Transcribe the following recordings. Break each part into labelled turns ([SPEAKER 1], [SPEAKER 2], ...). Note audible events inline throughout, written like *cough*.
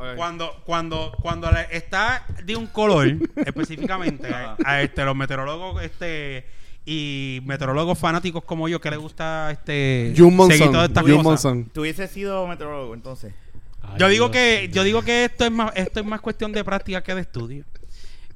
[SPEAKER 1] ¿Eh?
[SPEAKER 2] cuando, cuando, cuando la- está de un color, específicamente, a, a, este, los meteorólogos este, y meteorólogos fanáticos como yo que les gusta este,
[SPEAKER 3] Jun
[SPEAKER 2] seguir
[SPEAKER 3] Monson.
[SPEAKER 2] todas estas
[SPEAKER 3] Jun
[SPEAKER 2] cosas.
[SPEAKER 3] Monson.
[SPEAKER 4] Tú hubieses sido meteorólogo entonces.
[SPEAKER 2] Yo digo que yo digo que esto es más esto es más cuestión de práctica que de estudio.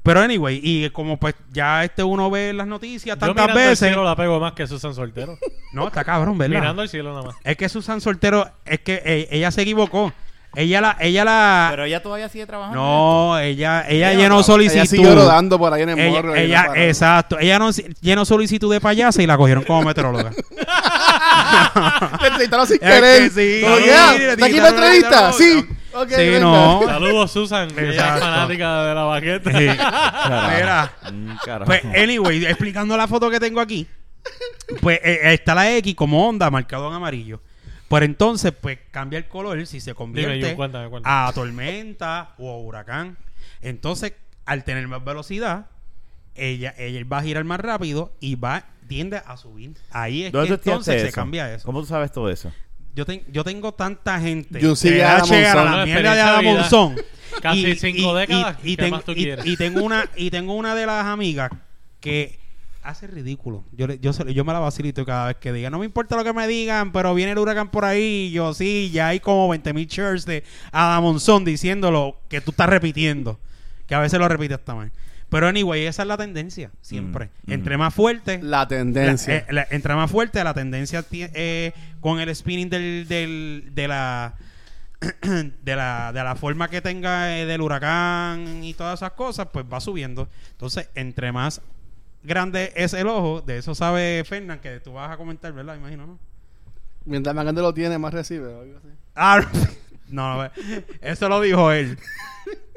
[SPEAKER 2] Pero anyway, y como pues ya este uno ve las noticias tantas
[SPEAKER 5] El
[SPEAKER 2] veces,
[SPEAKER 5] cielo la pego más que Susan Soltero.
[SPEAKER 2] no, está cabrón, *laughs* ¿verdad?
[SPEAKER 5] Mirando el cielo
[SPEAKER 2] *laughs*
[SPEAKER 5] nada más.
[SPEAKER 2] Es que Susan Soltero es que eh, ella se equivocó. Ella la ella
[SPEAKER 1] Ah.
[SPEAKER 2] la
[SPEAKER 4] Pero ella todavía sigue trabajando.
[SPEAKER 2] no, ella ella
[SPEAKER 4] Ella
[SPEAKER 2] llenó
[SPEAKER 4] no-
[SPEAKER 2] solicitud.
[SPEAKER 3] Ah, Ella siguió rodando por ahí en el
[SPEAKER 2] Ella-
[SPEAKER 3] morro. y
[SPEAKER 2] ella-
[SPEAKER 3] no paró. *laughs*
[SPEAKER 2] exacto, ella no, llenó solicitud de payasa y la cogieron como
[SPEAKER 3] *laughs*
[SPEAKER 2] meteoróloga.
[SPEAKER 3] Le
[SPEAKER 2] *laughs*
[SPEAKER 3] entrevistaron sin
[SPEAKER 2] Es que
[SPEAKER 3] querer.
[SPEAKER 2] sí,
[SPEAKER 3] Como,
[SPEAKER 2] sí,
[SPEAKER 3] ya,
[SPEAKER 2] le
[SPEAKER 3] ¿está
[SPEAKER 2] quitaron
[SPEAKER 3] aquí la
[SPEAKER 2] la
[SPEAKER 3] entrevista?
[SPEAKER 2] entrevista,
[SPEAKER 3] Sí.
[SPEAKER 2] no.
[SPEAKER 3] Ok,
[SPEAKER 2] Sí,
[SPEAKER 3] venga.
[SPEAKER 2] no.
[SPEAKER 5] Saludos, Susan. que Ella es
[SPEAKER 2] Exacto.
[SPEAKER 5] fanática de la baqueta.
[SPEAKER 2] Sí. *laughs* Mira,
[SPEAKER 1] Mm, carajo.
[SPEAKER 2] Pues, anyway, explicando la foto que tengo aquí, pues eh, está la X como onda marcado en amarillo. Por entonces, pues cambia el color si se convierte
[SPEAKER 5] Jun, cuéntame, cuéntame.
[SPEAKER 2] a tormenta o a huracán. Entonces, al tener más velocidad, ella, ella va a girar más rápido y va tiende a subir. Ahí es que
[SPEAKER 4] ¿Dónde estudiaste
[SPEAKER 2] entonces se
[SPEAKER 4] eso?
[SPEAKER 2] cambia eso.
[SPEAKER 4] ¿Cómo tú sabes todo eso?
[SPEAKER 2] Yo, ten- yo tengo tanta gente
[SPEAKER 3] Jun sigue
[SPEAKER 2] que
[SPEAKER 3] a Adam
[SPEAKER 2] ya llega a
[SPEAKER 3] Monzón.
[SPEAKER 2] la
[SPEAKER 5] Una
[SPEAKER 2] mierda de Adam
[SPEAKER 5] experiencia de vida.
[SPEAKER 2] Monzón.
[SPEAKER 5] Casi cinco décadas,
[SPEAKER 2] Y,
[SPEAKER 5] ¿qué
[SPEAKER 2] tengo-
[SPEAKER 5] más tú
[SPEAKER 2] y-
[SPEAKER 5] quieres?
[SPEAKER 2] y tengo una y tengo una de las amigas que hace ridículo. Yo le- yo, se- yo me la vacilito cada vez que diga, no me importa lo que me digan, pero viene el huracán por ahí, y yo sí, ya hay como 20 mil shares de Adam Monzón diciéndolo que tú estás repitiendo, que a veces lo repites también. Pero anyway, esa es la tendencia siempre.
[SPEAKER 1] Mm, mm.
[SPEAKER 2] Entre más fuerte,
[SPEAKER 3] La tendencia.
[SPEAKER 2] la- eh, la- entra más fuerte la tendencia ti- eh, con el spinning del, del- de la *clears throat* de la, de la forma que tenga eh, del huracán y todas esas cosas, pues va subiendo. Entonces, entre más grande es el ojo, de eso sabe Fernán, que tú vas a comentar, ¿verdad? Imagino, ¿no?
[SPEAKER 3] Mientras más grande lo tiene, más recibe. o algo así.
[SPEAKER 2] Ah, *laughs* no, no, eso lo dijo él.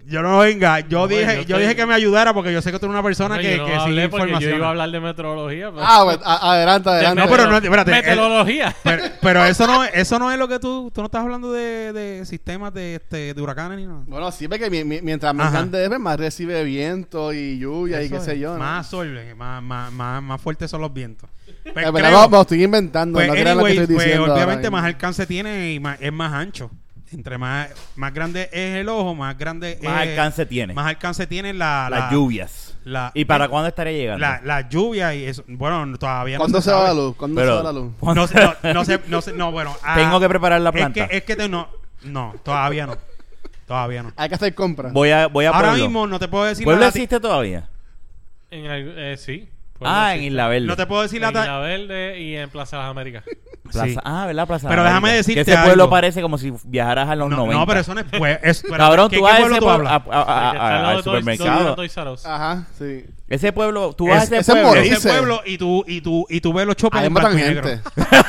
[SPEAKER 2] Yo no venga, yo
[SPEAKER 5] No, pues,
[SPEAKER 2] dije,
[SPEAKER 5] yo
[SPEAKER 2] yo,
[SPEAKER 5] estoy-
[SPEAKER 2] dije que me ayudara porque yo sé que tú eres una persona
[SPEAKER 5] No,
[SPEAKER 2] que,
[SPEAKER 5] yo no
[SPEAKER 2] que sigue
[SPEAKER 5] hablé porque
[SPEAKER 2] información.
[SPEAKER 5] Yo iba a hablar de meteorología. pero-
[SPEAKER 3] Ah, bueno, a- adelanta,
[SPEAKER 5] De
[SPEAKER 3] adelanta.
[SPEAKER 2] No, pero no, espérate, el-
[SPEAKER 5] Meteorología.
[SPEAKER 2] Pero, pero eso no es- eso no es lo que tú tú no estás hablando de, de sistemas de, este, de huracanes ni nada.
[SPEAKER 3] Bueno, sí, porque mi- mi- mientras más
[SPEAKER 2] Ajá.
[SPEAKER 3] grande es, pues, más recibe viento y lluvia y
[SPEAKER 2] Eso
[SPEAKER 3] qué
[SPEAKER 2] es.
[SPEAKER 3] sé yo. ¿no?
[SPEAKER 2] Más absorben, más, más, más, más fuertes son los vientos. Pues,
[SPEAKER 3] Eh, pero
[SPEAKER 2] creo-
[SPEAKER 3] no, me lo estoy inventando,
[SPEAKER 2] pues,
[SPEAKER 3] no crean lo que
[SPEAKER 2] anyway,
[SPEAKER 3] estoy
[SPEAKER 2] pues,
[SPEAKER 3] diciendo. ahora
[SPEAKER 2] obviamente
[SPEAKER 3] mismo.
[SPEAKER 2] más alcance tiene y más- es más ancho. Entre más, más grande es el ojo, más grande
[SPEAKER 1] Más
[SPEAKER 2] es-
[SPEAKER 1] alcance tiene.
[SPEAKER 2] Más alcance tiene la, la-
[SPEAKER 1] las lluvias.
[SPEAKER 2] la-
[SPEAKER 1] ¿Y para cuándo estaría llegando?
[SPEAKER 2] La, la lluvia y eso. Bueno, todavía no
[SPEAKER 3] ¿Cuándo se va
[SPEAKER 2] sabe.
[SPEAKER 3] la luz? ¿Cuándo
[SPEAKER 1] Pero-
[SPEAKER 3] se va la luz?
[SPEAKER 2] No, sé, no, no sé, no sé, no, bueno. ah,
[SPEAKER 1] *laughs* Tengo que preparar la planta.
[SPEAKER 2] Es que, eh, es que te- no, no, todavía no. Todavía no.
[SPEAKER 3] Hay que hacer compras.
[SPEAKER 1] Voy a, voy a
[SPEAKER 2] Ahora
[SPEAKER 1] Pueblo.
[SPEAKER 2] mismo no te puedo decir
[SPEAKER 1] ¿Pueblo
[SPEAKER 2] la lati-
[SPEAKER 1] existe todavía?
[SPEAKER 5] En el- eh, sí. Pueblo
[SPEAKER 1] Ah, en
[SPEAKER 5] existe.
[SPEAKER 1] Isla Verde.
[SPEAKER 2] no te puedo decir la
[SPEAKER 5] En
[SPEAKER 2] ta-
[SPEAKER 5] Isla Verde y en Plaza de las Américas.
[SPEAKER 1] Plaza-
[SPEAKER 2] Sí.
[SPEAKER 1] Ah, ¿verdad? Plaza
[SPEAKER 2] Pero
[SPEAKER 1] América.
[SPEAKER 2] déjame
[SPEAKER 1] Que
[SPEAKER 2] decirte
[SPEAKER 1] Ese pueblo
[SPEAKER 2] algo.
[SPEAKER 1] parece como si viajaras a los
[SPEAKER 2] no,
[SPEAKER 1] 90.
[SPEAKER 2] no, pero eso no es pue- es- pero
[SPEAKER 1] Cabrón,
[SPEAKER 2] ¿qué-
[SPEAKER 1] tú
[SPEAKER 2] qué
[SPEAKER 1] vas a
[SPEAKER 2] pueblo
[SPEAKER 1] ese
[SPEAKER 2] tú
[SPEAKER 1] pueblo, a-
[SPEAKER 2] hablas?
[SPEAKER 1] a- a- a-
[SPEAKER 5] Que está al lado
[SPEAKER 1] ah, al
[SPEAKER 5] de Toy-
[SPEAKER 1] supermercado.
[SPEAKER 5] Toy- Toy Saros.
[SPEAKER 2] Ah,
[SPEAKER 3] Ajá, sí.
[SPEAKER 1] Ese pueblo, tú vas
[SPEAKER 3] Es-
[SPEAKER 1] a
[SPEAKER 3] ese
[SPEAKER 1] ese pueblo.
[SPEAKER 3] pueblo.
[SPEAKER 2] Ese
[SPEAKER 3] dice.
[SPEAKER 2] pueblo y tú y tú y tú ves los choppers
[SPEAKER 3] Hay
[SPEAKER 2] en
[SPEAKER 3] matan
[SPEAKER 2] blanco y
[SPEAKER 3] gente.
[SPEAKER 2] negro.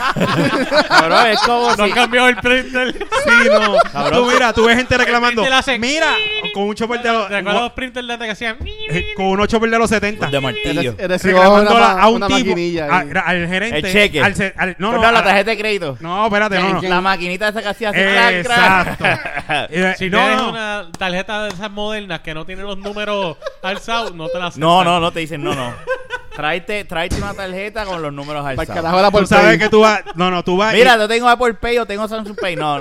[SPEAKER 1] *laughs* Cabrón, es como
[SPEAKER 5] No han
[SPEAKER 1] si...
[SPEAKER 5] cambiado el printer.
[SPEAKER 2] Sí, no.
[SPEAKER 1] Cabrón.
[SPEAKER 2] Tú mira, tú ves gente reclamando.
[SPEAKER 5] El hace-
[SPEAKER 2] Mira, con un chopper de los
[SPEAKER 5] ¿Te acuerdas los printers de antes que hacían?
[SPEAKER 2] eh, con unos choppers de los 70.
[SPEAKER 1] De martillo.
[SPEAKER 3] Recibió
[SPEAKER 2] Reclamándola
[SPEAKER 3] una,
[SPEAKER 2] a un
[SPEAKER 3] una
[SPEAKER 2] tipo Ah,
[SPEAKER 3] maquinilla.
[SPEAKER 2] a-
[SPEAKER 3] ahí.
[SPEAKER 2] ra- al gerente
[SPEAKER 1] El cheque.
[SPEAKER 2] al ce- al- no,
[SPEAKER 1] Pues
[SPEAKER 2] no,
[SPEAKER 1] la
[SPEAKER 2] a-
[SPEAKER 1] tarjeta de crédito.
[SPEAKER 2] no, espérate, no, no.
[SPEAKER 1] La maquinita esa que hacía así. crack, crack.
[SPEAKER 2] Exacto. Eh,
[SPEAKER 5] Si
[SPEAKER 2] no,
[SPEAKER 5] tienes
[SPEAKER 2] no.
[SPEAKER 5] una tarjeta de esas modernas que no tiene los números alzados, no te la
[SPEAKER 1] *laughs*
[SPEAKER 5] aceptan.
[SPEAKER 1] No, no, no te dicen, no, no. Tráete, tráete una tarjeta con los números
[SPEAKER 3] Para el
[SPEAKER 1] alzados.
[SPEAKER 3] carajo era por
[SPEAKER 2] Tú sabes
[SPEAKER 3] Pay.
[SPEAKER 2] que tú vas, no, no, tú vas y-
[SPEAKER 1] Mira, no tengo Apple Pay o tengo Samsung Pay. No.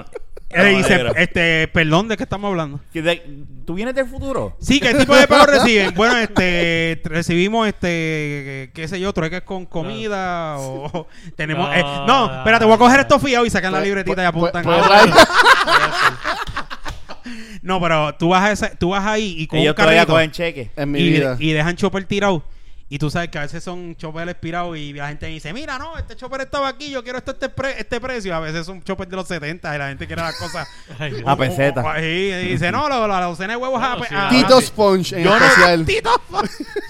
[SPEAKER 2] eh, y se-
[SPEAKER 1] No, negro.
[SPEAKER 2] este, perdón, ¿de qué estamos hablando?
[SPEAKER 1] Que de- ¿Tú vienes del futuro?
[SPEAKER 2] Sí, ¿qué tipo de pago
[SPEAKER 5] *laughs*
[SPEAKER 2] reciben? Bueno, este, recibimos, este, qué sé yo, trueques con comida
[SPEAKER 5] *laughs*
[SPEAKER 2] o tenemos...
[SPEAKER 5] No,
[SPEAKER 2] eh, No,
[SPEAKER 5] no,
[SPEAKER 2] espérate, voy a coger
[SPEAKER 5] no.
[SPEAKER 2] esto fiado y sacan la
[SPEAKER 3] Pues-
[SPEAKER 2] libretita y
[SPEAKER 3] pues-
[SPEAKER 2] apuntan.
[SPEAKER 3] pues-
[SPEAKER 2] Ah,
[SPEAKER 3] pues trae-
[SPEAKER 2] No, pero tú vas, a esa- tú vas ahí y con un
[SPEAKER 1] Ellos todavía
[SPEAKER 2] carrito
[SPEAKER 1] cogen cheque.
[SPEAKER 3] En mi
[SPEAKER 2] y,
[SPEAKER 3] vida.
[SPEAKER 2] y dejan chopper tirado. Y tú sabes que a veces son choppers pirados y la gente dice, mira, no, este chopper estaba aquí, yo quiero este, este, pre- este precio. A veces son choppers de los 70 y la gente quiere las cosas...
[SPEAKER 5] *laughs* Ay, Dios.
[SPEAKER 1] A peseta.
[SPEAKER 2] O- o- o- y dice, no, la, la docena de huevos a
[SPEAKER 5] Bueno,
[SPEAKER 2] pe-
[SPEAKER 5] sí,
[SPEAKER 2] a-
[SPEAKER 5] la-
[SPEAKER 3] Tito
[SPEAKER 5] Ah, sí.
[SPEAKER 3] Sponge en especial.
[SPEAKER 2] Tito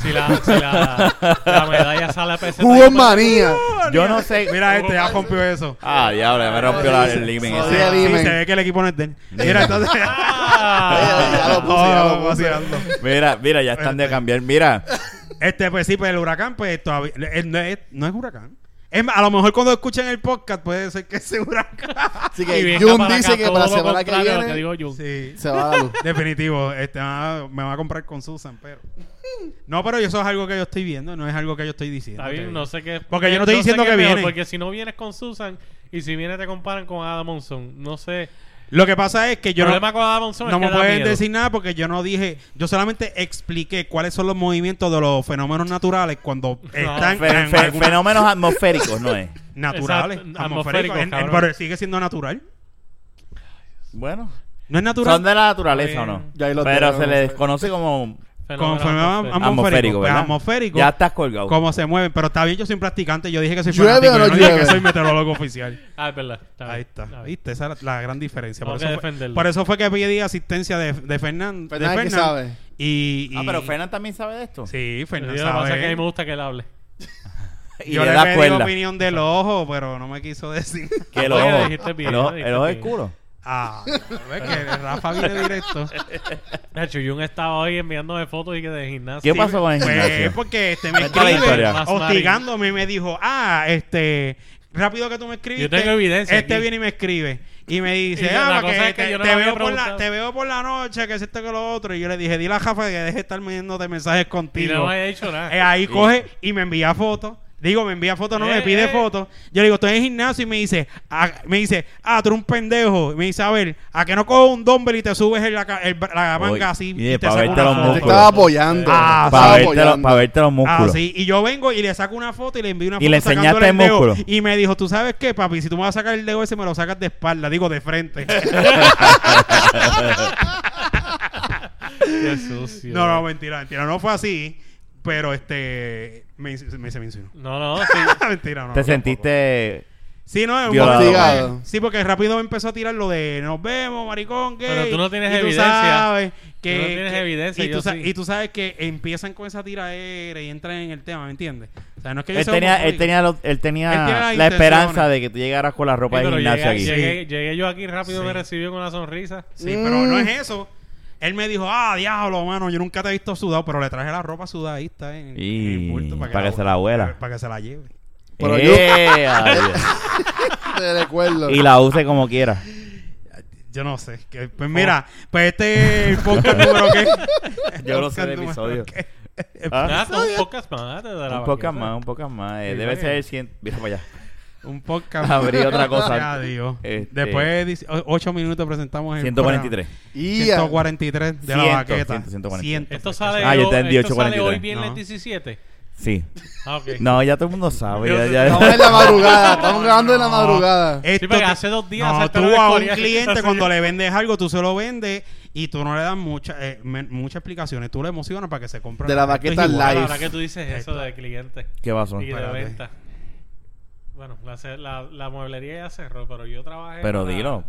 [SPEAKER 5] Si la, si la, la medalla sale a peseta.
[SPEAKER 3] Jugo manía.
[SPEAKER 1] Yo no sé.
[SPEAKER 2] Mira, este ya rompió eso.
[SPEAKER 1] Ah, diablo, ya me rompió la- el límite
[SPEAKER 2] Sí,
[SPEAKER 3] Joder,
[SPEAKER 1] ese.
[SPEAKER 2] sí,
[SPEAKER 3] dime.
[SPEAKER 2] se ve que el equipo no es de él. Mira, entonces.
[SPEAKER 5] *laughs*
[SPEAKER 2] Oh,
[SPEAKER 5] Ah.
[SPEAKER 3] Ya lo puse, ya lo puse.
[SPEAKER 2] vacilando.
[SPEAKER 1] Mira, mira, ya están de cambiar. Mira,
[SPEAKER 2] Este, pues sí, pues el huracán, pues todavía. eh, no, es, no es huracán. Es más, a lo mejor cuando escuchen el podcast puede ser que sea huracán.
[SPEAKER 3] Así
[SPEAKER 5] Y
[SPEAKER 3] que
[SPEAKER 5] venga
[SPEAKER 3] Jun
[SPEAKER 5] para acá
[SPEAKER 3] dice que
[SPEAKER 5] todo
[SPEAKER 3] para la
[SPEAKER 5] lo
[SPEAKER 3] semana que
[SPEAKER 5] contrario a lo
[SPEAKER 3] viene
[SPEAKER 5] digo Jun.
[SPEAKER 2] Sí.
[SPEAKER 3] se va la luz.
[SPEAKER 2] Definitivo. Este, ah, me va a comprar con Susan, pero. No, pero eso es algo que yo estoy viendo, no es algo que yo estoy diciendo.
[SPEAKER 5] Está bien, no sé qué.
[SPEAKER 2] Porque yo no
[SPEAKER 5] sé
[SPEAKER 2] estoy diciendo
[SPEAKER 5] qué
[SPEAKER 2] que
[SPEAKER 5] es peor,
[SPEAKER 2] viene.
[SPEAKER 5] Porque si no vienes con Susan y si vienes te comparan con Adam Monson, no sé.
[SPEAKER 2] Lo que pasa es que yo
[SPEAKER 5] el
[SPEAKER 2] no,
[SPEAKER 5] problema con Adam Monzón
[SPEAKER 2] no
[SPEAKER 5] es que
[SPEAKER 2] me
[SPEAKER 5] da
[SPEAKER 2] pueden
[SPEAKER 5] miedo.
[SPEAKER 2] decir nada porque yo no dije, yo solamente expliqué cuáles son los movimientos de los fenómenos naturales cuando están
[SPEAKER 1] Fe-
[SPEAKER 2] en
[SPEAKER 1] fe-
[SPEAKER 2] alguna-
[SPEAKER 1] fenómenos atmosféricos, no es.
[SPEAKER 2] naturales, atmosféricos,
[SPEAKER 5] Exacto, atmosféricos,
[SPEAKER 2] en- en-
[SPEAKER 5] cabrón.
[SPEAKER 2] pero sigue siendo natural.
[SPEAKER 1] Bueno,
[SPEAKER 2] No es
[SPEAKER 1] son
[SPEAKER 2] natural.
[SPEAKER 1] de la naturaleza o
[SPEAKER 5] Bien.
[SPEAKER 1] no.
[SPEAKER 3] Ya ahí los
[SPEAKER 1] Pero
[SPEAKER 3] tenemos.
[SPEAKER 1] se le desconoce como
[SPEAKER 5] Fenómeno
[SPEAKER 2] Conforme a-
[SPEAKER 5] atmosférico.
[SPEAKER 2] atmosférico,
[SPEAKER 1] atmosférico,
[SPEAKER 2] pues,
[SPEAKER 1] ¿verdad?
[SPEAKER 2] atmosférico,
[SPEAKER 1] Ya estás colgado.
[SPEAKER 2] cómo se mueven. Pero está bien, yo soy un practicante, yo dije que soy
[SPEAKER 3] ¿Llueve
[SPEAKER 2] fanático,
[SPEAKER 3] o
[SPEAKER 2] yo
[SPEAKER 3] no
[SPEAKER 2] no dije que
[SPEAKER 3] llueve?
[SPEAKER 2] soy meteorólogo
[SPEAKER 5] *laughs*
[SPEAKER 2] oficial.
[SPEAKER 5] Ah, es verdad. Está bien,
[SPEAKER 2] Ahí está.
[SPEAKER 5] bien.
[SPEAKER 2] ¿Viste? Esa es la gran diferencia. Por
[SPEAKER 5] Tengo
[SPEAKER 2] eso,
[SPEAKER 5] que
[SPEAKER 2] fue,
[SPEAKER 5] defenderlo.
[SPEAKER 2] por eso fue que pedí asistencia de, de Fernan- de
[SPEAKER 3] Fernan es que
[SPEAKER 2] Fernan.
[SPEAKER 3] sabe.
[SPEAKER 2] Y, y-
[SPEAKER 1] Ah, pero Fernan también sabe de esto.
[SPEAKER 2] Sí, Fernan
[SPEAKER 5] Yo, Lo que pasa es que a mí
[SPEAKER 2] Pues
[SPEAKER 5] me
[SPEAKER 2] sabe.
[SPEAKER 5] gusta que él hable.
[SPEAKER 1] Y
[SPEAKER 2] Yo
[SPEAKER 1] le
[SPEAKER 2] le
[SPEAKER 1] da
[SPEAKER 2] pedí la
[SPEAKER 1] cuerda.
[SPEAKER 2] opinión del ojo, pero no me quiso decir.
[SPEAKER 1] Que el
[SPEAKER 5] Ah,
[SPEAKER 1] ojo,
[SPEAKER 5] ya dijiste bien,
[SPEAKER 1] el ojo,
[SPEAKER 5] ya
[SPEAKER 1] el
[SPEAKER 5] dijiste
[SPEAKER 1] ojo es
[SPEAKER 5] bien.
[SPEAKER 1] culo.
[SPEAKER 2] Ah, *laughs* es que Rafa viene
[SPEAKER 5] *laughs*
[SPEAKER 2] directo.
[SPEAKER 5] Nacho Jun estaba hoy enviándome fotos y que de gimnasio.
[SPEAKER 1] ¿Qué pasó con el
[SPEAKER 2] Pues
[SPEAKER 1] gimnasio?
[SPEAKER 2] porque este me
[SPEAKER 1] Cuenta la
[SPEAKER 2] escribe
[SPEAKER 1] historia.
[SPEAKER 2] hostigándome y me dijo, ah, este, rápido que tú me escribiste.
[SPEAKER 5] Yo tengo evidencia
[SPEAKER 2] Este
[SPEAKER 5] aquí.
[SPEAKER 2] viene y me escribe. Y me dice,
[SPEAKER 5] Y yo,
[SPEAKER 2] ah,
[SPEAKER 5] la
[SPEAKER 2] porque
[SPEAKER 5] cosa es que
[SPEAKER 2] te,
[SPEAKER 5] yo no
[SPEAKER 2] te
[SPEAKER 5] lo había
[SPEAKER 2] veo por la,
[SPEAKER 5] preguntado.
[SPEAKER 2] te veo por la noche, que es esto que lo otro. Y yo le dije, dile a Rafa que deje de estar metiéndote mensajes
[SPEAKER 5] Y
[SPEAKER 2] contigo.
[SPEAKER 5] no me he hecho nada.
[SPEAKER 2] Eh, ahí coge y me envía fotos. Digo, me envía fotos, no me
[SPEAKER 5] Eh,
[SPEAKER 2] pide
[SPEAKER 5] eh.
[SPEAKER 2] fotos. Yo le digo, estoy en el gimnasio y me dice, ah, me dice, ah, tú eres un pendejo. Y me dice, a ver, a que no cojo un dumbbell y te subes el- la, ca- el bra- la manga
[SPEAKER 1] Oye,
[SPEAKER 2] así.
[SPEAKER 1] y de
[SPEAKER 2] te
[SPEAKER 1] pa'
[SPEAKER 2] saco
[SPEAKER 1] verte
[SPEAKER 2] una
[SPEAKER 1] los
[SPEAKER 2] foto".
[SPEAKER 3] Te
[SPEAKER 1] músculos.
[SPEAKER 3] estaba apoyando.
[SPEAKER 2] Ah,
[SPEAKER 3] te
[SPEAKER 1] Para
[SPEAKER 3] estaba
[SPEAKER 1] verte, los-
[SPEAKER 3] apoyando.
[SPEAKER 1] para verte los
[SPEAKER 2] Ah,
[SPEAKER 1] músculos.
[SPEAKER 2] sí. Y yo vengo y le saco una foto y le envío una
[SPEAKER 1] Y
[SPEAKER 2] foto.
[SPEAKER 1] le enseñaste
[SPEAKER 2] sacándole
[SPEAKER 1] el
[SPEAKER 2] dedo.
[SPEAKER 1] músculo.
[SPEAKER 2] Y me dijo, ¿tú sabes qué, papi? Si tú me vas a sacar el dedo ese, me lo sacas de espalda. Digo, de
[SPEAKER 1] *laughs*
[SPEAKER 2] frente.
[SPEAKER 5] Qué sucio.
[SPEAKER 2] no, no, mentira, mentira. No fue así. Pero este. Me, me- se me insinuó.
[SPEAKER 5] No, no, sí.
[SPEAKER 2] *laughs* mentira, no.
[SPEAKER 1] Te
[SPEAKER 2] no,
[SPEAKER 1] sentiste...
[SPEAKER 2] tampoco. Sí, no, es un
[SPEAKER 1] violado.
[SPEAKER 3] Hostigado.
[SPEAKER 2] Sí, porque rápido empezó a tirar lo de nos vemos, maricón, gay.
[SPEAKER 5] Pero tú no tienes
[SPEAKER 2] y tú
[SPEAKER 5] evidencia.
[SPEAKER 2] Sabes que,
[SPEAKER 5] Tú no tienes
[SPEAKER 2] que-
[SPEAKER 5] evidencia,
[SPEAKER 2] Y tú,
[SPEAKER 5] yo
[SPEAKER 2] sa-
[SPEAKER 5] sí.
[SPEAKER 2] y tú sabes que empiezan con esa tiradera y entran en el tema, ¿me entiendes? O sea, no es que yo
[SPEAKER 1] Él
[SPEAKER 2] sea
[SPEAKER 1] tenía, él
[SPEAKER 2] homofóbico.
[SPEAKER 1] tenía, lo- él tenía
[SPEAKER 2] Él tiene las
[SPEAKER 1] la esperanza
[SPEAKER 2] intenciones.
[SPEAKER 1] de que tú llegaras con la ropa
[SPEAKER 5] Sí,
[SPEAKER 1] de
[SPEAKER 5] pero
[SPEAKER 1] gimnasio
[SPEAKER 5] llegué,
[SPEAKER 1] aquí.
[SPEAKER 5] llegué- llegué yo aquí rápido,
[SPEAKER 2] Sí.
[SPEAKER 5] me recibió con una sonrisa.
[SPEAKER 2] Sí, pero no
[SPEAKER 3] Mm.
[SPEAKER 2] es eso. Él me dijo, ah, diablo, mano, yo nunca te he visto sudado, pero le traje la ropa sudada ahí, está en,
[SPEAKER 1] Y-
[SPEAKER 2] en el bulto
[SPEAKER 1] para que se la vuela.
[SPEAKER 2] Para, para que se la lleve.
[SPEAKER 3] Pero
[SPEAKER 1] ¡Eh, adiós!
[SPEAKER 3] Te Este
[SPEAKER 1] *laughs*
[SPEAKER 3] recuerdo.
[SPEAKER 1] y la use como
[SPEAKER 2] *laughs*
[SPEAKER 1] quiera.
[SPEAKER 2] Yo no sé. que-
[SPEAKER 1] Oh.
[SPEAKER 2] pues mira, pues este es el podcast número que...
[SPEAKER 1] *laughs* Yo no sé
[SPEAKER 2] el
[SPEAKER 1] el
[SPEAKER 2] podcast
[SPEAKER 1] episodio.
[SPEAKER 2] número que-
[SPEAKER 1] Ah,
[SPEAKER 5] Nada, un podcast más. te dará
[SPEAKER 1] Un poco
[SPEAKER 5] vaquita.
[SPEAKER 1] más, un poco más. Eh,
[SPEAKER 2] Sí,
[SPEAKER 1] debe
[SPEAKER 2] vaya.
[SPEAKER 1] ser el 100. Mira para
[SPEAKER 2] *laughs*
[SPEAKER 1] allá.
[SPEAKER 2] Un podcast.
[SPEAKER 1] *laughs* Abrí otra cosa.
[SPEAKER 2] Ya, Dios.
[SPEAKER 1] Este-
[SPEAKER 2] Después de 18 ocho minutos presentamos el
[SPEAKER 1] 143.
[SPEAKER 3] Y ya.
[SPEAKER 2] 143 de la
[SPEAKER 1] 100,
[SPEAKER 2] baqueta.
[SPEAKER 1] 100, 143.
[SPEAKER 5] Esto sale,
[SPEAKER 1] Ah, yo
[SPEAKER 5] hoy-
[SPEAKER 1] entendí,
[SPEAKER 5] esto sale
[SPEAKER 1] 8:43.
[SPEAKER 5] hoy viernes
[SPEAKER 2] No.
[SPEAKER 5] 17.
[SPEAKER 1] Sí.
[SPEAKER 5] Ah, ok.
[SPEAKER 1] No, ya todo el mundo sabe. ya- ya-
[SPEAKER 3] Estamos
[SPEAKER 5] *laughs*
[SPEAKER 3] en la madrugada. Estamos grabando en la madrugada.
[SPEAKER 2] Esto
[SPEAKER 5] porque
[SPEAKER 2] te-
[SPEAKER 5] hace dos días
[SPEAKER 2] No,
[SPEAKER 5] saltaron
[SPEAKER 2] tú
[SPEAKER 5] el
[SPEAKER 2] a un
[SPEAKER 5] coreano.
[SPEAKER 2] cliente
[SPEAKER 5] *laughs* Así
[SPEAKER 2] cuando
[SPEAKER 5] yo-
[SPEAKER 2] le vendes algo, tú se lo vendes y tú no le das muchas eh, me- muchas explicaciones. Tú le emocionas para que se compre.
[SPEAKER 3] De la
[SPEAKER 2] Esto es
[SPEAKER 3] baqueta
[SPEAKER 2] igual.
[SPEAKER 5] Ah,
[SPEAKER 3] live.
[SPEAKER 5] Ahora que tú dices eso de cliente
[SPEAKER 1] *laughs* ¿Qué pasó?
[SPEAKER 5] y de
[SPEAKER 2] espérate.
[SPEAKER 5] venta. Bueno, la, ce- la- la mueblería ya cerró, pero yo trabajé.
[SPEAKER 1] Pero
[SPEAKER 5] para-
[SPEAKER 1] dilo.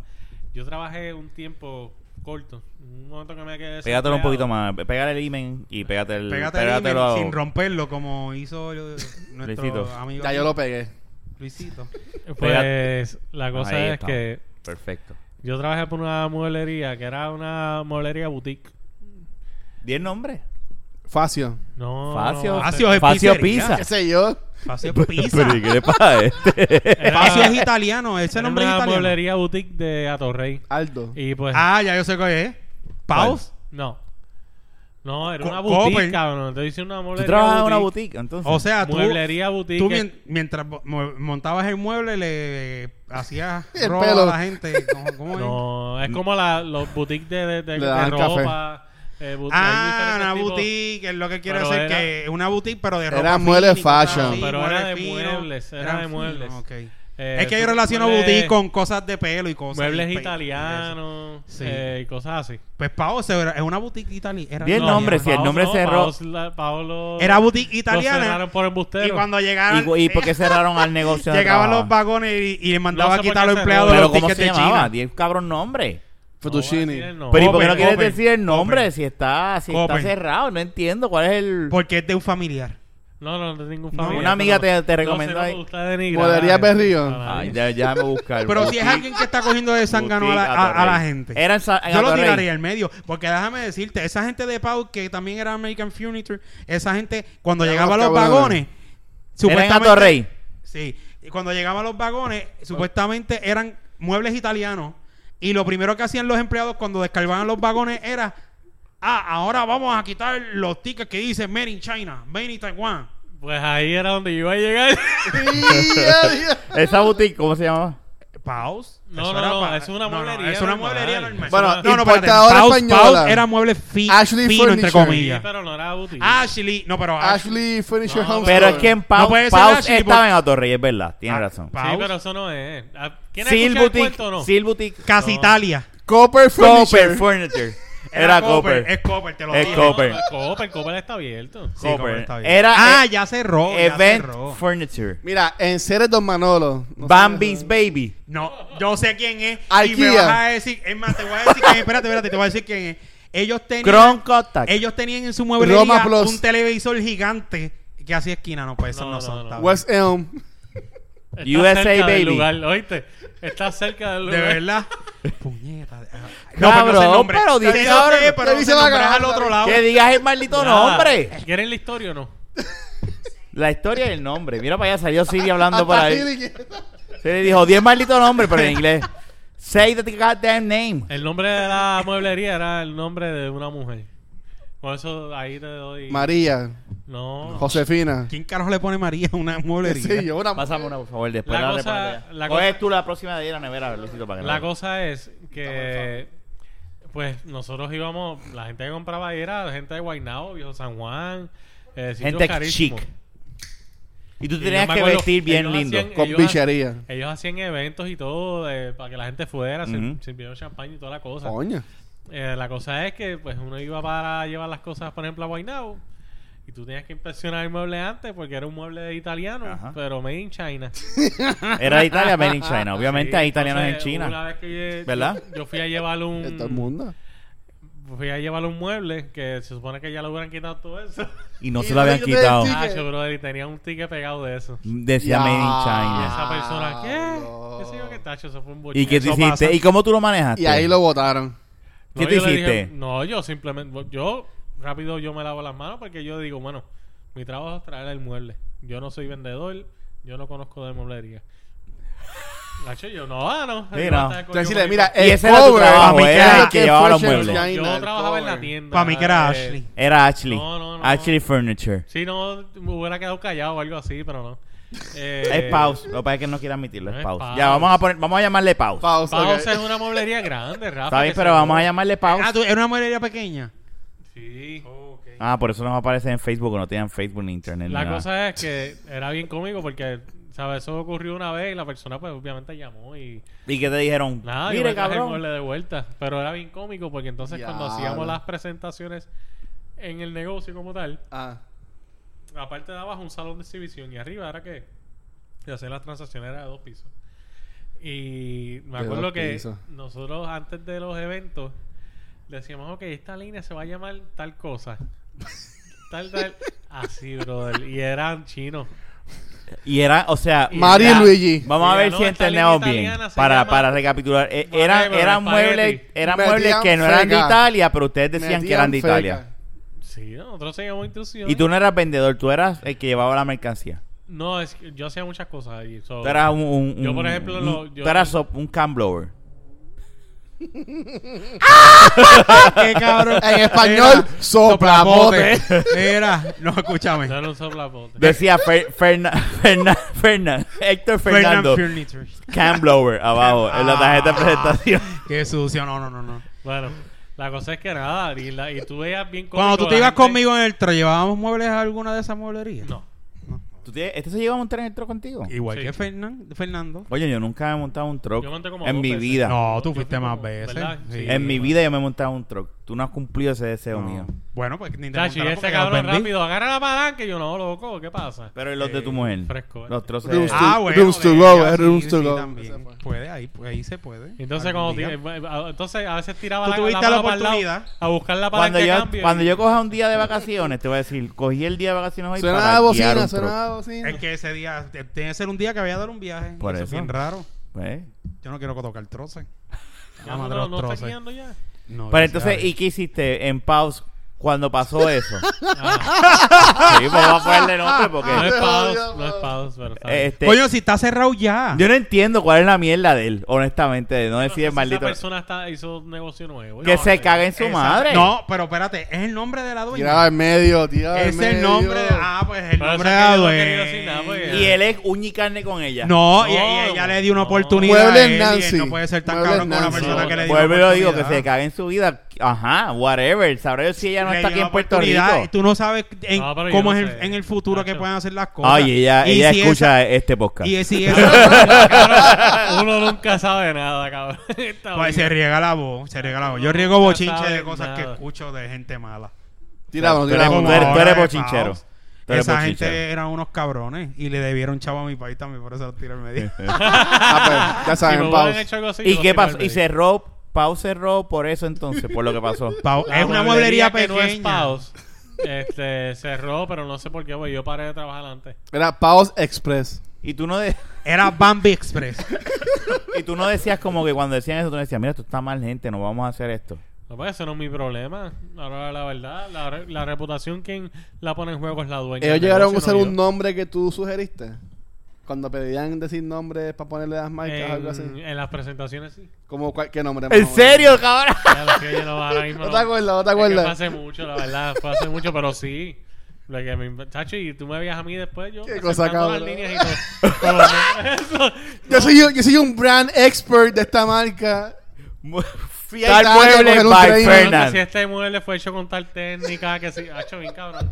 [SPEAKER 5] Yo trabajé un tiempo corto. Un momento que me quedé.
[SPEAKER 1] Pégatelo un
[SPEAKER 5] desempleado.
[SPEAKER 1] poquito más. Pégale el imen y pégate el.
[SPEAKER 2] Pégate el
[SPEAKER 1] pégatelo
[SPEAKER 2] email
[SPEAKER 1] a-
[SPEAKER 2] sin romperlo, como hizo eh, nuestro
[SPEAKER 1] Luisito.
[SPEAKER 2] amigo
[SPEAKER 3] Ya yo lo pegué.
[SPEAKER 2] Luisito.
[SPEAKER 5] Pues la cosa
[SPEAKER 1] Ahí
[SPEAKER 5] es
[SPEAKER 1] está.
[SPEAKER 5] que
[SPEAKER 1] Perfecto.
[SPEAKER 5] yo trabajé por una mueblería que era una mueblería boutique.
[SPEAKER 1] ¿Di el nombre?
[SPEAKER 3] Facio.
[SPEAKER 5] No.
[SPEAKER 1] Facio.
[SPEAKER 5] no,
[SPEAKER 2] Facio es
[SPEAKER 1] Facio
[SPEAKER 2] pizzería.
[SPEAKER 1] Pizza.
[SPEAKER 3] ¿Qué sé yo?
[SPEAKER 2] Facio Pizza.
[SPEAKER 1] Pero, ¿y ¿Qué le pasa a este?
[SPEAKER 5] era-
[SPEAKER 2] Facio es italiano. Ese
[SPEAKER 5] era
[SPEAKER 2] nombre es
[SPEAKER 5] una
[SPEAKER 2] italiano.
[SPEAKER 5] mueblería boutique de Atorrey.
[SPEAKER 3] Aldo.
[SPEAKER 5] Y pues.
[SPEAKER 2] Ah, ya yo sé cuál es. Paus.
[SPEAKER 5] No. No, era
[SPEAKER 2] Co-
[SPEAKER 5] una boutique,
[SPEAKER 2] Copper.
[SPEAKER 5] cabrón. Te hice una
[SPEAKER 1] ¿Tú
[SPEAKER 5] mueblería.
[SPEAKER 1] trabajas en una
[SPEAKER 5] boutique.
[SPEAKER 1] boutique entonces?
[SPEAKER 2] O sea, tú,
[SPEAKER 5] Pues, Mueblería boutique.
[SPEAKER 2] tú mien- mientras mo- mo- montabas el mueble le hacías
[SPEAKER 3] El
[SPEAKER 2] robo a
[SPEAKER 3] pelo.
[SPEAKER 2] la gente. ¿Cómo- cómo es?
[SPEAKER 5] *laughs* No, es como la, los boutiques de, de, de-
[SPEAKER 3] Le
[SPEAKER 5] de
[SPEAKER 3] dan
[SPEAKER 5] ropa. eh, bu-
[SPEAKER 2] Ah,
[SPEAKER 5] hay diferentes
[SPEAKER 2] una
[SPEAKER 5] tipos,
[SPEAKER 2] boutique, es lo que quiero
[SPEAKER 5] Pero
[SPEAKER 2] decir,
[SPEAKER 5] era-
[SPEAKER 2] que una boutique, pero de
[SPEAKER 3] Era
[SPEAKER 2] ropa.
[SPEAKER 3] mueble
[SPEAKER 2] y cosas
[SPEAKER 3] fashion.
[SPEAKER 2] así,
[SPEAKER 5] Pero
[SPEAKER 2] mueble
[SPEAKER 5] era de
[SPEAKER 2] fino.
[SPEAKER 5] muebles, era de
[SPEAKER 2] fino,
[SPEAKER 5] muebles.
[SPEAKER 2] ok.
[SPEAKER 5] eh,
[SPEAKER 2] es que yo
[SPEAKER 5] son
[SPEAKER 2] relaciono
[SPEAKER 5] muebles-
[SPEAKER 2] boutique con cosas de pelo y cosas.
[SPEAKER 5] Muebles
[SPEAKER 2] y pe-
[SPEAKER 5] italianos
[SPEAKER 2] Sí.
[SPEAKER 5] eh, y cosas así.
[SPEAKER 2] Pues Pao se- era- es una boutique italiana.
[SPEAKER 1] Di el nombre, si el
[SPEAKER 5] Paolo
[SPEAKER 1] nombre
[SPEAKER 5] no,
[SPEAKER 1] cerró-
[SPEAKER 5] Paolo- la- Paolo-
[SPEAKER 2] Era boutique
[SPEAKER 5] Lo
[SPEAKER 2] italiana.
[SPEAKER 5] cerraron por embustero.
[SPEAKER 2] Y cuando llegaron,
[SPEAKER 1] ¿Y, ¿Y por qué cerraron al negocio? donde
[SPEAKER 2] llegaban los
[SPEAKER 1] trabajaban?
[SPEAKER 2] vagones y, y le mandaba
[SPEAKER 5] No sé
[SPEAKER 2] a quitar a
[SPEAKER 5] por
[SPEAKER 2] los
[SPEAKER 5] qué
[SPEAKER 2] empleados
[SPEAKER 1] ¿Pero
[SPEAKER 2] los
[SPEAKER 1] cómo
[SPEAKER 2] tickets
[SPEAKER 1] se
[SPEAKER 2] de
[SPEAKER 1] llamaba?
[SPEAKER 2] China.
[SPEAKER 1] Di el cabrón nombre.
[SPEAKER 5] No voy a decir
[SPEAKER 3] Fettuccini. *laughs*
[SPEAKER 5] el nombre.
[SPEAKER 1] Pero ¿y por qué no
[SPEAKER 2] Copen,
[SPEAKER 1] quieres
[SPEAKER 2] Copen,
[SPEAKER 1] decir el nombre
[SPEAKER 2] Copen.
[SPEAKER 1] si está, si está
[SPEAKER 2] Copen.
[SPEAKER 1] cerrado? No entiendo cuál es el...
[SPEAKER 2] Porque es de un familiar.
[SPEAKER 5] No, no, no tengo un
[SPEAKER 2] No,
[SPEAKER 5] familiar.
[SPEAKER 1] una amiga
[SPEAKER 5] pero-
[SPEAKER 1] te- te
[SPEAKER 5] no sé,
[SPEAKER 1] recomendó
[SPEAKER 5] no me
[SPEAKER 1] ahí.
[SPEAKER 5] gusta denigrar.
[SPEAKER 3] Mueblería Berrío.
[SPEAKER 5] Para
[SPEAKER 1] Ay,
[SPEAKER 5] nadie.
[SPEAKER 1] ya, ya me buscar.
[SPEAKER 2] Pero si es alguien que está cogiendo de sangano a la, a- a la gente.
[SPEAKER 1] Era en Sa- en
[SPEAKER 2] Yo lo
[SPEAKER 1] Atorrey.
[SPEAKER 2] tiraría al medio, porque déjame decirte, esa gente de Pau que también era American Furniture, esa gente cuando
[SPEAKER 3] Eran
[SPEAKER 2] llegaba a
[SPEAKER 3] los
[SPEAKER 2] los
[SPEAKER 3] cabrones.
[SPEAKER 2] vagones,
[SPEAKER 1] Era en
[SPEAKER 2] supuestamente
[SPEAKER 1] Atorrey.
[SPEAKER 2] Sí, y cuando llegaba a los vagones, supuestamente eran muebles italianos y lo primero que hacían los empleados cuando descargaban los vagones era ah, ahora vamos a quitar los tickets que dicen Made in China, Made in Taiwan.
[SPEAKER 1] *laughs*
[SPEAKER 5] Pues ahí era donde yo iba a llegar.
[SPEAKER 3] Y ya, ya.
[SPEAKER 1] Esa boutique, ¿cómo se llamaba?
[SPEAKER 2] Paus.
[SPEAKER 5] No,
[SPEAKER 2] Eso
[SPEAKER 5] no,
[SPEAKER 2] era
[SPEAKER 5] no,
[SPEAKER 2] pa-
[SPEAKER 5] es una mueblería
[SPEAKER 2] es una
[SPEAKER 5] normal.
[SPEAKER 2] mueblería normal.
[SPEAKER 3] Bueno,
[SPEAKER 2] Eso no, no,
[SPEAKER 3] importadora
[SPEAKER 2] espérate. Paus,
[SPEAKER 3] española.
[SPEAKER 2] Paus era mueble fi-
[SPEAKER 3] Ashley
[SPEAKER 2] fino, entre
[SPEAKER 3] Furniture.
[SPEAKER 5] Sí,
[SPEAKER 2] comillas.
[SPEAKER 5] pero no era boutique.
[SPEAKER 1] Ah,
[SPEAKER 2] Ashley, no, pero Ashley.
[SPEAKER 3] Ashley Furniture
[SPEAKER 5] No,
[SPEAKER 3] Home
[SPEAKER 1] Pero es
[SPEAKER 3] Store.
[SPEAKER 1] que en Pau,
[SPEAKER 2] No puede ser
[SPEAKER 1] Paus
[SPEAKER 2] Ashley,
[SPEAKER 1] estaba
[SPEAKER 2] por-
[SPEAKER 1] en Autorrey, es verdad. Tienes
[SPEAKER 2] Ah,
[SPEAKER 1] razón.
[SPEAKER 2] pa-
[SPEAKER 5] Sí,
[SPEAKER 2] Paus.
[SPEAKER 5] pero eso no es. Ah, ¿Quién
[SPEAKER 1] Seal
[SPEAKER 5] escucha el
[SPEAKER 1] Boutique,
[SPEAKER 5] cuento o no?
[SPEAKER 1] Seal Boutique,
[SPEAKER 2] Casi
[SPEAKER 5] No.
[SPEAKER 2] Italia.
[SPEAKER 1] Copper
[SPEAKER 3] Copper Furniture.
[SPEAKER 1] Furniture. Era Copper.
[SPEAKER 2] Es Copper, te lo
[SPEAKER 1] Es
[SPEAKER 2] dije.
[SPEAKER 5] No,
[SPEAKER 1] Copper.
[SPEAKER 5] no, Copper, Copper está abierto.
[SPEAKER 2] Sí,
[SPEAKER 1] Copper.
[SPEAKER 2] Copper está bien.
[SPEAKER 1] Era
[SPEAKER 2] ah,
[SPEAKER 1] eh,
[SPEAKER 2] ya cerró. ya
[SPEAKER 1] Event
[SPEAKER 2] cerró.
[SPEAKER 1] Furniture.
[SPEAKER 3] Mira, en seres Don Manolo. No sé.
[SPEAKER 1] Bambi's Baby.
[SPEAKER 2] No, yo sé quién es. Y me
[SPEAKER 3] Ikea.
[SPEAKER 2] vas a decir, es más, te voy a decir quién es. Espérate, espérate, te voy a decir quién es. Ellos tenían,
[SPEAKER 1] Cron Contact.
[SPEAKER 2] ellos tenían en su mueblería
[SPEAKER 3] Roma Plus.
[SPEAKER 2] un televisor gigante que hacía esquina, no puede ser, no,
[SPEAKER 5] No, no,
[SPEAKER 2] son.
[SPEAKER 5] no.
[SPEAKER 2] está bien.
[SPEAKER 3] West Elm.
[SPEAKER 5] Está
[SPEAKER 1] USA
[SPEAKER 5] cerca
[SPEAKER 1] Baby.
[SPEAKER 5] Del lugar, ¿oíste? Está cerca del
[SPEAKER 2] De
[SPEAKER 5] lugar.
[SPEAKER 2] verdad. *laughs* Puñeta. ah,
[SPEAKER 1] Cabrón,
[SPEAKER 2] sé el nombre.
[SPEAKER 1] pero
[SPEAKER 2] Sé
[SPEAKER 1] dice-
[SPEAKER 2] lo que es, pero
[SPEAKER 3] Te
[SPEAKER 2] no
[SPEAKER 3] dice
[SPEAKER 2] sé el nombre,
[SPEAKER 3] vaca,
[SPEAKER 2] es al otro
[SPEAKER 3] vaca.
[SPEAKER 2] lado.
[SPEAKER 1] Que digas el maldito
[SPEAKER 5] Nada.
[SPEAKER 1] nombre.
[SPEAKER 5] Ah, ¿Quieren la historia o no?
[SPEAKER 1] La historia del nombre. Mira para allá, salió
[SPEAKER 5] *laughs*
[SPEAKER 1] Siri hablando por
[SPEAKER 3] Hasta
[SPEAKER 1] ahí.
[SPEAKER 3] Hillary que-
[SPEAKER 1] Siri dijo 10 malditos nombres, pero en inglés. Say the goddamn name.
[SPEAKER 5] El nombre de la mueblería era el nombre de una mujer. Con eso ahí te doy.
[SPEAKER 3] María.
[SPEAKER 5] no.
[SPEAKER 3] Josefina.
[SPEAKER 2] ¿Quién carajo le pone María a una mueblería?
[SPEAKER 3] *laughs* Sí, yo una.
[SPEAKER 1] Pásame una, por favor, después
[SPEAKER 5] La
[SPEAKER 1] la,
[SPEAKER 5] cosa-
[SPEAKER 1] reponemos.
[SPEAKER 5] la
[SPEAKER 1] O
[SPEAKER 5] cosa-
[SPEAKER 1] es tú la próxima de ir a la nevera, Luisito, para que
[SPEAKER 5] La
[SPEAKER 1] la-
[SPEAKER 5] cosa es que pues nosotros íbamos, la gente que compraba ahí era gente de Guaynabo, Viejo San Juan, eh, sitios
[SPEAKER 1] Gente
[SPEAKER 5] carísimos.
[SPEAKER 1] chic. Y tú
[SPEAKER 5] Y
[SPEAKER 1] tenías
[SPEAKER 5] yo me
[SPEAKER 1] que
[SPEAKER 5] acuerdo,
[SPEAKER 1] vestir bien
[SPEAKER 5] ellos
[SPEAKER 1] lindo.
[SPEAKER 5] hacían-
[SPEAKER 3] Con
[SPEAKER 5] ellos ha-
[SPEAKER 3] bichería.
[SPEAKER 5] Ellos hacían eventos y todo de- para que la gente fuera, se-
[SPEAKER 1] Ujú.
[SPEAKER 5] sirvieron champaña y toda la cosa.
[SPEAKER 3] Coño.
[SPEAKER 5] Eh, la cosa es que pues uno iba para llevar las cosas, por ejemplo, a Guaynabo. Y tú tenías que impresionar el mueble antes porque era un mueble italiano,
[SPEAKER 1] Ajá.
[SPEAKER 5] pero made in China.
[SPEAKER 1] Era de Italia, made
[SPEAKER 5] *laughs*
[SPEAKER 1] in China. Obviamente
[SPEAKER 5] Sí,
[SPEAKER 1] hay italianos en
[SPEAKER 5] entonces, Una
[SPEAKER 1] China.
[SPEAKER 5] vez que yo-
[SPEAKER 1] ¿Verdad?
[SPEAKER 5] Yo fui a llevar un...
[SPEAKER 3] De todo el mundo.
[SPEAKER 5] Fui a llevar un mueble que se supone que ya lo hubieran quitado todo eso.
[SPEAKER 1] Y no
[SPEAKER 3] Y
[SPEAKER 1] se lo habían
[SPEAKER 3] yo te
[SPEAKER 1] quitado.
[SPEAKER 3] decía-
[SPEAKER 5] *laughs* Ah,
[SPEAKER 3] Ticket.
[SPEAKER 5] yo, brother, y tenía un ticket pegado de eso.
[SPEAKER 1] Decía made in
[SPEAKER 5] Y
[SPEAKER 1] China.
[SPEAKER 5] esa
[SPEAKER 3] Ah,
[SPEAKER 5] persona, ¿qué?
[SPEAKER 3] no.
[SPEAKER 5] ¿Qué sé yo qué tacho? Eso fue un bochorno.
[SPEAKER 1] ¿Y qué
[SPEAKER 2] Eso
[SPEAKER 1] tú hiciste?
[SPEAKER 2] pasa.
[SPEAKER 1] ¿Y cómo tú lo manejaste?
[SPEAKER 3] Y ahí lo votaron.
[SPEAKER 5] No,
[SPEAKER 1] ¿Qué te
[SPEAKER 5] yo le
[SPEAKER 1] hiciste?
[SPEAKER 5] dije, no, yo simplemente, yo rápido yo me lavo las manos porque yo digo, bueno, mi trabajo es traer el mueble. Yo no soy vendedor, yo no conozco
[SPEAKER 1] *laughs*
[SPEAKER 5] de mueblería. Tacho, yo no, ah, no.
[SPEAKER 1] Mira.
[SPEAKER 3] Decirle, mira,
[SPEAKER 5] yo,
[SPEAKER 3] el
[SPEAKER 1] Y ese era tu
[SPEAKER 3] cover,
[SPEAKER 1] trabajo,
[SPEAKER 3] mira
[SPEAKER 1] era el
[SPEAKER 3] lo
[SPEAKER 1] que
[SPEAKER 3] fue
[SPEAKER 1] llevaba los
[SPEAKER 3] Chef
[SPEAKER 1] muebles.
[SPEAKER 3] Jaina,
[SPEAKER 5] yo
[SPEAKER 3] el
[SPEAKER 5] trabajaba en la
[SPEAKER 3] cover.
[SPEAKER 5] tienda.
[SPEAKER 2] Para mí que era
[SPEAKER 5] eh,
[SPEAKER 2] Ashley.
[SPEAKER 1] Era Ashley.
[SPEAKER 5] No, no, no.
[SPEAKER 1] Ashley Furniture.
[SPEAKER 5] Si no, me hubiera quedado callado o algo así, pero
[SPEAKER 1] *laughs*
[SPEAKER 5] no. Eh,
[SPEAKER 1] Es Paus. Lo que pasa es que no quiere admitirlo. Es
[SPEAKER 5] Es
[SPEAKER 1] Paus.
[SPEAKER 5] Paus.
[SPEAKER 1] Ya, vamos a, poner, vamos a llamarle Paus.
[SPEAKER 3] Pausa.
[SPEAKER 5] Pau
[SPEAKER 3] ok.
[SPEAKER 5] es una mueblería grande, Rafa.
[SPEAKER 1] Está bien,
[SPEAKER 5] que
[SPEAKER 1] pero
[SPEAKER 5] se-
[SPEAKER 1] vamos a llamarle Paus.
[SPEAKER 2] Ah, ¿tú, ¿era una mueblería
[SPEAKER 3] *laughs*
[SPEAKER 2] pequeña?
[SPEAKER 5] Sí.
[SPEAKER 1] Ah, por eso no aparece en Facebook. No tienen Facebook ni internet.
[SPEAKER 5] La
[SPEAKER 1] ni nada.
[SPEAKER 5] cosa es que era bien cómico porque, ¿sabes? Eso ocurrió una vez y la persona, pues, obviamente llamó y
[SPEAKER 1] ¿Y qué te dijeron?
[SPEAKER 5] nada, yo
[SPEAKER 1] Mire,
[SPEAKER 5] me traje el
[SPEAKER 1] cabrón.
[SPEAKER 5] mueble de vuelta. Pero era bien cómico porque entonces cuando
[SPEAKER 3] Diablo.
[SPEAKER 5] hacíamos las presentaciones en el negocio como tal,
[SPEAKER 3] Ah.
[SPEAKER 5] la parte de abajo un salón de exhibición y arriba era que se hacían las transacciones era de dos pisos. Y me
[SPEAKER 3] De
[SPEAKER 5] acuerdo
[SPEAKER 3] dos
[SPEAKER 5] que
[SPEAKER 3] pisos.
[SPEAKER 5] nosotros antes de los eventos decíamos, ok, esta línea se va a llamar tal
[SPEAKER 3] *laughs*
[SPEAKER 5] cosa. tal, tal. Así, brother. Y eran chinos.
[SPEAKER 1] Y era, o sea.
[SPEAKER 3] Mari y
[SPEAKER 1] era-
[SPEAKER 3] Luigi.
[SPEAKER 1] Vamos a
[SPEAKER 5] Sí,
[SPEAKER 1] ver
[SPEAKER 5] no,
[SPEAKER 1] si
[SPEAKER 5] esta
[SPEAKER 1] entendemos
[SPEAKER 5] línea
[SPEAKER 1] bien.
[SPEAKER 5] italiana se
[SPEAKER 1] Para,
[SPEAKER 5] llama-
[SPEAKER 1] para recapitular. eh,
[SPEAKER 5] Vale,
[SPEAKER 1] eran
[SPEAKER 5] pero
[SPEAKER 1] eran
[SPEAKER 5] espagueti.
[SPEAKER 1] muebles, eran
[SPEAKER 3] Metían
[SPEAKER 1] muebles que no eran de
[SPEAKER 3] feca.
[SPEAKER 1] Italia, pero ustedes decían que eran de
[SPEAKER 3] Metían
[SPEAKER 1] Italia.
[SPEAKER 3] feca.
[SPEAKER 5] Sí, nosotros seguíamos instrucciones.
[SPEAKER 1] Y tú no eras vendedor, tú eras el que llevaba la mercancía.
[SPEAKER 5] No, es que yo hacía muchas cosas allí. so-
[SPEAKER 1] Tú eras un. un-
[SPEAKER 5] Yo,
[SPEAKER 1] un-
[SPEAKER 5] por ejemplo,
[SPEAKER 1] un-
[SPEAKER 5] lo- yo-
[SPEAKER 1] tú eras so- un cam blower.
[SPEAKER 2] ¡Qué cabrón!
[SPEAKER 3] En español,
[SPEAKER 2] Era-
[SPEAKER 3] soplapote.
[SPEAKER 2] Era, no, escúchame.
[SPEAKER 5] yo era un soplapote.
[SPEAKER 1] Decía Fer- Ferna- Ferna- Ferna- Héctor Fernando.
[SPEAKER 2] Fernand Furniture.
[SPEAKER 1] Cam blower abajo en la tarjeta de
[SPEAKER 5] Ah.
[SPEAKER 1] presentación.
[SPEAKER 2] Qué sucio, no, no, no, no.
[SPEAKER 5] Bueno, la cosa es que nada, y, la- y tú veías bien cómico
[SPEAKER 2] Cuando tú te
[SPEAKER 5] la
[SPEAKER 2] ibas
[SPEAKER 5] gente-
[SPEAKER 2] conmigo en el tren, ¿llevábamos muebles a alguna de esas mueblerías?
[SPEAKER 5] No.
[SPEAKER 1] ¿Tú tienes- ¿Este se lleva a montar en el tro contigo?
[SPEAKER 2] Igual
[SPEAKER 5] Sí.
[SPEAKER 2] que Fernan- Fernando.
[SPEAKER 1] Oye, yo nunca he montado un truck.
[SPEAKER 5] Yo monté como
[SPEAKER 1] En
[SPEAKER 5] dos
[SPEAKER 1] mi
[SPEAKER 5] veces.
[SPEAKER 1] vida.
[SPEAKER 2] No, tú
[SPEAKER 5] Yo
[SPEAKER 2] fuiste
[SPEAKER 5] fui
[SPEAKER 2] más
[SPEAKER 5] como-
[SPEAKER 2] veces.
[SPEAKER 5] ¿verdad?
[SPEAKER 2] Sí.
[SPEAKER 5] Sí.
[SPEAKER 1] En mi vida yo me he montado un truck. Tú no has cumplido ese deseo
[SPEAKER 2] No.
[SPEAKER 1] mío.
[SPEAKER 2] Bueno, pues ni te
[SPEAKER 5] Chachi,
[SPEAKER 2] montaras
[SPEAKER 5] ese
[SPEAKER 2] porque los
[SPEAKER 5] cabrón
[SPEAKER 2] vendí.
[SPEAKER 5] rápido, agarra la palanca y yo no, loco, ¿qué pasa?
[SPEAKER 1] Pero ¿y los de tu
[SPEAKER 5] Eh,
[SPEAKER 1] mujer.
[SPEAKER 5] Fresco. eh.
[SPEAKER 1] Los trozos.
[SPEAKER 3] Rooster.
[SPEAKER 1] Ah,
[SPEAKER 2] Ah, bueno.
[SPEAKER 3] Rooms to
[SPEAKER 2] de-
[SPEAKER 3] go,
[SPEAKER 2] ya
[SPEAKER 3] eh,
[SPEAKER 2] sí,
[SPEAKER 3] rooms to
[SPEAKER 2] sí,
[SPEAKER 3] go.
[SPEAKER 2] también. Puede, ahí, pues, ahí se puede.
[SPEAKER 5] Entonces,
[SPEAKER 2] Algún
[SPEAKER 5] cuando
[SPEAKER 2] día.
[SPEAKER 5] te- eh, a- entonces, a veces tiraba
[SPEAKER 2] Tú
[SPEAKER 5] la,
[SPEAKER 2] tuviste
[SPEAKER 5] la mano
[SPEAKER 2] la
[SPEAKER 5] para el lado
[SPEAKER 2] oportunidad.
[SPEAKER 5] a buscar la palanca
[SPEAKER 1] cuando
[SPEAKER 5] de
[SPEAKER 1] yo,
[SPEAKER 5] cambio.
[SPEAKER 1] cuando
[SPEAKER 5] y-
[SPEAKER 1] yo coja un día de vacaciones, te voy a decir, cogí el día de vacaciones hoy
[SPEAKER 3] Suena
[SPEAKER 1] para
[SPEAKER 3] la
[SPEAKER 1] guiar
[SPEAKER 3] bocina,
[SPEAKER 1] un
[SPEAKER 3] suena
[SPEAKER 1] truck.
[SPEAKER 3] la bocina.
[SPEAKER 2] Es que ese día, te- tiene que ser un día que voy a dar un viaje.
[SPEAKER 1] Por
[SPEAKER 2] eso. Es
[SPEAKER 1] eso.
[SPEAKER 2] bien raro.
[SPEAKER 1] Pues.
[SPEAKER 2] Yo no quiero tocar
[SPEAKER 5] *laughs*
[SPEAKER 2] troces.
[SPEAKER 5] Ya
[SPEAKER 2] La madre
[SPEAKER 5] no,
[SPEAKER 2] de
[SPEAKER 5] no
[SPEAKER 2] los
[SPEAKER 5] está
[SPEAKER 2] troces.
[SPEAKER 1] *laughs*
[SPEAKER 5] guiando ya.
[SPEAKER 2] No,
[SPEAKER 1] Pero
[SPEAKER 2] yo
[SPEAKER 1] entonces,
[SPEAKER 2] sé,
[SPEAKER 1] ¿y qué hiciste en pause cuando pasó
[SPEAKER 5] *laughs*
[SPEAKER 1] eso?
[SPEAKER 5] Ah,
[SPEAKER 1] sí, pues vamos a ponerle nombre
[SPEAKER 5] no
[SPEAKER 1] porque...
[SPEAKER 5] es
[SPEAKER 3] Dios,
[SPEAKER 5] paus,
[SPEAKER 3] Dios,
[SPEAKER 5] no es
[SPEAKER 3] Dios.
[SPEAKER 5] paus, pero está bien.
[SPEAKER 1] Este,
[SPEAKER 2] Coño, si está cerrado ya.
[SPEAKER 1] yo no entiendo cuál es la mierda de él, honestamente, de no decir el
[SPEAKER 5] Esa
[SPEAKER 1] maldito...
[SPEAKER 5] persona está, hizo un negocio nuevo.
[SPEAKER 1] Que
[SPEAKER 5] No, eh.
[SPEAKER 1] se
[SPEAKER 5] sé. *laughs*
[SPEAKER 1] cague en su
[SPEAKER 2] Esa-
[SPEAKER 1] madre.
[SPEAKER 2] No, pero espérate, es el nombre de la dueña.
[SPEAKER 3] Tiraba en medio, tiraba en
[SPEAKER 2] es
[SPEAKER 3] medio.
[SPEAKER 2] el nombre de. Ah, pues el
[SPEAKER 5] Pero eso
[SPEAKER 2] nombre
[SPEAKER 5] es
[SPEAKER 2] de
[SPEAKER 5] que yo no
[SPEAKER 2] Aduel.
[SPEAKER 5] quería decir nada, porque-
[SPEAKER 1] Y él es uña y carne con ella.
[SPEAKER 2] eh. No, y,
[SPEAKER 5] No,
[SPEAKER 2] y ella le dio una
[SPEAKER 5] no.
[SPEAKER 2] oportunidad.
[SPEAKER 3] Muebles
[SPEAKER 2] a él, y él
[SPEAKER 3] Nancy.
[SPEAKER 2] no puede ser tan
[SPEAKER 3] Muebles
[SPEAKER 2] cabrón como una
[SPEAKER 3] Nancy.
[SPEAKER 2] persona
[SPEAKER 5] No,
[SPEAKER 2] que le dio
[SPEAKER 1] Vuelvo y
[SPEAKER 2] una
[SPEAKER 1] lo digo, que
[SPEAKER 2] oportunidad.
[SPEAKER 1] se cague en su vida. Ajá, whatever. Sabrá yo si ella no
[SPEAKER 2] Le
[SPEAKER 1] está
[SPEAKER 2] dio
[SPEAKER 1] aquí
[SPEAKER 2] una
[SPEAKER 1] en Puerto Rico.
[SPEAKER 2] oportunidad, y Tú no sabes en-
[SPEAKER 5] No, pero yo
[SPEAKER 2] cómo
[SPEAKER 5] no
[SPEAKER 2] es el-
[SPEAKER 5] sé.
[SPEAKER 2] en el futuro que
[SPEAKER 5] Nacho.
[SPEAKER 2] pueden hacer las cosas.
[SPEAKER 1] Ay, ella,
[SPEAKER 2] Y
[SPEAKER 1] ella
[SPEAKER 2] si
[SPEAKER 1] escucha este podcast. *laughs*
[SPEAKER 2] esa- y si esa-
[SPEAKER 5] *laughs* Cabrón, uno nunca sabe nada, cabrón. *laughs* Esta
[SPEAKER 2] Pues se
[SPEAKER 5] vida.
[SPEAKER 2] riega la voz, se riega la voz. Yo
[SPEAKER 5] No,
[SPEAKER 2] riego
[SPEAKER 5] nunca
[SPEAKER 2] bochinche
[SPEAKER 5] sabes
[SPEAKER 2] de cosas
[SPEAKER 5] nada.
[SPEAKER 2] que escucho de gente mala.
[SPEAKER 3] Tira uno,
[SPEAKER 1] tú,
[SPEAKER 3] tira
[SPEAKER 1] eres,
[SPEAKER 2] como
[SPEAKER 1] tú eres- tú
[SPEAKER 2] ahora
[SPEAKER 1] eres
[SPEAKER 2] de
[SPEAKER 1] bochinchero.
[SPEAKER 2] Faust.
[SPEAKER 1] Tú eres
[SPEAKER 2] Esa
[SPEAKER 1] bochinchero.
[SPEAKER 2] gente eran unos cabrones y le debieron chavo a mi país también, por eso lo tiré al medio.
[SPEAKER 3] Ah, pues, ya
[SPEAKER 5] Si me
[SPEAKER 3] saben,
[SPEAKER 5] hubieran
[SPEAKER 3] pausa.
[SPEAKER 5] hecho algo así,
[SPEAKER 1] ¿Y
[SPEAKER 5] yo
[SPEAKER 1] qué
[SPEAKER 5] lo
[SPEAKER 1] pasó?
[SPEAKER 5] firmo
[SPEAKER 1] Y
[SPEAKER 5] el
[SPEAKER 1] cerró, Pau cerró por eso entonces, por lo que pasó. *laughs*
[SPEAKER 2] Pau-
[SPEAKER 5] medio.
[SPEAKER 2] es
[SPEAKER 5] La
[SPEAKER 2] una mueblería
[SPEAKER 5] que
[SPEAKER 2] pequeña.
[SPEAKER 5] No es Paus, *laughs* este, cerró, pero no sé por qué, güey. Yo paré de trabajar antes.
[SPEAKER 3] Era Paus Express.
[SPEAKER 1] Y tú no de-
[SPEAKER 2] Era Bambi Express.
[SPEAKER 1] y tú no decías como que cuando decían eso, tú no decías, mira, esto está mal, gente, no vamos a hacer esto.
[SPEAKER 5] No, pues eso no es mi problema. Ahora la verdad, la, re- la reputación quien la pone en juego es la dueña.
[SPEAKER 3] Ellos
[SPEAKER 5] del
[SPEAKER 3] llegaron a
[SPEAKER 5] negocio,
[SPEAKER 3] usar
[SPEAKER 5] no
[SPEAKER 3] un
[SPEAKER 5] yo.
[SPEAKER 3] nombre que tú sugeriste. Cuando pedían decir nombres para ponerle las marcas o algo así.
[SPEAKER 5] en, en las presentaciones sí.
[SPEAKER 3] Como cual- ¿Qué nombre? más
[SPEAKER 1] ¿En
[SPEAKER 3] o menos?
[SPEAKER 1] serio, cabrón? *laughs*
[SPEAKER 5] Ya lo que yo no,
[SPEAKER 3] *laughs*
[SPEAKER 5] ahora mismo
[SPEAKER 3] No te acuerdas, no te
[SPEAKER 5] Es que
[SPEAKER 3] acuerdas.
[SPEAKER 5] fue hace mucho, la verdad. Fue hace mucho, pero sí. Lo que me inv- Chacho, y tú me veías a mí después, yo.
[SPEAKER 3] Qué cosa,
[SPEAKER 5] aceptando las
[SPEAKER 3] cabrón.
[SPEAKER 5] líneas y todo.
[SPEAKER 3] *laughs*
[SPEAKER 5] Como, no, eso.
[SPEAKER 3] Yo soy, un- yo soy un brand expert de esta marca.
[SPEAKER 1] Tal mueble
[SPEAKER 3] tanto, coger un
[SPEAKER 1] by
[SPEAKER 3] tren.
[SPEAKER 5] Yo no sé
[SPEAKER 1] Fernan.
[SPEAKER 5] si este mueble fue hecho con tal técnica que sí. Hacho, bien cabrón.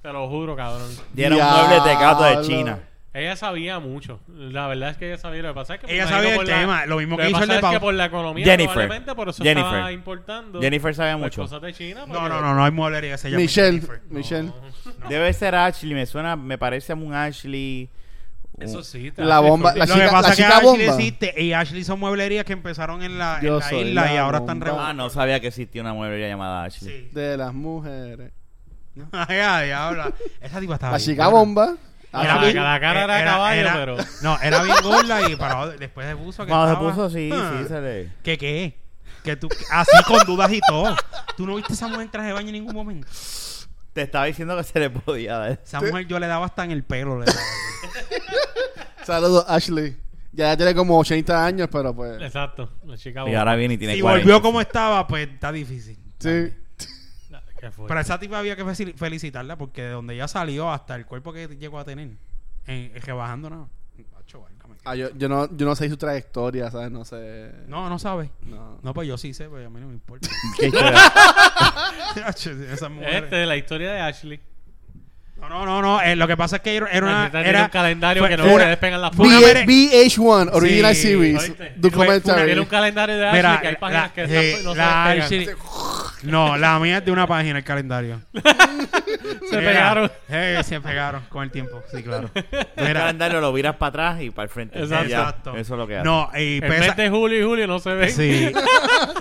[SPEAKER 5] Te lo juro, cabrón.
[SPEAKER 1] Y era un mueble de gato de
[SPEAKER 3] Diablo.
[SPEAKER 1] China.
[SPEAKER 5] Ella sabía mucho. La verdad es que ella sabía. Lo que pasa es que. me
[SPEAKER 2] Ella
[SPEAKER 5] imagino
[SPEAKER 2] sabía el
[SPEAKER 5] por la-
[SPEAKER 2] tema, lo mismo que hizo
[SPEAKER 5] pasa
[SPEAKER 2] el de
[SPEAKER 5] es
[SPEAKER 2] Pau.
[SPEAKER 5] que por la economía.
[SPEAKER 1] Jennifer.
[SPEAKER 5] Probablemente por eso
[SPEAKER 1] Jennifer.
[SPEAKER 5] estaba importando.
[SPEAKER 1] Jennifer sabe
[SPEAKER 5] las
[SPEAKER 1] mucho.
[SPEAKER 5] cosas de China.
[SPEAKER 2] No,
[SPEAKER 5] porque-
[SPEAKER 2] no, no, no hay mueblería. Se llama
[SPEAKER 3] Michelle.
[SPEAKER 2] Jennifer.
[SPEAKER 3] Michelle.
[SPEAKER 1] Debe ser Ashley, me suena, me parece a un Ashley.
[SPEAKER 5] Eso sí. te
[SPEAKER 3] La
[SPEAKER 5] hace
[SPEAKER 3] bomba-
[SPEAKER 5] informal.
[SPEAKER 2] Lo
[SPEAKER 3] chica-
[SPEAKER 2] que pasa
[SPEAKER 3] la
[SPEAKER 2] es que
[SPEAKER 3] chica
[SPEAKER 2] Ashley
[SPEAKER 3] bomba.
[SPEAKER 2] existe y Ashley son mueblerías que empezaron en la, en
[SPEAKER 3] Yo
[SPEAKER 2] la
[SPEAKER 3] soy
[SPEAKER 2] isla
[SPEAKER 3] la
[SPEAKER 2] y ahora están
[SPEAKER 3] bomba.
[SPEAKER 1] Ah,
[SPEAKER 2] revolviendo.
[SPEAKER 1] no sabía que existía una mueblería llamada
[SPEAKER 2] Sí.
[SPEAKER 1] Ashley.
[SPEAKER 3] De las mujeres.
[SPEAKER 2] *laughs* Ay, ay, diabla. Esa tipa estaba
[SPEAKER 3] La
[SPEAKER 2] bien
[SPEAKER 3] chica
[SPEAKER 2] buena.
[SPEAKER 3] bomba.
[SPEAKER 5] Era-
[SPEAKER 3] Ashley.
[SPEAKER 5] la cara era caballo, pero-
[SPEAKER 2] No, era bien gorda y parado después de puso que
[SPEAKER 1] Cuando se
[SPEAKER 2] estaba-
[SPEAKER 1] puso, sí,
[SPEAKER 2] Ah.
[SPEAKER 1] sí, se le...
[SPEAKER 2] ¿Qué qué? Que tú, así con dudas y todo. ¿Tú no viste a esa mujer en traje de baño en ningún momento?
[SPEAKER 1] Te estaba diciendo que se le podía dar.
[SPEAKER 2] Esa mujer yo le daba hasta en el pelo. le daba.
[SPEAKER 3] Saludos, Ashley. Ya, ya tiene como 80 años, pero pues.
[SPEAKER 5] Exacto. La chica
[SPEAKER 1] Y
[SPEAKER 5] bomba.
[SPEAKER 1] ahora viene y tiene
[SPEAKER 2] si
[SPEAKER 1] 40.
[SPEAKER 2] volvió como estaba, pues está difícil.
[SPEAKER 3] Sí.
[SPEAKER 5] ¿Qué fue?
[SPEAKER 2] Pero a esa tipa había que felici- felicitarla porque de donde ella salió hasta el cuerpo que llegó a tener, en, en- rebajando nada. Macho, válgame.
[SPEAKER 3] Ah, yo, yo, no, yo no sé su trayectoria, ¿sabes? No sé.
[SPEAKER 2] No, no sabe.
[SPEAKER 3] No.
[SPEAKER 2] No, pues yo sí sé, pero a mí no me importa. *laughs*
[SPEAKER 1] Qué historia.
[SPEAKER 2] Macho, esas mujeres.
[SPEAKER 5] Este, la historia de Ashley.
[SPEAKER 2] No, no, no, no. eh, lo que pasa es que era era una.
[SPEAKER 5] Necesitan tener
[SPEAKER 2] Era,
[SPEAKER 5] un calendario
[SPEAKER 2] fue-
[SPEAKER 5] que no
[SPEAKER 2] fue
[SPEAKER 5] se
[SPEAKER 2] una-
[SPEAKER 5] despegan las
[SPEAKER 2] fue una
[SPEAKER 5] fotos.
[SPEAKER 2] mere-
[SPEAKER 3] B- BH1, Original
[SPEAKER 2] Sí,
[SPEAKER 3] Series.
[SPEAKER 5] ¿oíste? Fue- fue
[SPEAKER 3] Documentary.
[SPEAKER 5] Tiene un calendario de Ashley
[SPEAKER 2] Mira,
[SPEAKER 5] que hay páginas
[SPEAKER 2] la,
[SPEAKER 5] que
[SPEAKER 2] eh,
[SPEAKER 5] no se
[SPEAKER 2] la
[SPEAKER 5] despegan.
[SPEAKER 2] Ashley- No, la mía es de una página el
[SPEAKER 5] *laughs*
[SPEAKER 2] calendario.
[SPEAKER 5] Se pegaron.
[SPEAKER 2] Eh, se pegaron con el tiempo, sí, claro.
[SPEAKER 1] El
[SPEAKER 2] Mira,
[SPEAKER 1] calendario lo viras para atrás y para el frente.
[SPEAKER 5] Exacto.
[SPEAKER 1] Ya,
[SPEAKER 2] exacto.
[SPEAKER 1] Eso es lo que hace.
[SPEAKER 2] No, y
[SPEAKER 5] En
[SPEAKER 2] pesa.
[SPEAKER 5] vez de julio y julio no se ven. *laughs*
[SPEAKER 2] Sí.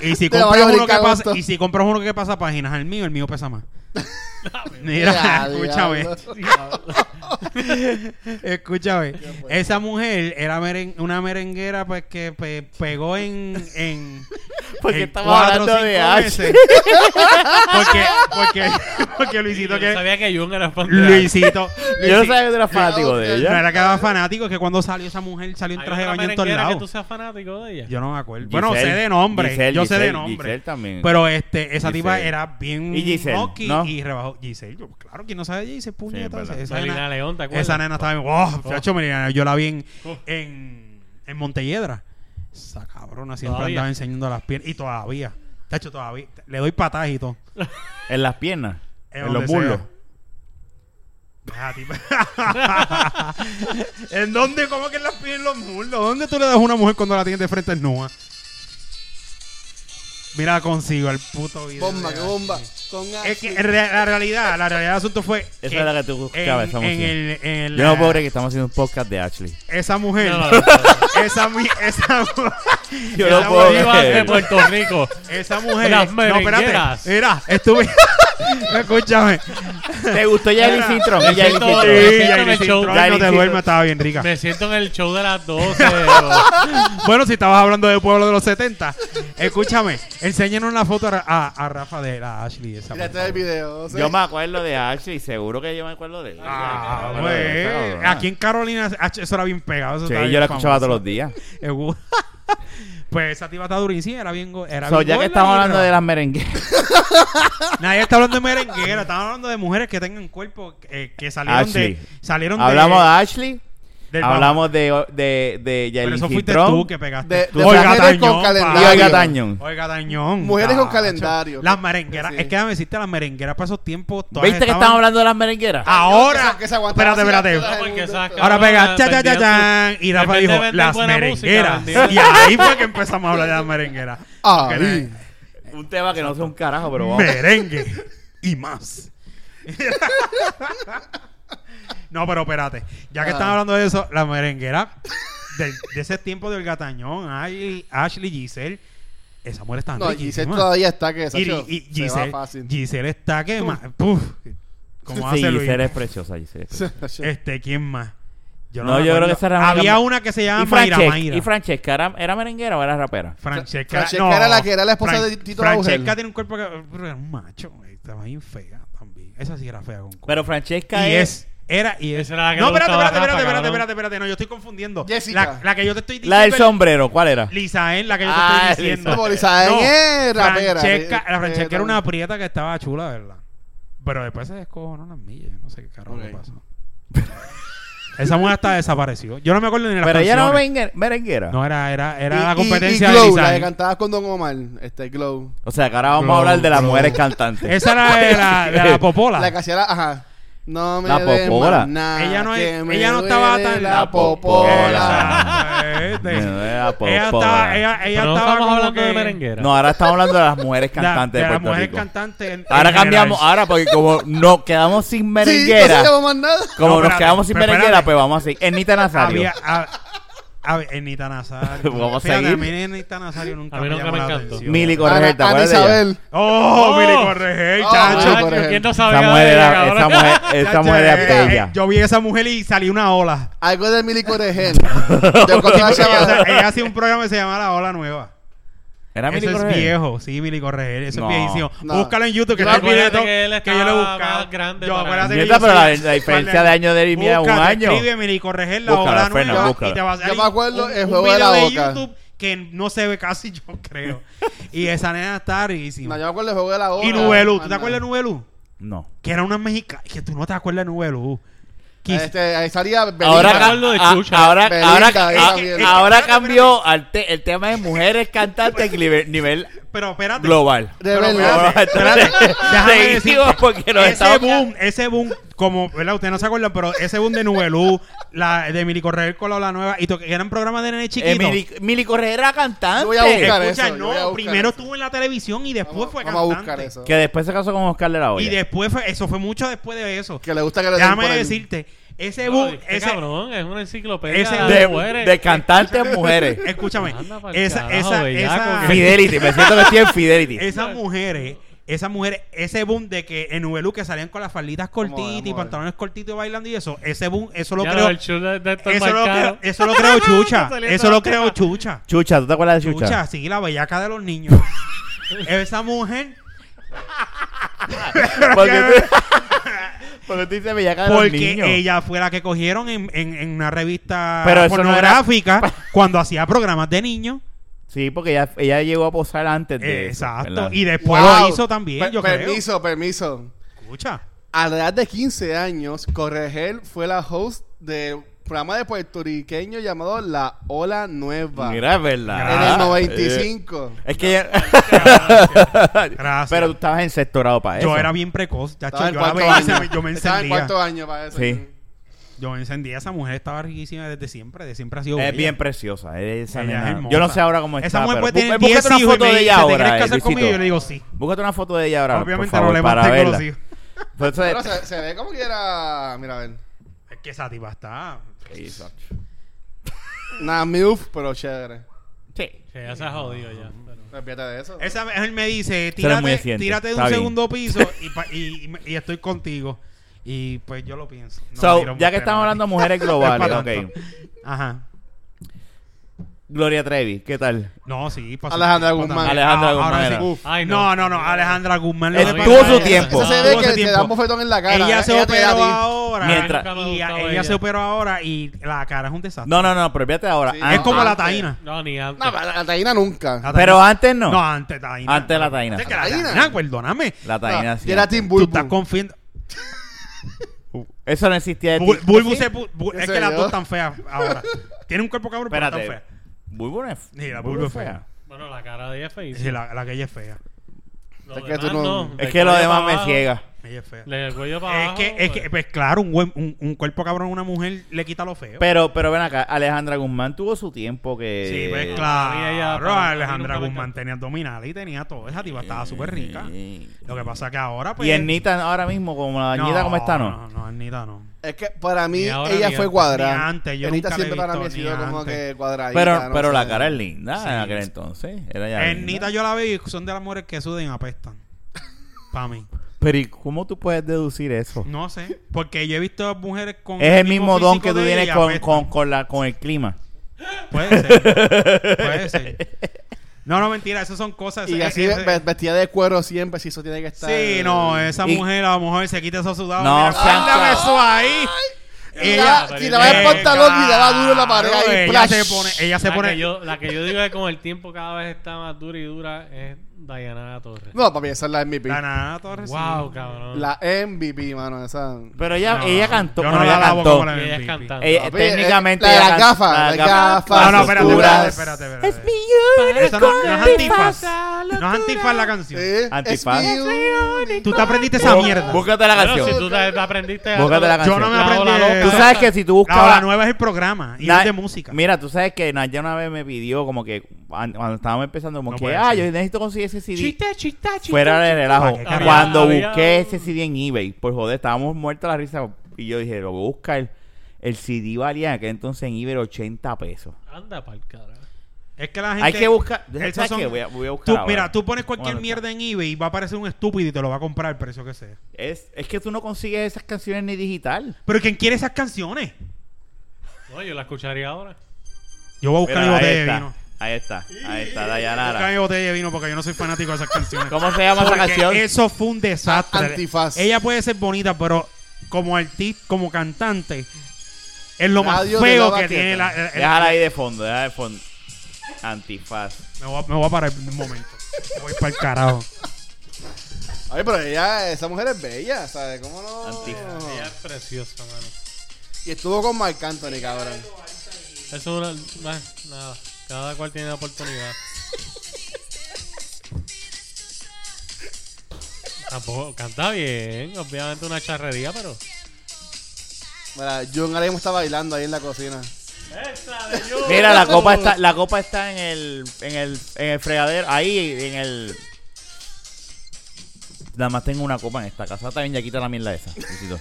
[SPEAKER 2] Y si
[SPEAKER 3] Te lo voy
[SPEAKER 2] compras
[SPEAKER 3] a
[SPEAKER 2] uno que
[SPEAKER 3] brincar
[SPEAKER 2] pasa,
[SPEAKER 3] agosto.
[SPEAKER 2] y si compras uno que pasa páginas al mío, el mío pesa
[SPEAKER 3] *laughs*
[SPEAKER 2] más. Mira, *laughs*
[SPEAKER 3] Ya,
[SPEAKER 2] escúchame.
[SPEAKER 3] diablo.
[SPEAKER 2] *laughs* Escúchame,
[SPEAKER 5] pues.
[SPEAKER 2] esa mujer era meren- una merenguera pues que pe- pegó en, en
[SPEAKER 1] *laughs* Porque
[SPEAKER 2] en
[SPEAKER 1] estamos
[SPEAKER 2] cuatro o
[SPEAKER 1] hablando de
[SPEAKER 2] cinco
[SPEAKER 1] Ashley. *laughs*
[SPEAKER 2] meses. porque, porque, porque Luisito
[SPEAKER 5] Yo no
[SPEAKER 2] que
[SPEAKER 5] sabía que Jun era fan de Ashley.
[SPEAKER 2] Luisito,
[SPEAKER 1] *laughs* Yo no
[SPEAKER 2] Luisito-
[SPEAKER 1] sabía que tú eras fanático de
[SPEAKER 2] no
[SPEAKER 1] ella.
[SPEAKER 2] era que era fanático, es que cuando salió esa mujer salió en
[SPEAKER 5] Hay
[SPEAKER 2] traje de
[SPEAKER 5] otra
[SPEAKER 2] baño en todos
[SPEAKER 5] merenguera
[SPEAKER 2] lados.
[SPEAKER 5] que tú seas fanático de ella.
[SPEAKER 2] Yo no me acuerdo.
[SPEAKER 1] Giselle.
[SPEAKER 2] bueno, sé de nombre.
[SPEAKER 1] Giselle,
[SPEAKER 2] yo sé de
[SPEAKER 1] Giselle,
[SPEAKER 2] nombre.
[SPEAKER 1] Giselle también.
[SPEAKER 2] Pero este, esa
[SPEAKER 1] Giselle.
[SPEAKER 2] tipa era bien
[SPEAKER 1] Y Giselle,
[SPEAKER 2] hockey
[SPEAKER 1] ¿no?
[SPEAKER 2] y rebajó. Giselle, yo, claro, quien no sabe de Giselle, puñeta.
[SPEAKER 1] verdad.
[SPEAKER 2] esa,
[SPEAKER 5] Melina
[SPEAKER 2] nena,
[SPEAKER 5] León, ¿te acuerdas?
[SPEAKER 2] esa nena estaba bien. Wow, chacho, Melina, yo la vi en,
[SPEAKER 5] Oh.
[SPEAKER 2] en, en Montelledra. Esa cabrona siempre
[SPEAKER 5] Todavía.
[SPEAKER 2] andaba enseñando las piernas. Y todavía, chacho, todavía. Le doy patadas y todo.
[SPEAKER 1] En las piernas.
[SPEAKER 2] Eh,
[SPEAKER 1] en los
[SPEAKER 2] donde
[SPEAKER 1] muslos.
[SPEAKER 2] Esa tipa- *laughs* ¿En dónde? ¿Cómo que en las piernas los muslos? ¿Dónde tú le das a una mujer cuando la tienes de frente desnuda? Mira, consigo el puto video.
[SPEAKER 3] Bomba,
[SPEAKER 2] de
[SPEAKER 3] que
[SPEAKER 2] Ashley.
[SPEAKER 3] bomba. Con
[SPEAKER 2] Es que
[SPEAKER 3] Ashley.
[SPEAKER 2] en rea- la realidad, la realidad del asunto fue.
[SPEAKER 1] Esa
[SPEAKER 2] que
[SPEAKER 1] era la que tú buscabas,
[SPEAKER 2] en-
[SPEAKER 1] esa
[SPEAKER 2] en
[SPEAKER 1] música.
[SPEAKER 2] el- en
[SPEAKER 1] Yo no
[SPEAKER 2] la-
[SPEAKER 1] puedo creer que estamos haciendo un podcast
[SPEAKER 2] *laughs*
[SPEAKER 1] de Ashley.
[SPEAKER 2] Esa mujer.
[SPEAKER 5] No, no, no, no.
[SPEAKER 2] Esa, mi- esa, mu-
[SPEAKER 1] Yo
[SPEAKER 2] esa
[SPEAKER 1] no *laughs* puedo
[SPEAKER 2] mujer-
[SPEAKER 5] Iba a ser
[SPEAKER 1] creer.
[SPEAKER 5] Puerto Rico.
[SPEAKER 2] Esa mujer.
[SPEAKER 5] Las
[SPEAKER 2] no,
[SPEAKER 5] merengueras.
[SPEAKER 2] espérate. Mira, estuve. *laughs* Escúchame.
[SPEAKER 1] ¿Te gustó Yaeli Cintrón?
[SPEAKER 5] me
[SPEAKER 1] Y Yaeli
[SPEAKER 5] siento-
[SPEAKER 2] Sí,
[SPEAKER 1] Cintrón.
[SPEAKER 5] Jailin
[SPEAKER 2] Jailin
[SPEAKER 5] Cintrón,
[SPEAKER 2] Cintrón,
[SPEAKER 1] Jailin
[SPEAKER 2] no te
[SPEAKER 1] Cintrón.
[SPEAKER 2] duermas, estaba bien rica.
[SPEAKER 5] Me siento en el show de las ah, 12. o-
[SPEAKER 2] Bueno, si estabas hablando de pueblo de los 70, escúchame, enséñanos la foto a, a- a Rafa de la Ashley. Esa
[SPEAKER 3] Mira,
[SPEAKER 2] por
[SPEAKER 3] este es el
[SPEAKER 2] favor.
[SPEAKER 3] video. o sea,
[SPEAKER 1] Yo me acuerdo de Ashley, seguro que yo me acuerdo de ella.
[SPEAKER 2] Ah,
[SPEAKER 1] Pero
[SPEAKER 2] güey.
[SPEAKER 1] esa cabrona.
[SPEAKER 2] Aquí en Carolina, ah, eso era bien pegado. Eso
[SPEAKER 1] Sí,
[SPEAKER 2] estaba
[SPEAKER 1] yo la
[SPEAKER 2] bien
[SPEAKER 1] escuchaba
[SPEAKER 2] famoso.
[SPEAKER 1] todos los días.
[SPEAKER 2] Eh, bu- *laughs* Pues esa tipa está durísima, era bien. go- Era
[SPEAKER 1] So,
[SPEAKER 2] bien
[SPEAKER 1] ya que
[SPEAKER 2] gorda
[SPEAKER 1] estamos
[SPEAKER 2] y
[SPEAKER 1] hablando
[SPEAKER 2] traba-
[SPEAKER 1] de las merengues.
[SPEAKER 2] Nadie está hablando de merenguera, estamos hablando de mujeres que tengan cuerpo eh, que salieron
[SPEAKER 1] Ashley.
[SPEAKER 2] de. Salieron
[SPEAKER 1] Ah, hablamos de
[SPEAKER 2] de.
[SPEAKER 1] Ashley.
[SPEAKER 2] del-
[SPEAKER 1] hablamos de, de, de
[SPEAKER 2] Pero
[SPEAKER 1] Yailin
[SPEAKER 2] eso fuiste
[SPEAKER 1] Cintrón
[SPEAKER 2] tú que pegaste.
[SPEAKER 3] De-
[SPEAKER 2] Tú.
[SPEAKER 3] de
[SPEAKER 2] Olga
[SPEAKER 3] mujeres con
[SPEAKER 2] Tañón,
[SPEAKER 1] y
[SPEAKER 3] calendario.
[SPEAKER 2] pa.
[SPEAKER 1] Olga Tañón.
[SPEAKER 2] Olga Tañón.
[SPEAKER 3] Mujeres con
[SPEAKER 2] Tacho.
[SPEAKER 3] calendario.
[SPEAKER 2] Las merengueras.
[SPEAKER 3] Sí.
[SPEAKER 2] Es que déjame decirte, las merengueras para esos tiempos. todas
[SPEAKER 1] ¿Viste que
[SPEAKER 2] estaban- Ah,
[SPEAKER 1] estamos hablando de las merengueras?
[SPEAKER 2] Ahora.
[SPEAKER 3] Que se aguantaba
[SPEAKER 2] espérate,
[SPEAKER 3] así
[SPEAKER 2] espérate.
[SPEAKER 3] las
[SPEAKER 5] No, porque Ah, esas
[SPEAKER 3] Ahora
[SPEAKER 2] Ahora pega,
[SPEAKER 5] cabronas
[SPEAKER 2] cha, cha, cha,
[SPEAKER 5] vendían
[SPEAKER 2] chan. Y Rafa
[SPEAKER 5] de repente
[SPEAKER 2] dijo,
[SPEAKER 5] venden
[SPEAKER 2] las
[SPEAKER 5] buena música,
[SPEAKER 2] merengueras.
[SPEAKER 5] vendían-
[SPEAKER 2] y ahí fue que empezamos a hablar de las
[SPEAKER 3] *laughs*
[SPEAKER 2] merengueras.
[SPEAKER 3] Ah,
[SPEAKER 2] Porque
[SPEAKER 3] sí.
[SPEAKER 1] Un tema que no sé un carajo, pero vamos. *laughs*
[SPEAKER 2] merengue y más. *laughs* no, pero espérate. Ya que
[SPEAKER 3] Ah.
[SPEAKER 2] están hablando de eso, la merenguera de, de ese tiempo del gatañón, Ashley, Ashley Giselle, esa mujer está
[SPEAKER 3] No,
[SPEAKER 2] riquísima.
[SPEAKER 3] Giselle todavía está que
[SPEAKER 2] Y-
[SPEAKER 3] Sacho,
[SPEAKER 2] y, y
[SPEAKER 3] se va
[SPEAKER 2] Giselle,
[SPEAKER 3] fácil. *laughs*
[SPEAKER 2] Giselle está que más. Puf, ¿Cómo
[SPEAKER 1] Sí,
[SPEAKER 2] hace Luis?
[SPEAKER 1] Giselle es preciosa, Giselle.
[SPEAKER 3] Sacho.
[SPEAKER 2] Este, ¿quién más?
[SPEAKER 1] No,
[SPEAKER 2] me
[SPEAKER 1] yo creo
[SPEAKER 2] acuerdo.
[SPEAKER 1] que esa era
[SPEAKER 2] Había
[SPEAKER 1] Mayra-
[SPEAKER 2] una que se
[SPEAKER 1] ¿Y,
[SPEAKER 2] llama Mayra
[SPEAKER 1] Francesca,
[SPEAKER 2] Mayra.
[SPEAKER 1] ¿Y Francesca era, era merenguera o era rapera?
[SPEAKER 2] Francesca,
[SPEAKER 3] Francesca
[SPEAKER 2] no,
[SPEAKER 3] era la que era la esposa de Tito Auger.
[SPEAKER 2] Francesca tiene un cuerpo que pero era un macho, güey, estaba bien fea también. Esa sí era fea con culo.
[SPEAKER 1] Pero Francesca
[SPEAKER 2] y
[SPEAKER 1] es,
[SPEAKER 2] es era y es.
[SPEAKER 5] Esa era la que
[SPEAKER 2] no,
[SPEAKER 5] le
[SPEAKER 2] espérate, espérate,
[SPEAKER 5] gustaba a Rafa,
[SPEAKER 2] espérate, espérate,
[SPEAKER 5] cabrón.
[SPEAKER 2] espérate, espérate, no, yo estoy confundiendo.
[SPEAKER 3] Jessica.
[SPEAKER 2] La, la que yo te estoy diciendo.
[SPEAKER 1] la del
[SPEAKER 2] es-
[SPEAKER 1] sombrero, ¿cuál era?
[SPEAKER 2] Lisaen, la que yo te
[SPEAKER 1] Ah,
[SPEAKER 2] estoy diciendo.
[SPEAKER 3] Lisaen. Lisaen es rapera,
[SPEAKER 2] Francesca,
[SPEAKER 3] eh,
[SPEAKER 2] la Francesca
[SPEAKER 3] eh,
[SPEAKER 2] era una prieta que estaba chula, ¿verdad? Pero después se descojonó las millas, yo no sé qué carajo le
[SPEAKER 3] Ok.
[SPEAKER 2] pasó. Esa mujer hasta desapareció. Yo no me acuerdo ni de las
[SPEAKER 1] Pero ella no
[SPEAKER 2] canciones.
[SPEAKER 1] merengue- merenguera.
[SPEAKER 2] No, era, era, era
[SPEAKER 3] Y-
[SPEAKER 2] la
[SPEAKER 3] y-
[SPEAKER 2] competencia
[SPEAKER 3] y, Glow,
[SPEAKER 2] de
[SPEAKER 3] la que
[SPEAKER 2] Lisaen.
[SPEAKER 3] cantabas con Don Omar, este Glow.
[SPEAKER 1] O sea, que ahora vamos
[SPEAKER 2] No,
[SPEAKER 1] a hablar de las
[SPEAKER 2] no.
[SPEAKER 1] mujeres cantantes.
[SPEAKER 2] Esa era de la, de
[SPEAKER 1] *laughs*
[SPEAKER 2] la popola.
[SPEAKER 3] La que hacía la, ajá. No me
[SPEAKER 1] La
[SPEAKER 3] des
[SPEAKER 1] popola.
[SPEAKER 3] más nada,
[SPEAKER 2] Ah. Ella no es-
[SPEAKER 3] que me
[SPEAKER 2] ella no estaba
[SPEAKER 3] duele
[SPEAKER 2] tan-
[SPEAKER 3] la
[SPEAKER 1] La popola.
[SPEAKER 2] Esa, este.
[SPEAKER 1] Me duele la
[SPEAKER 2] Ella
[SPEAKER 1] popola.
[SPEAKER 2] estaba, ella, ella
[SPEAKER 5] Pero no
[SPEAKER 2] estaba
[SPEAKER 5] estamos
[SPEAKER 2] como
[SPEAKER 5] hablando
[SPEAKER 2] que-
[SPEAKER 5] de merenguera.
[SPEAKER 1] No, ahora estamos hablando de las mujeres
[SPEAKER 2] la-
[SPEAKER 1] cantantes
[SPEAKER 2] de
[SPEAKER 1] de,
[SPEAKER 2] las
[SPEAKER 1] Puerto
[SPEAKER 2] mujeres
[SPEAKER 1] Rico.
[SPEAKER 2] cantantes. en-
[SPEAKER 1] Ahora
[SPEAKER 2] en
[SPEAKER 1] cambiamos,
[SPEAKER 2] general.
[SPEAKER 1] ahora porque como nos quedamos sin
[SPEAKER 3] Sí, no
[SPEAKER 1] merenguera,
[SPEAKER 3] sabemos más nada.
[SPEAKER 1] como
[SPEAKER 2] No,
[SPEAKER 1] nos
[SPEAKER 2] espérate,
[SPEAKER 1] quedamos sin
[SPEAKER 2] pero
[SPEAKER 1] merenguera,
[SPEAKER 2] espérate.
[SPEAKER 1] pues vamos así. Ernita Nazario.
[SPEAKER 2] Había. A, a- Ernita Nazario.
[SPEAKER 1] *laughs* Vamos a
[SPEAKER 2] Fíjate,
[SPEAKER 1] seguir.
[SPEAKER 2] A mí Ernita Nazario nunca,
[SPEAKER 5] A mí nunca
[SPEAKER 2] llamó
[SPEAKER 5] me
[SPEAKER 2] la
[SPEAKER 5] encantó.
[SPEAKER 2] atención.
[SPEAKER 1] Mili
[SPEAKER 3] Ana,
[SPEAKER 1] Correger, ¿te
[SPEAKER 3] Ana
[SPEAKER 1] acuerdas de ella?
[SPEAKER 3] Isabel.
[SPEAKER 2] ¡Oh!
[SPEAKER 5] Oh.
[SPEAKER 2] Mili Corregel,
[SPEAKER 3] Oh,
[SPEAKER 2] chacho.
[SPEAKER 3] chacho. por
[SPEAKER 5] Ay, ¿Quién
[SPEAKER 3] ejemplo.
[SPEAKER 5] no sabía
[SPEAKER 1] Esa
[SPEAKER 5] de
[SPEAKER 1] mujer
[SPEAKER 5] ella,
[SPEAKER 1] era,
[SPEAKER 5] cabrón?
[SPEAKER 1] esa mujer, esa
[SPEAKER 2] Chacho,
[SPEAKER 1] mujer
[SPEAKER 2] eh,
[SPEAKER 1] era
[SPEAKER 2] eh,
[SPEAKER 1] bella.
[SPEAKER 2] Yo vi a esa mujer y salí una ola.
[SPEAKER 3] Algo de Milly Corregel. Yo cuando la
[SPEAKER 2] Ella,
[SPEAKER 3] llamaba-
[SPEAKER 2] ella hacía un programa que se llama La Ola Nueva.
[SPEAKER 1] ¿Era Mili
[SPEAKER 2] Eso es
[SPEAKER 1] Correger?
[SPEAKER 2] viejo, sí, Mili Correger, eso
[SPEAKER 1] No,
[SPEAKER 2] es viejísimo.
[SPEAKER 3] no.
[SPEAKER 2] Búscalo en YouTube, que
[SPEAKER 5] Yo
[SPEAKER 2] está el
[SPEAKER 5] acuérdate
[SPEAKER 2] video
[SPEAKER 5] que él
[SPEAKER 2] que, yo lo he
[SPEAKER 5] estaba
[SPEAKER 2] buscado.
[SPEAKER 5] más grande
[SPEAKER 2] yo,
[SPEAKER 5] para-
[SPEAKER 2] acuérdate
[SPEAKER 1] Mierda,
[SPEAKER 2] yo
[SPEAKER 1] pero la-
[SPEAKER 2] soy-
[SPEAKER 1] la diferencia de años de él y mía es un
[SPEAKER 2] Búscate,
[SPEAKER 1] año.
[SPEAKER 2] Escribe Mili Correger, la
[SPEAKER 1] Búscala,
[SPEAKER 2] obra
[SPEAKER 1] Fernan,
[SPEAKER 2] nueva,
[SPEAKER 1] búscala.
[SPEAKER 2] y te va a salir
[SPEAKER 3] Yo me acuerdo
[SPEAKER 2] un,
[SPEAKER 3] el
[SPEAKER 2] un
[SPEAKER 3] juego de
[SPEAKER 2] video
[SPEAKER 3] la
[SPEAKER 2] de,
[SPEAKER 3] boca.
[SPEAKER 2] YouTube que no se ve casi, yo *laughs* creo. y esa nena está
[SPEAKER 3] No,
[SPEAKER 2] riquísima.
[SPEAKER 3] yo me acuerdo el juego de la hora.
[SPEAKER 2] y Nubelu, ¿tú te acuerdas de Nubelu?
[SPEAKER 1] No.
[SPEAKER 2] Que era una mexicana, que tú no te acuerdas de Nubelu. Que-
[SPEAKER 3] Este, ahí salía Belinda.
[SPEAKER 1] Ahora,
[SPEAKER 5] Me acuerdo de
[SPEAKER 1] ca- a-
[SPEAKER 5] Chucha.
[SPEAKER 1] ahora,
[SPEAKER 3] Belinda,
[SPEAKER 1] ahora,
[SPEAKER 3] ahí
[SPEAKER 1] a-
[SPEAKER 3] también.
[SPEAKER 1] ahora cambió al te- el tema de mujeres cantantes a nivel, nivel
[SPEAKER 2] pero espérate.
[SPEAKER 1] global.
[SPEAKER 2] Pero
[SPEAKER 3] Rebelde.
[SPEAKER 2] espérate, espérate, déjame
[SPEAKER 1] Seguimos
[SPEAKER 2] decirte,
[SPEAKER 1] porque nos
[SPEAKER 2] ese
[SPEAKER 1] estamos-
[SPEAKER 2] boom, ese boom, como, ¿verdad? Ustedes no se acuerdan, pero ese boom de Nubelú, la de Mili Correger con la Ola Nueva, y to- que eran programas de nene chiquito.
[SPEAKER 1] Emily, Mili Correger era cantante.
[SPEAKER 3] Yo voy a buscar
[SPEAKER 2] Escucha,
[SPEAKER 3] eso, yo voy a
[SPEAKER 2] no,
[SPEAKER 3] buscar
[SPEAKER 2] primero
[SPEAKER 3] eso.
[SPEAKER 2] estuvo en la televisión y después
[SPEAKER 3] Vamos-
[SPEAKER 2] fue
[SPEAKER 3] Vamos a
[SPEAKER 2] cantante.
[SPEAKER 3] buscar eso.
[SPEAKER 1] Que después se casó con Oscar de la Hoya.
[SPEAKER 2] Y después fue, eso fue mucho después de eso.
[SPEAKER 3] Que le gusta que le den
[SPEAKER 2] Déjame
[SPEAKER 3] por el-
[SPEAKER 2] decirte, ese
[SPEAKER 5] No,
[SPEAKER 2] boom,
[SPEAKER 5] este
[SPEAKER 2] ese,
[SPEAKER 5] cabrón es una enciclopedia
[SPEAKER 2] ese-
[SPEAKER 5] de,
[SPEAKER 1] de,
[SPEAKER 5] mujeres.
[SPEAKER 1] de cantantes mujeres.
[SPEAKER 2] escúchame,
[SPEAKER 5] Anda pa'l
[SPEAKER 2] esa,
[SPEAKER 5] carajo,
[SPEAKER 2] esa,
[SPEAKER 5] bellaco,
[SPEAKER 2] esa,
[SPEAKER 5] que-
[SPEAKER 1] Fidelity, me siento que estoy en Fidelity.
[SPEAKER 2] esas mujeres, esas mujeres, ese boom de que en Ubelú que salían con las falditas
[SPEAKER 3] Vamos a ver,
[SPEAKER 2] cortitas y
[SPEAKER 3] vamos a ver.
[SPEAKER 2] pantalones cortitos bailando y eso, ese boom, eso lo
[SPEAKER 5] Ya
[SPEAKER 2] creo.
[SPEAKER 5] el show de, de Héctor
[SPEAKER 2] Eso lo, creo,
[SPEAKER 5] Marcano.
[SPEAKER 2] eso lo
[SPEAKER 3] *laughs*
[SPEAKER 2] creo Chucha.
[SPEAKER 5] *laughs* Saliendo
[SPEAKER 2] eso lo
[SPEAKER 5] la
[SPEAKER 2] creo
[SPEAKER 5] tapa.
[SPEAKER 2] Chucha.
[SPEAKER 1] Chucha, ¿tú te acuerdas de Chucha?
[SPEAKER 2] Chucha, sí, la bellaca de los niños.
[SPEAKER 3] *laughs*
[SPEAKER 2] Esa mujer.
[SPEAKER 1] *laughs* Porque *laughs* Porque tú dices bellaca de los
[SPEAKER 2] Porque
[SPEAKER 1] niños.
[SPEAKER 2] ella fue la que cogieron en, en- en una revista
[SPEAKER 1] Pero eso no era-
[SPEAKER 2] pornográfica cuando hacía programas de niños.
[SPEAKER 1] Sí, porque ella, ella llegó a posar antes de. eso,
[SPEAKER 2] Exacto.
[SPEAKER 1] ¿verdad?
[SPEAKER 2] Y después
[SPEAKER 3] Wow.
[SPEAKER 2] lo hizo también,
[SPEAKER 3] Per-
[SPEAKER 2] yo
[SPEAKER 3] Permiso, permiso.
[SPEAKER 2] creo.
[SPEAKER 1] *laughs*
[SPEAKER 2] Escucha.
[SPEAKER 3] A la edad de 15 años, Corregel fue la host del programa de puertorriqueño llamado La Ola Nueva.
[SPEAKER 1] Mira, es
[SPEAKER 3] en
[SPEAKER 1] verdad.
[SPEAKER 3] el 95.
[SPEAKER 1] Eh, Es que ella-
[SPEAKER 2] Gracias.
[SPEAKER 1] *laughs* Pero tú estabas en sectorado para eso.
[SPEAKER 2] yo era bien precoz. ya,
[SPEAKER 3] Estaba en
[SPEAKER 2] yo, la
[SPEAKER 3] cuarto
[SPEAKER 2] veía y se
[SPEAKER 3] año.
[SPEAKER 2] me- yo me
[SPEAKER 3] Estaba en
[SPEAKER 2] encendía.
[SPEAKER 3] cuarto año para eso.
[SPEAKER 1] Sí.
[SPEAKER 2] Yo me encendía. Esa mujer estaba riquísima desde siempre. De siempre ha sido.
[SPEAKER 1] Es
[SPEAKER 2] bella.
[SPEAKER 1] bien preciosa. Esa
[SPEAKER 2] Ella es
[SPEAKER 1] nena.
[SPEAKER 2] hermosa.
[SPEAKER 1] Yo no sé ahora cómo está.
[SPEAKER 2] Esa mujer
[SPEAKER 1] pero
[SPEAKER 2] puede
[SPEAKER 1] bú-
[SPEAKER 2] tener
[SPEAKER 1] búscate
[SPEAKER 2] 10
[SPEAKER 1] una
[SPEAKER 2] hijos y
[SPEAKER 1] foto
[SPEAKER 2] me
[SPEAKER 1] de
[SPEAKER 2] dice,
[SPEAKER 1] ella
[SPEAKER 2] ¿te
[SPEAKER 1] ahora.
[SPEAKER 2] quieres casar
[SPEAKER 1] Luisito.
[SPEAKER 2] conmigo? Yo le digo sí.
[SPEAKER 1] Búscate una foto de ella ahora.
[SPEAKER 2] Obviamente
[SPEAKER 1] por favor,
[SPEAKER 2] no le
[SPEAKER 1] para
[SPEAKER 2] mantengo
[SPEAKER 1] verla.
[SPEAKER 2] los hijos.
[SPEAKER 1] Pues, eh,
[SPEAKER 3] Pero se, se ve como que era. Mira, a ver.
[SPEAKER 2] Es que esa tipa está.
[SPEAKER 3] Una MILF, pero chévere.
[SPEAKER 1] Sí.
[SPEAKER 5] Que ya se ha jodido ya. pero-
[SPEAKER 3] Olvídate de eso.
[SPEAKER 2] Esa, él me dice,
[SPEAKER 1] Tú eres muy
[SPEAKER 2] tírate,
[SPEAKER 1] eficiente.
[SPEAKER 2] tírate de
[SPEAKER 1] Está
[SPEAKER 2] un
[SPEAKER 1] bien.
[SPEAKER 2] segundo
[SPEAKER 1] *laughs*
[SPEAKER 2] piso y, pa- y, y me- y estoy contigo. Y pues yo lo pienso. No
[SPEAKER 1] So,
[SPEAKER 2] tiro
[SPEAKER 1] ya que
[SPEAKER 2] mucho
[SPEAKER 1] estamos
[SPEAKER 2] nada.
[SPEAKER 1] hablando de mujeres
[SPEAKER 2] No es
[SPEAKER 1] globales,
[SPEAKER 2] pa'
[SPEAKER 1] ok.
[SPEAKER 2] tanto. Ajá.
[SPEAKER 1] Gloria Trevi, ¿qué tal?
[SPEAKER 2] No, sí, pasó
[SPEAKER 3] Alejandra
[SPEAKER 2] tiempo
[SPEAKER 3] Guzmán.
[SPEAKER 2] también.
[SPEAKER 1] Alejandra
[SPEAKER 2] Ah,
[SPEAKER 1] Guzmán
[SPEAKER 2] ahora
[SPEAKER 1] era.
[SPEAKER 2] sí.
[SPEAKER 5] Uf. Ay,
[SPEAKER 2] no.
[SPEAKER 5] no.
[SPEAKER 2] no, no, Alejandra Guzmán. le
[SPEAKER 1] Él
[SPEAKER 2] debe-
[SPEAKER 1] tuvo su
[SPEAKER 2] Esa-
[SPEAKER 1] tiempo.
[SPEAKER 2] esa
[SPEAKER 3] Ese se
[SPEAKER 2] tuvo
[SPEAKER 3] ve
[SPEAKER 2] su
[SPEAKER 3] que te da
[SPEAKER 2] tiempo.
[SPEAKER 3] un bofetón en la cara. ¿eh?
[SPEAKER 2] Ella se
[SPEAKER 3] te da a
[SPEAKER 2] operó
[SPEAKER 3] ti.
[SPEAKER 2] ahora.
[SPEAKER 1] Mientras-
[SPEAKER 5] Nunca me ha
[SPEAKER 2] Y a-
[SPEAKER 5] gustado
[SPEAKER 2] ella
[SPEAKER 5] ella.
[SPEAKER 2] se operó ahora y la cara es un desastre.
[SPEAKER 1] No, no, no, pero olvídate ahora.
[SPEAKER 3] Sí,
[SPEAKER 1] Antes-
[SPEAKER 2] es como la
[SPEAKER 3] antes.
[SPEAKER 2] taína.
[SPEAKER 5] No, ni antes.
[SPEAKER 3] No, pero la taína nunca.
[SPEAKER 2] La
[SPEAKER 1] Pero antes no.
[SPEAKER 2] No, antes taína.
[SPEAKER 1] Antes la taína.
[SPEAKER 2] Antes que la
[SPEAKER 3] Taína.
[SPEAKER 2] taína, perdóname.
[SPEAKER 1] La taína, sí.
[SPEAKER 3] Yo era Team
[SPEAKER 2] Tú estás
[SPEAKER 3] Bulbu.
[SPEAKER 2] confiando.
[SPEAKER 1] Eso no existía. de
[SPEAKER 2] Bul-
[SPEAKER 1] ti.
[SPEAKER 2] Bulbu
[SPEAKER 1] Eh, ¿Sí?
[SPEAKER 2] se pu- bu-
[SPEAKER 3] ¿Qué
[SPEAKER 2] Es
[SPEAKER 3] sé
[SPEAKER 2] que las
[SPEAKER 3] yo?
[SPEAKER 2] dos están feas ahora. Tiene un cuerpo cabrón, pero están
[SPEAKER 1] Espérate.
[SPEAKER 2] feas.
[SPEAKER 1] Bulbu no es.
[SPEAKER 2] Sí, la
[SPEAKER 1] Bulbu
[SPEAKER 2] Bulbu es
[SPEAKER 1] es
[SPEAKER 2] fea.
[SPEAKER 5] Bueno, la cara de ella es
[SPEAKER 2] Sí,
[SPEAKER 5] feísima.
[SPEAKER 2] la, la que ella es fea.
[SPEAKER 5] Lo
[SPEAKER 3] Es que
[SPEAKER 5] demás
[SPEAKER 3] tú no-
[SPEAKER 5] no.
[SPEAKER 1] Es
[SPEAKER 5] Del
[SPEAKER 1] que lo
[SPEAKER 5] cuello
[SPEAKER 1] demás
[SPEAKER 5] para
[SPEAKER 1] me
[SPEAKER 5] abajo,
[SPEAKER 1] ciega.
[SPEAKER 2] Ella es fea.
[SPEAKER 5] Del cuello para
[SPEAKER 2] Es
[SPEAKER 5] abajo.
[SPEAKER 2] que, es que, pues claro, un, buen- un, un cuerpo cabrón a una mujer le quita lo feo.
[SPEAKER 1] Pero, pero ven acá, Alejandra Guzmán tuvo su tiempo que.
[SPEAKER 2] Sí, pues claro.
[SPEAKER 5] Todavía ella- para-
[SPEAKER 2] Alejandra
[SPEAKER 5] a mí nunca me
[SPEAKER 2] Guzmán
[SPEAKER 5] encantó.
[SPEAKER 2] tenía abdominales y tenía todo. Esa tipa estaba súper rica.
[SPEAKER 1] Sí.
[SPEAKER 2] Lo que pasa que ahora, pues.
[SPEAKER 1] Y Ernita ahora mismo, como la dañita como está, no.
[SPEAKER 2] No, no, Ernita no.
[SPEAKER 3] Es que para mí
[SPEAKER 5] Ni ahora
[SPEAKER 3] ella
[SPEAKER 5] ni
[SPEAKER 3] fue
[SPEAKER 5] antes.
[SPEAKER 3] cuadrada.
[SPEAKER 2] Ni antes, yo nunca
[SPEAKER 3] Anita
[SPEAKER 2] la he
[SPEAKER 3] siempre para mí ha
[SPEAKER 2] visto,
[SPEAKER 3] sido
[SPEAKER 2] ni
[SPEAKER 3] como
[SPEAKER 2] antes.
[SPEAKER 3] que cuadradita.
[SPEAKER 1] Pero,
[SPEAKER 3] no
[SPEAKER 1] pero
[SPEAKER 3] sé.
[SPEAKER 1] la cara es linda
[SPEAKER 2] Sí.
[SPEAKER 1] en aquel entonces. Era ya
[SPEAKER 2] Ernita
[SPEAKER 1] linda.
[SPEAKER 2] yo la veo y son de las mujeres que sudan y apestan. Para mí.
[SPEAKER 1] Pero ¿y cómo tú puedes deducir eso?
[SPEAKER 2] No sé. Porque yo he visto mujeres con.
[SPEAKER 1] Es el mismo don que
[SPEAKER 2] físico
[SPEAKER 1] tú
[SPEAKER 2] de
[SPEAKER 1] tienes
[SPEAKER 2] ella y
[SPEAKER 1] con,
[SPEAKER 2] apestan.
[SPEAKER 1] con, con la, con el clima.
[SPEAKER 2] Puede ser. Puede ser. No, no, mentira. Esas son cosas.
[SPEAKER 3] Y
[SPEAKER 2] eh,
[SPEAKER 3] así
[SPEAKER 2] eh,
[SPEAKER 3] ve- ve- vestida de cuero siempre, si eso tiene que estar.
[SPEAKER 2] Sí, no, eh. esa
[SPEAKER 1] Y-
[SPEAKER 2] mujer a lo mejor se quita esos sudados.
[SPEAKER 1] No,
[SPEAKER 2] mira,
[SPEAKER 1] sean-
[SPEAKER 2] "Ándame eso ahí.
[SPEAKER 3] Y
[SPEAKER 2] Ella-
[SPEAKER 3] la- si le va el
[SPEAKER 2] eh,
[SPEAKER 3] pantalón y le va duro en la pared
[SPEAKER 2] claro,
[SPEAKER 3] ahí,
[SPEAKER 2] ella
[SPEAKER 3] plash.
[SPEAKER 2] se pone, ella se
[SPEAKER 5] la,
[SPEAKER 2] pone
[SPEAKER 5] que yo, la que yo digo que con el tiempo cada vez está más dura y dura es Dayanara Torres.
[SPEAKER 3] No, papi, esa es la MVP.
[SPEAKER 2] La Nana Torres.
[SPEAKER 5] Wow,
[SPEAKER 2] sí.
[SPEAKER 5] cabrón.
[SPEAKER 3] La MVP, mano, esa.
[SPEAKER 1] Pero ella,
[SPEAKER 2] No,
[SPEAKER 1] ella cantó.
[SPEAKER 2] yo
[SPEAKER 1] bueno,
[SPEAKER 2] no la
[SPEAKER 1] ella
[SPEAKER 2] lavo
[SPEAKER 1] cantó.
[SPEAKER 2] como la
[SPEAKER 5] Y ella
[SPEAKER 2] MVP.
[SPEAKER 5] es cantante.
[SPEAKER 1] Ella-
[SPEAKER 3] Papi,
[SPEAKER 1] técnicamente.
[SPEAKER 3] eh, la de
[SPEAKER 1] ella
[SPEAKER 3] las
[SPEAKER 1] canta-
[SPEAKER 3] gafas,
[SPEAKER 1] las
[SPEAKER 3] las gafas
[SPEAKER 2] No, no, espérate,
[SPEAKER 3] oscuras.
[SPEAKER 2] espérate, espérate, espérate.
[SPEAKER 1] Es beautiful.
[SPEAKER 2] Eso no, no es antifaz.
[SPEAKER 1] locura.
[SPEAKER 2] No es antifaz la canción.
[SPEAKER 3] Sí,
[SPEAKER 1] Antifaz.
[SPEAKER 3] es mi-
[SPEAKER 2] Tú te aprendiste esa
[SPEAKER 1] Bú-
[SPEAKER 2] mierda.
[SPEAKER 1] Búscate la
[SPEAKER 5] Bueno,
[SPEAKER 1] canción.
[SPEAKER 5] si tú te, te aprendiste
[SPEAKER 1] Búscate la
[SPEAKER 2] Yo
[SPEAKER 1] canción.
[SPEAKER 2] no me
[SPEAKER 5] La
[SPEAKER 2] aprendí.
[SPEAKER 5] ola loca.
[SPEAKER 1] Tú sabes que si tú buscas.
[SPEAKER 2] La ola nueva es el programa y
[SPEAKER 1] Na-
[SPEAKER 2] es de música.
[SPEAKER 1] Mira, tú sabes que Naya una vez me pidió como que an- cuando estábamos empezando como
[SPEAKER 2] No
[SPEAKER 1] que
[SPEAKER 2] puede
[SPEAKER 1] ah,
[SPEAKER 2] ser.
[SPEAKER 1] yo necesito conseguir ese CD.
[SPEAKER 5] chita, chita.
[SPEAKER 1] Fuera de relajo.
[SPEAKER 2] Pa' que
[SPEAKER 1] Cuando
[SPEAKER 5] había-
[SPEAKER 1] busqué ese CD en eBay, por joder, estábamos muertos de la risa y yo dije, lo voy a buscar. El CD valía en aquel entonces en eBay 80 pesos.
[SPEAKER 5] Anda pa'l carajo.
[SPEAKER 2] Es que la gente
[SPEAKER 1] Hay que buscar.
[SPEAKER 2] Esos
[SPEAKER 1] ¿sabes
[SPEAKER 2] son-
[SPEAKER 1] qué? Voy a, voy a buscar
[SPEAKER 2] Tú,
[SPEAKER 1] ahora.
[SPEAKER 2] mira, tú pones cualquier
[SPEAKER 1] Bueno,
[SPEAKER 2] mierda en eBay y va a aparecer un estúpido y te lo va a comprar al precio que sea.
[SPEAKER 1] Es, es que tú no consigues esas canciones ni digital.
[SPEAKER 2] Pero ¿quién quiere esas canciones?
[SPEAKER 5] No, yo la escucharía ahora.
[SPEAKER 2] Yo voy a buscar
[SPEAKER 1] Mira,
[SPEAKER 2] mi
[SPEAKER 1] ahí,
[SPEAKER 2] botella de
[SPEAKER 1] está,
[SPEAKER 2] vino.
[SPEAKER 1] ahí está. Ahí está,
[SPEAKER 2] Voy a Buscar mi
[SPEAKER 1] Dayanara.
[SPEAKER 2] botella de vino porque yo no soy fanático de esas canciones.
[SPEAKER 1] ¿Cómo se llama esa
[SPEAKER 2] Porque
[SPEAKER 1] canción?
[SPEAKER 2] Eso fue un desastre.
[SPEAKER 3] Antifaz.
[SPEAKER 2] Ella puede ser bonita, pero como artista, como cantante, es lo más
[SPEAKER 3] Radio de
[SPEAKER 2] feo
[SPEAKER 3] la
[SPEAKER 2] que
[SPEAKER 3] baqueta.
[SPEAKER 2] tiene la. el- el-
[SPEAKER 1] Déjala ahí de fondo, déjala de fondo. Antifaz.
[SPEAKER 2] Me, voy a, me voy a parar un momento. Me voy para el carajo.
[SPEAKER 3] Ay, pero ella, esa mujer es bella, ¿sabes? ¿Cómo no?
[SPEAKER 1] Antifaz.
[SPEAKER 5] Ella es preciosa, mano.
[SPEAKER 3] Y estuvo con Marc Anthony, cabrón.
[SPEAKER 5] Eso es una. nah, nada. Cada cual tiene la oportunidad. Tampoco canta bien, obviamente una charrería, pero.
[SPEAKER 3] Mira, John ahora mismo está bailando ahí en la cocina.
[SPEAKER 1] Mira, la copa está, la copa está en el, en el, en el fregadero, ahí en el. Nada más tengo una copa en esta casa. También ya quita la mierda esa. Luisito.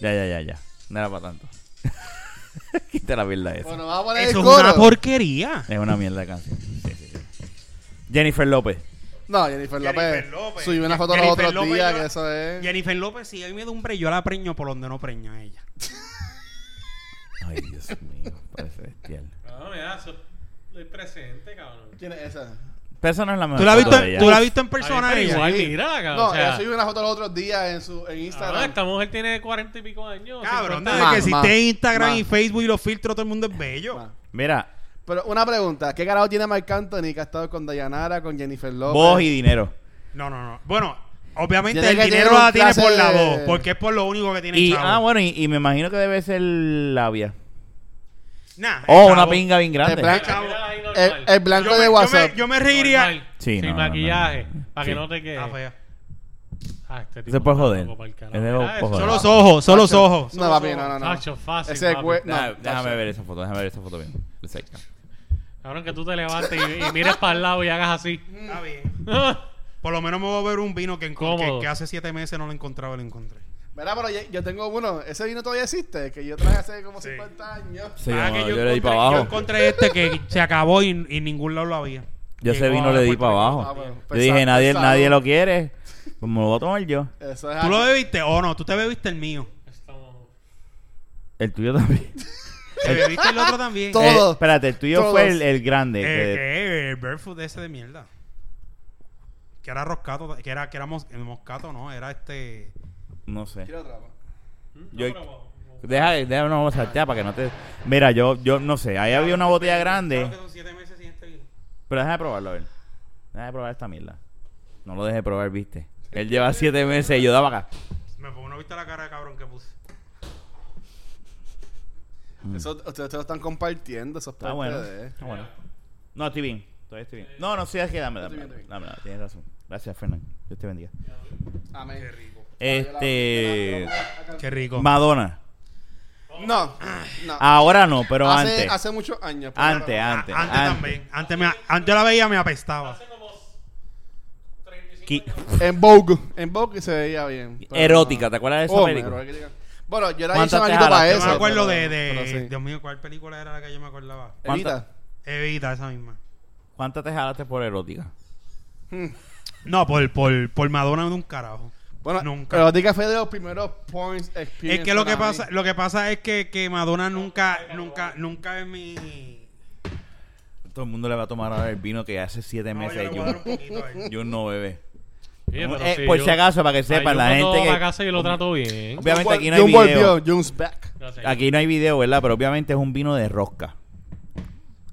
[SPEAKER 1] Ya, ya, ya, ya. No era para tanto. *laughs* quita la mierda esa.
[SPEAKER 3] Bueno, vamos a poner
[SPEAKER 2] Eso
[SPEAKER 3] el
[SPEAKER 2] es
[SPEAKER 3] coro.
[SPEAKER 2] una porquería.
[SPEAKER 1] Es una mierda de canción. Sí, sí, sí. Jennifer López.
[SPEAKER 3] No, Jennifer López.
[SPEAKER 2] Jennifer López.
[SPEAKER 3] Subí una foto
[SPEAKER 2] Jennifer
[SPEAKER 3] los otros
[SPEAKER 2] López
[SPEAKER 3] días,
[SPEAKER 2] yo-
[SPEAKER 3] que eso es.
[SPEAKER 2] Jennifer López, si a mí me da un break, yo la preño por donde no preña ella.
[SPEAKER 1] Ay, Dios mío, parece bestial.
[SPEAKER 5] No, mira, eso es presente, cabrón.
[SPEAKER 3] ¿Quién es esa?
[SPEAKER 1] Pero esa no es la mejor.
[SPEAKER 2] ¿Tú la, has
[SPEAKER 1] foto
[SPEAKER 2] visto,
[SPEAKER 1] de ella.
[SPEAKER 2] ¿Tú la has visto en persona?
[SPEAKER 5] Pero
[SPEAKER 2] ella?
[SPEAKER 5] igual,
[SPEAKER 3] Sí.
[SPEAKER 5] mírala, cabrón.
[SPEAKER 3] No,
[SPEAKER 5] o sea,
[SPEAKER 3] yo subí una foto los otros días en, su, en
[SPEAKER 5] cabrón,
[SPEAKER 3] Instagram.
[SPEAKER 5] Ah, esta mujer tiene cuarenta y pico años.
[SPEAKER 2] Cabrón,
[SPEAKER 5] 50
[SPEAKER 2] desde
[SPEAKER 3] Ma,
[SPEAKER 2] que
[SPEAKER 3] ma,
[SPEAKER 2] existe Instagram
[SPEAKER 3] ma.
[SPEAKER 2] y Facebook y los filtros, todo el mundo es bello.
[SPEAKER 3] Ma.
[SPEAKER 1] Mira,
[SPEAKER 3] Pero una pregunta: ¿qué carajo tiene Marc Anthony que ha estado con Dayanara, con Jennifer López?
[SPEAKER 1] voz y dinero.
[SPEAKER 2] No, no, no. Bueno, obviamente
[SPEAKER 3] Tiene
[SPEAKER 2] el
[SPEAKER 3] que
[SPEAKER 2] dinero
[SPEAKER 3] tener un
[SPEAKER 2] la tiene
[SPEAKER 3] clase
[SPEAKER 2] por la
[SPEAKER 3] de-
[SPEAKER 2] voz, porque es por lo único que tiene
[SPEAKER 1] Y,
[SPEAKER 2] chavo.
[SPEAKER 1] ah, bueno, y, y me imagino que debe ser labia.
[SPEAKER 2] Nah,
[SPEAKER 1] Oh,
[SPEAKER 2] el
[SPEAKER 1] una
[SPEAKER 2] chavo.
[SPEAKER 1] pinga bien
[SPEAKER 3] De
[SPEAKER 1] grande.
[SPEAKER 3] plan-
[SPEAKER 5] Mírala, mírala ahí normal.
[SPEAKER 3] El, el blanco
[SPEAKER 2] Yo me,
[SPEAKER 3] de
[SPEAKER 2] yo
[SPEAKER 3] WhatsApp.
[SPEAKER 2] me- yo pues, me reiría. Eh,
[SPEAKER 5] Normal,
[SPEAKER 1] Eh, Sí,
[SPEAKER 5] sin
[SPEAKER 1] no, no, no.
[SPEAKER 5] maquillaje, para que
[SPEAKER 1] Sí.
[SPEAKER 5] no te quede.
[SPEAKER 2] Está fea.
[SPEAKER 5] Ah, este
[SPEAKER 1] Se puede
[SPEAKER 5] está
[SPEAKER 1] joder.
[SPEAKER 5] loco pa'l carajo.
[SPEAKER 1] Es de loco
[SPEAKER 5] Mira eso.
[SPEAKER 1] joder.
[SPEAKER 2] Son los ojos, son los ojos.
[SPEAKER 3] No, papi, no, no, no.
[SPEAKER 5] Nacho, fácil,
[SPEAKER 3] Ese
[SPEAKER 5] papi.
[SPEAKER 3] güey- no,
[SPEAKER 1] Déjame, déjame
[SPEAKER 3] Nacho.
[SPEAKER 1] ver esa foto, déjame ver esa foto bien. De cerca.
[SPEAKER 5] Cabrón, que tú te levantes y, y mires para el lado y hagas así.
[SPEAKER 2] Está bien. Por lo menos me voy a ver un vino que, encon-
[SPEAKER 5] Cómodo.
[SPEAKER 2] que, que hace siete meses no lo encontraba y lo encontré.
[SPEAKER 3] Verá, pero yo, yo tengo uno. Ese vino todavía existe, que yo traje hace como
[SPEAKER 2] Sí.
[SPEAKER 3] 50 años.
[SPEAKER 1] Sí,
[SPEAKER 2] Ah, que
[SPEAKER 1] yo, le di para
[SPEAKER 2] Yo
[SPEAKER 1] abajo.
[SPEAKER 2] encontré este que se acabó y, y en ningún lado lo había.
[SPEAKER 1] Yo ese
[SPEAKER 2] Llegó
[SPEAKER 1] vino
[SPEAKER 2] a
[SPEAKER 1] le di
[SPEAKER 2] Puerto
[SPEAKER 1] para
[SPEAKER 2] Rico.
[SPEAKER 1] abajo.
[SPEAKER 3] Ah, bueno,
[SPEAKER 1] yo
[SPEAKER 3] pesado,
[SPEAKER 1] dije, nadie,
[SPEAKER 3] pesado.
[SPEAKER 1] nadie lo quiere. Pues me lo voy a tomar yo.
[SPEAKER 3] Eso es
[SPEAKER 2] ¿Tú lo
[SPEAKER 3] algo.
[SPEAKER 2] bebiste o no? ¿Tú te bebiste el mío?
[SPEAKER 5] Estamos-
[SPEAKER 1] El tuyo también. Eh,
[SPEAKER 2] ¿Te bebiste el otro también?
[SPEAKER 3] Todo. *laughs* Todos.
[SPEAKER 1] espérate, el tuyo
[SPEAKER 3] Todos.
[SPEAKER 1] fue el, el grande.
[SPEAKER 2] Eh,
[SPEAKER 1] que-
[SPEAKER 2] ¿qué? El Barefoot ese de mierda. Que era roscato, que era, que era mos- el moscato, no, era este...
[SPEAKER 1] no sé.
[SPEAKER 3] Quiero otra, pa.
[SPEAKER 1] Yo-
[SPEAKER 5] No, pero-
[SPEAKER 1] Deja, deja una vamos a saltear para que no te. Mira, yo, yo no sé. Ahí había una botella grande.
[SPEAKER 2] Claro que son siete meses sin este vino.
[SPEAKER 1] Pero deja de probarlo, a ver. Deja de probar esta mierda. No lo deje probar, viste. Él lleva siete meses y yo daba acá.
[SPEAKER 2] Me pongo una vista la cara de cabrón que puse.
[SPEAKER 3] Eso, ustedes, ustedes lo están compartiendo, eso es
[SPEAKER 1] Está
[SPEAKER 3] parte
[SPEAKER 1] bueno.
[SPEAKER 3] de-
[SPEAKER 1] Está bueno. No, estoy bien. Todavía estoy bien. No, no, sí, es que dame, dame.
[SPEAKER 3] Estoy
[SPEAKER 1] Dame,
[SPEAKER 3] bien, estoy bien.
[SPEAKER 1] dame, dame. Tienes razón. Gracias, Fernán. Dios te bendiga.
[SPEAKER 3] Amén.
[SPEAKER 2] Qué rico.
[SPEAKER 1] Este.
[SPEAKER 2] Qué rico.
[SPEAKER 1] Madonna.
[SPEAKER 3] No, no.
[SPEAKER 1] Ahora no, Ah, pero
[SPEAKER 3] hace,
[SPEAKER 1] antes.
[SPEAKER 3] hace muchos años. pero
[SPEAKER 1] Antes,
[SPEAKER 3] ahora-
[SPEAKER 2] Ah,
[SPEAKER 1] antes.
[SPEAKER 2] antes, también. Antes, me, antes yo la veía me apestaba.
[SPEAKER 5] Hace como 35
[SPEAKER 1] Qui-
[SPEAKER 3] En Vogue. En Vogue se veía bien. pero-
[SPEAKER 1] ah. Erótica, ¿te acuerdas de esa
[SPEAKER 3] Oh,
[SPEAKER 1] película?
[SPEAKER 3] pero hay que llegar. Bueno, yo era bien
[SPEAKER 1] ¿Cuántas te
[SPEAKER 3] chamanito para
[SPEAKER 1] jalaste?
[SPEAKER 3] eso.
[SPEAKER 2] Yo me acuerdo
[SPEAKER 3] pero-
[SPEAKER 2] de... de-
[SPEAKER 3] pero sí.
[SPEAKER 2] Dios mío, ¿cuál película era la que yo me acordaba?
[SPEAKER 3] Evita.
[SPEAKER 2] Evita, esa misma.
[SPEAKER 1] ¿Cuántas te jalaste por erótica?
[SPEAKER 2] No, por, por, por Madonna de un carajo.
[SPEAKER 3] Bueno,
[SPEAKER 2] Nunca.
[SPEAKER 3] Erótica fue de los primeros points
[SPEAKER 2] Es
[SPEAKER 3] experience
[SPEAKER 2] que lo que
[SPEAKER 3] para mí.
[SPEAKER 2] pasa, lo que pasa es que, que Madonna nunca, nunca, nunca es mi.
[SPEAKER 1] Todo el mundo le va a tomar ahora el vino que hace siete
[SPEAKER 2] No, yo le
[SPEAKER 1] meses.
[SPEAKER 2] voy a
[SPEAKER 1] yo,
[SPEAKER 2] dar un poquito ahí.
[SPEAKER 1] yo no bebe.
[SPEAKER 5] Oye, pero
[SPEAKER 1] Eh,
[SPEAKER 5] sí,
[SPEAKER 1] por
[SPEAKER 5] yo-
[SPEAKER 1] si acaso, para que
[SPEAKER 5] Ay,
[SPEAKER 1] sepan,
[SPEAKER 5] yo
[SPEAKER 1] la
[SPEAKER 5] fui todo
[SPEAKER 1] gente
[SPEAKER 5] para
[SPEAKER 1] que.
[SPEAKER 5] casa y lo trato bien.
[SPEAKER 1] Obviamente aquí no hay
[SPEAKER 3] Jun
[SPEAKER 1] video.
[SPEAKER 3] volvió, Jun's back.
[SPEAKER 5] Gracias.
[SPEAKER 1] Aquí no hay video, ¿verdad? Pero obviamente es un vino de rosca.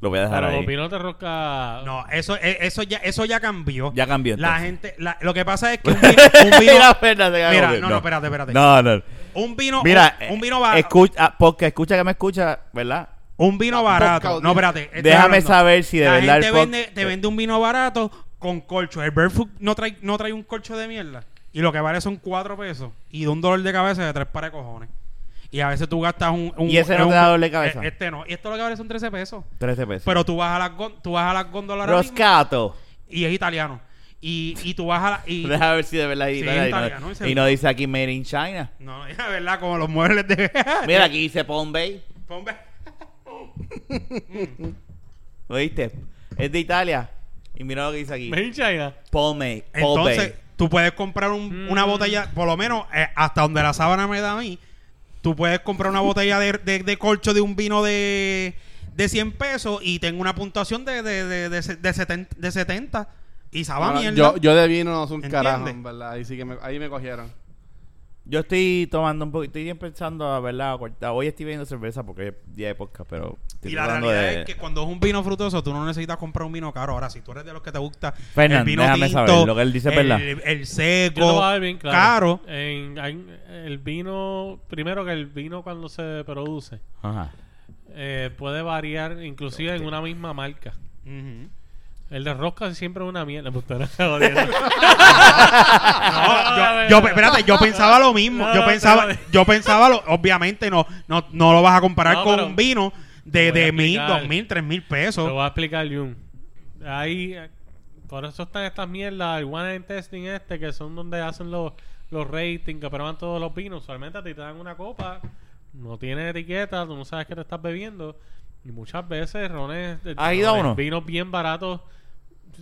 [SPEAKER 1] Lo voy a dejar
[SPEAKER 5] Pero
[SPEAKER 1] ahí.
[SPEAKER 5] los vinos de rosca.
[SPEAKER 2] No, eso, eh, eso ya, eso ya cambió.
[SPEAKER 1] Ya cambió,
[SPEAKER 2] La
[SPEAKER 1] entonces.
[SPEAKER 2] gente, la- lo que pasa es
[SPEAKER 1] *laughs*
[SPEAKER 2] que un vino, un vino,
[SPEAKER 1] Mira, espérate, que
[SPEAKER 2] Mira,
[SPEAKER 1] hago-
[SPEAKER 2] no, no, espérate, espérate.
[SPEAKER 1] No, no.
[SPEAKER 2] un vino,
[SPEAKER 1] Mira,
[SPEAKER 2] un, un vino barato,
[SPEAKER 1] escucha, ah, porque escucha que me escucha, ¿verdad?
[SPEAKER 2] un vino barato. No, espérate. estoy
[SPEAKER 1] Déjame
[SPEAKER 2] hablando.
[SPEAKER 1] saber si de
[SPEAKER 2] la
[SPEAKER 1] verdad
[SPEAKER 2] gente
[SPEAKER 1] el eh. pod-
[SPEAKER 2] vende, te vende un vino barato con corcho. El Barefoot no trae, no trae un corcho de mierda. Y lo que vale son cuatro pesos. Y de un dolor de cabeza de tres pares de cojones. Y a veces tú gastas un. un-
[SPEAKER 1] ¿Y ese no
[SPEAKER 2] un-
[SPEAKER 1] te da dolor de cabeza?
[SPEAKER 2] eh, Este no. Y esto lo que vale son 13 pesos.
[SPEAKER 1] 13 pesos.
[SPEAKER 2] Pero tú vas a las, gón- tú vas a las góndolas ahora mismo
[SPEAKER 1] Roscato.
[SPEAKER 2] y es italiano. Y, y tú vas a la. Y,
[SPEAKER 1] *laughs* Déjame ver si de verdad
[SPEAKER 2] Sí,
[SPEAKER 1] y,
[SPEAKER 2] italiano,
[SPEAKER 1] no,
[SPEAKER 2] ese- Este
[SPEAKER 1] y no dice aquí Made in China.
[SPEAKER 2] no, es verdad, como los muebles de.
[SPEAKER 1] *laughs*
[SPEAKER 2] Pues,
[SPEAKER 1] Mira, aquí dice Bombay.
[SPEAKER 2] Ponme-
[SPEAKER 1] ¿Oíste? Es de Italia. Y mira lo que dice aquí.
[SPEAKER 5] Made in China.
[SPEAKER 1] Pombe.
[SPEAKER 2] Entonces, tú puedes comprar un- una
[SPEAKER 5] Mm.
[SPEAKER 2] botella, por lo menos eh, hasta donde la sábana me da a mí, tú puedes comprar una botella de, de- de corcho de un vino de, de 100 pesos y tengo una puntuación de, de, de, de, se- de 70, de 70 y sabe a
[SPEAKER 3] Bueno,
[SPEAKER 2] Ah, mierda.
[SPEAKER 3] yo, yo de vino no soy un
[SPEAKER 2] ¿Entiendes?
[SPEAKER 3] carajo, en verdad. Ahí sí que me, ahí me cogieron. Pues
[SPEAKER 1] Yo estoy tomando un poquito, estoy empezando a verla a cortar. Hoy estoy bebiendo cerveza porque es día de podcast, pero estoy
[SPEAKER 2] y la
[SPEAKER 1] tratando
[SPEAKER 2] realidad
[SPEAKER 1] de-
[SPEAKER 2] es que cuando es un vino frutoso, tú no necesitas comprar un vino caro. Ahora, si tú eres de los que te gusta
[SPEAKER 1] Fernan,
[SPEAKER 2] el vino
[SPEAKER 1] déjame
[SPEAKER 2] tinto,
[SPEAKER 1] saber, lo que él dice es
[SPEAKER 2] el,
[SPEAKER 1] verdad.
[SPEAKER 2] el
[SPEAKER 5] Yo te voy a
[SPEAKER 2] seco,
[SPEAKER 5] dar bien claro.
[SPEAKER 2] caro,
[SPEAKER 5] En- en- el vino, primero que el vino cuando se produce,
[SPEAKER 1] Ajá.
[SPEAKER 5] eh, puede variar inclusive en una misma marca.
[SPEAKER 2] Ujú.
[SPEAKER 5] El de rosca siempre es una mierda. *laughs* Me estoy
[SPEAKER 2] *laughs*
[SPEAKER 5] jodiendo.
[SPEAKER 2] No, Ah, yo, yo- espérate, yo pensaba lo mismo.
[SPEAKER 5] Ah, No,
[SPEAKER 2] Yo
[SPEAKER 5] no,
[SPEAKER 2] pensaba,
[SPEAKER 5] espérate.
[SPEAKER 2] yo pensaba lo, obviamente no, no, no lo vas a comparar
[SPEAKER 5] No,
[SPEAKER 2] con
[SPEAKER 5] pero
[SPEAKER 2] un vino de,
[SPEAKER 5] te voy a
[SPEAKER 2] de mil,
[SPEAKER 5] explicar.
[SPEAKER 2] dos mil, tres mil
[SPEAKER 5] Te
[SPEAKER 2] pesos.
[SPEAKER 5] voy a explicar, Jun. Ahí, eh, por eso están estas mierdas, el One and Testing este, que son donde hacen los, los ratings, que prueban todos los vinos. Usualmente a ti te dan una copa, no tiene etiqueta, tú no sabes qué te estás bebiendo. Y muchas veces rones, eh,
[SPEAKER 1] ¿Has ido a
[SPEAKER 5] rones,
[SPEAKER 1] uno?
[SPEAKER 5] vinos bien baratos,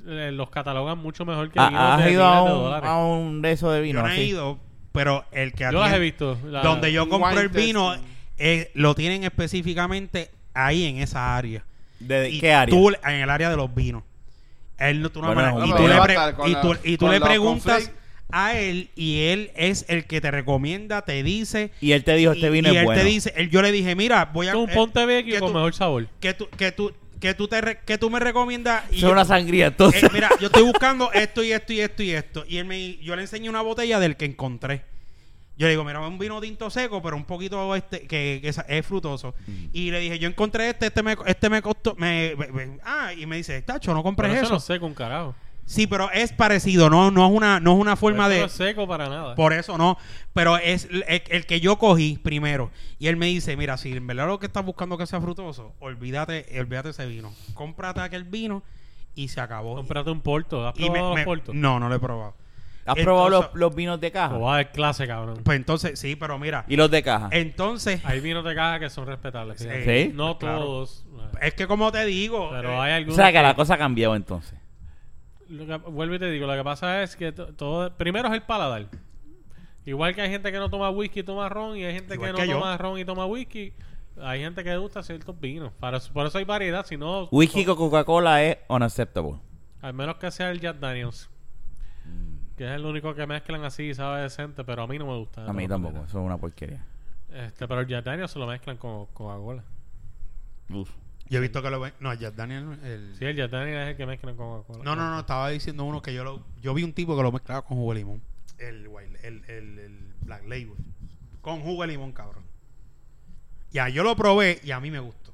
[SPEAKER 5] eh, los catalogan mucho mejor que
[SPEAKER 1] Ah,
[SPEAKER 5] vinos
[SPEAKER 1] ¿Has
[SPEAKER 5] de
[SPEAKER 1] ido
[SPEAKER 5] miles
[SPEAKER 1] a
[SPEAKER 5] de
[SPEAKER 1] un,
[SPEAKER 5] dólares.
[SPEAKER 1] a un de esos de vino?
[SPEAKER 2] Yo no he
[SPEAKER 1] así?
[SPEAKER 2] ido, pero el que
[SPEAKER 5] Yo las he
[SPEAKER 2] atiende-
[SPEAKER 5] visto. la-
[SPEAKER 2] donde yo compré
[SPEAKER 3] Wine
[SPEAKER 2] el vino,
[SPEAKER 3] tasting.
[SPEAKER 2] eh, lo tienen específicamente ahí en esa área.
[SPEAKER 1] ¿De
[SPEAKER 2] Y
[SPEAKER 1] qué área?
[SPEAKER 2] tú le- en el área de los vinos. Él no, tú no
[SPEAKER 1] Bueno,
[SPEAKER 2] manejas-
[SPEAKER 1] es un
[SPEAKER 2] y tú
[SPEAKER 1] vino.
[SPEAKER 2] le,
[SPEAKER 3] Va a
[SPEAKER 2] pre-
[SPEAKER 3] estar con
[SPEAKER 2] y
[SPEAKER 3] la-
[SPEAKER 2] tú- y tú
[SPEAKER 3] con
[SPEAKER 2] le
[SPEAKER 3] los
[SPEAKER 2] preguntas
[SPEAKER 3] cornflakes.
[SPEAKER 2] a él y él es el que te recomienda, te dice
[SPEAKER 1] Y él te dijo, este vino
[SPEAKER 2] y
[SPEAKER 1] es
[SPEAKER 2] él
[SPEAKER 1] bueno.
[SPEAKER 2] te dice, él- yo le dije, mira, voy a
[SPEAKER 5] Esto es un
[SPEAKER 2] eh,
[SPEAKER 5] Ponte Vecchio
[SPEAKER 2] que
[SPEAKER 5] con
[SPEAKER 2] tú-
[SPEAKER 5] mejor sabor.
[SPEAKER 2] que tú que tú que tú te re- que tú me recomiendas y
[SPEAKER 1] Eso es
[SPEAKER 2] yo-
[SPEAKER 1] una sangría,
[SPEAKER 2] *laughs* eh,
[SPEAKER 1] entonces.
[SPEAKER 2] mira, yo estoy buscando esto y esto y esto y esto y él me yo le enseñé una botella del que encontré. Yo le digo, mira, un vino tinto seco, pero un poquito este que, que sa- es frutoso.
[SPEAKER 1] Mm.
[SPEAKER 2] Y le dije, yo encontré este, este me este me costó me, me- me- ah, y me dice, "Tacho, no
[SPEAKER 5] Pero
[SPEAKER 2] compres
[SPEAKER 5] eso,
[SPEAKER 2] eso."
[SPEAKER 5] no es seco un carajo.
[SPEAKER 2] Sí, pero es parecido, no no es una no es una forma
[SPEAKER 5] Eso
[SPEAKER 2] de
[SPEAKER 5] no es seco para nada.
[SPEAKER 2] por eso no, pero es el, el- el que yo cogí primero. Y él me dice, mira, si en verdad lo que estás buscando que sea frutoso, olvídate, olvídate ese vino. Cómprate aquel vino y se acabó.
[SPEAKER 5] Comprate un Porto. ¿Has
[SPEAKER 2] Y me-
[SPEAKER 5] probado los
[SPEAKER 2] me-
[SPEAKER 5] Portos?
[SPEAKER 2] no, no lo he probado.
[SPEAKER 1] ¿Has probado los,
[SPEAKER 2] entonces-
[SPEAKER 1] los vinos de caja?
[SPEAKER 5] Te voy a dar clase, cabrón.
[SPEAKER 2] Pues entonces, sí, pero mira,
[SPEAKER 1] ¿Y los de caja?
[SPEAKER 2] entonces,
[SPEAKER 5] Hay vinos de caja que son respetables.
[SPEAKER 2] Sí.
[SPEAKER 5] fíjate.
[SPEAKER 1] Sí,
[SPEAKER 5] No
[SPEAKER 2] claro.
[SPEAKER 5] todos.
[SPEAKER 2] es que como te digo, eh,
[SPEAKER 5] Pero hay
[SPEAKER 1] o
[SPEAKER 5] algunos.
[SPEAKER 1] sea, que la cosa ha cambiado entonces.
[SPEAKER 5] Lo que- vuelvo y te digo, lo que pasa es que to- todo. Primero es el paladar. Igual que hay gente que no toma whisky y toma ron, y hay gente
[SPEAKER 2] Igual
[SPEAKER 5] que no
[SPEAKER 2] que yo.
[SPEAKER 5] toma ron y toma whisky. Hay gente que le gusta ciertos vinos. Para, por eso hay variedad, si no...
[SPEAKER 1] Whisky con Coca-Cola es unacceptable.
[SPEAKER 5] Al menos que sea el Jack Daniels. Que es el único que mezclan así y sabe decente, pero a mí no me
[SPEAKER 2] Ah,
[SPEAKER 5] gusta. de
[SPEAKER 1] Mm. A mí
[SPEAKER 5] todas
[SPEAKER 1] tampoco, eso es una porquería.
[SPEAKER 5] maneras. Este, pero el Jack Daniels se lo mezclan con con Coca-Cola.
[SPEAKER 2] Yo he visto que lo ven. No, Jack Daniel. el-
[SPEAKER 5] Sí, el Jack Daniels es el que mezclan con Coca-Cola.
[SPEAKER 2] No, no, no, estaba diciendo uno que yo lo. Yo vi un tipo que lo mezclaba con jugo de limón. El, white- el, el, el Black Label. Con jugo de limón, cabrón. Ya, yo lo probé y a mí me gustó.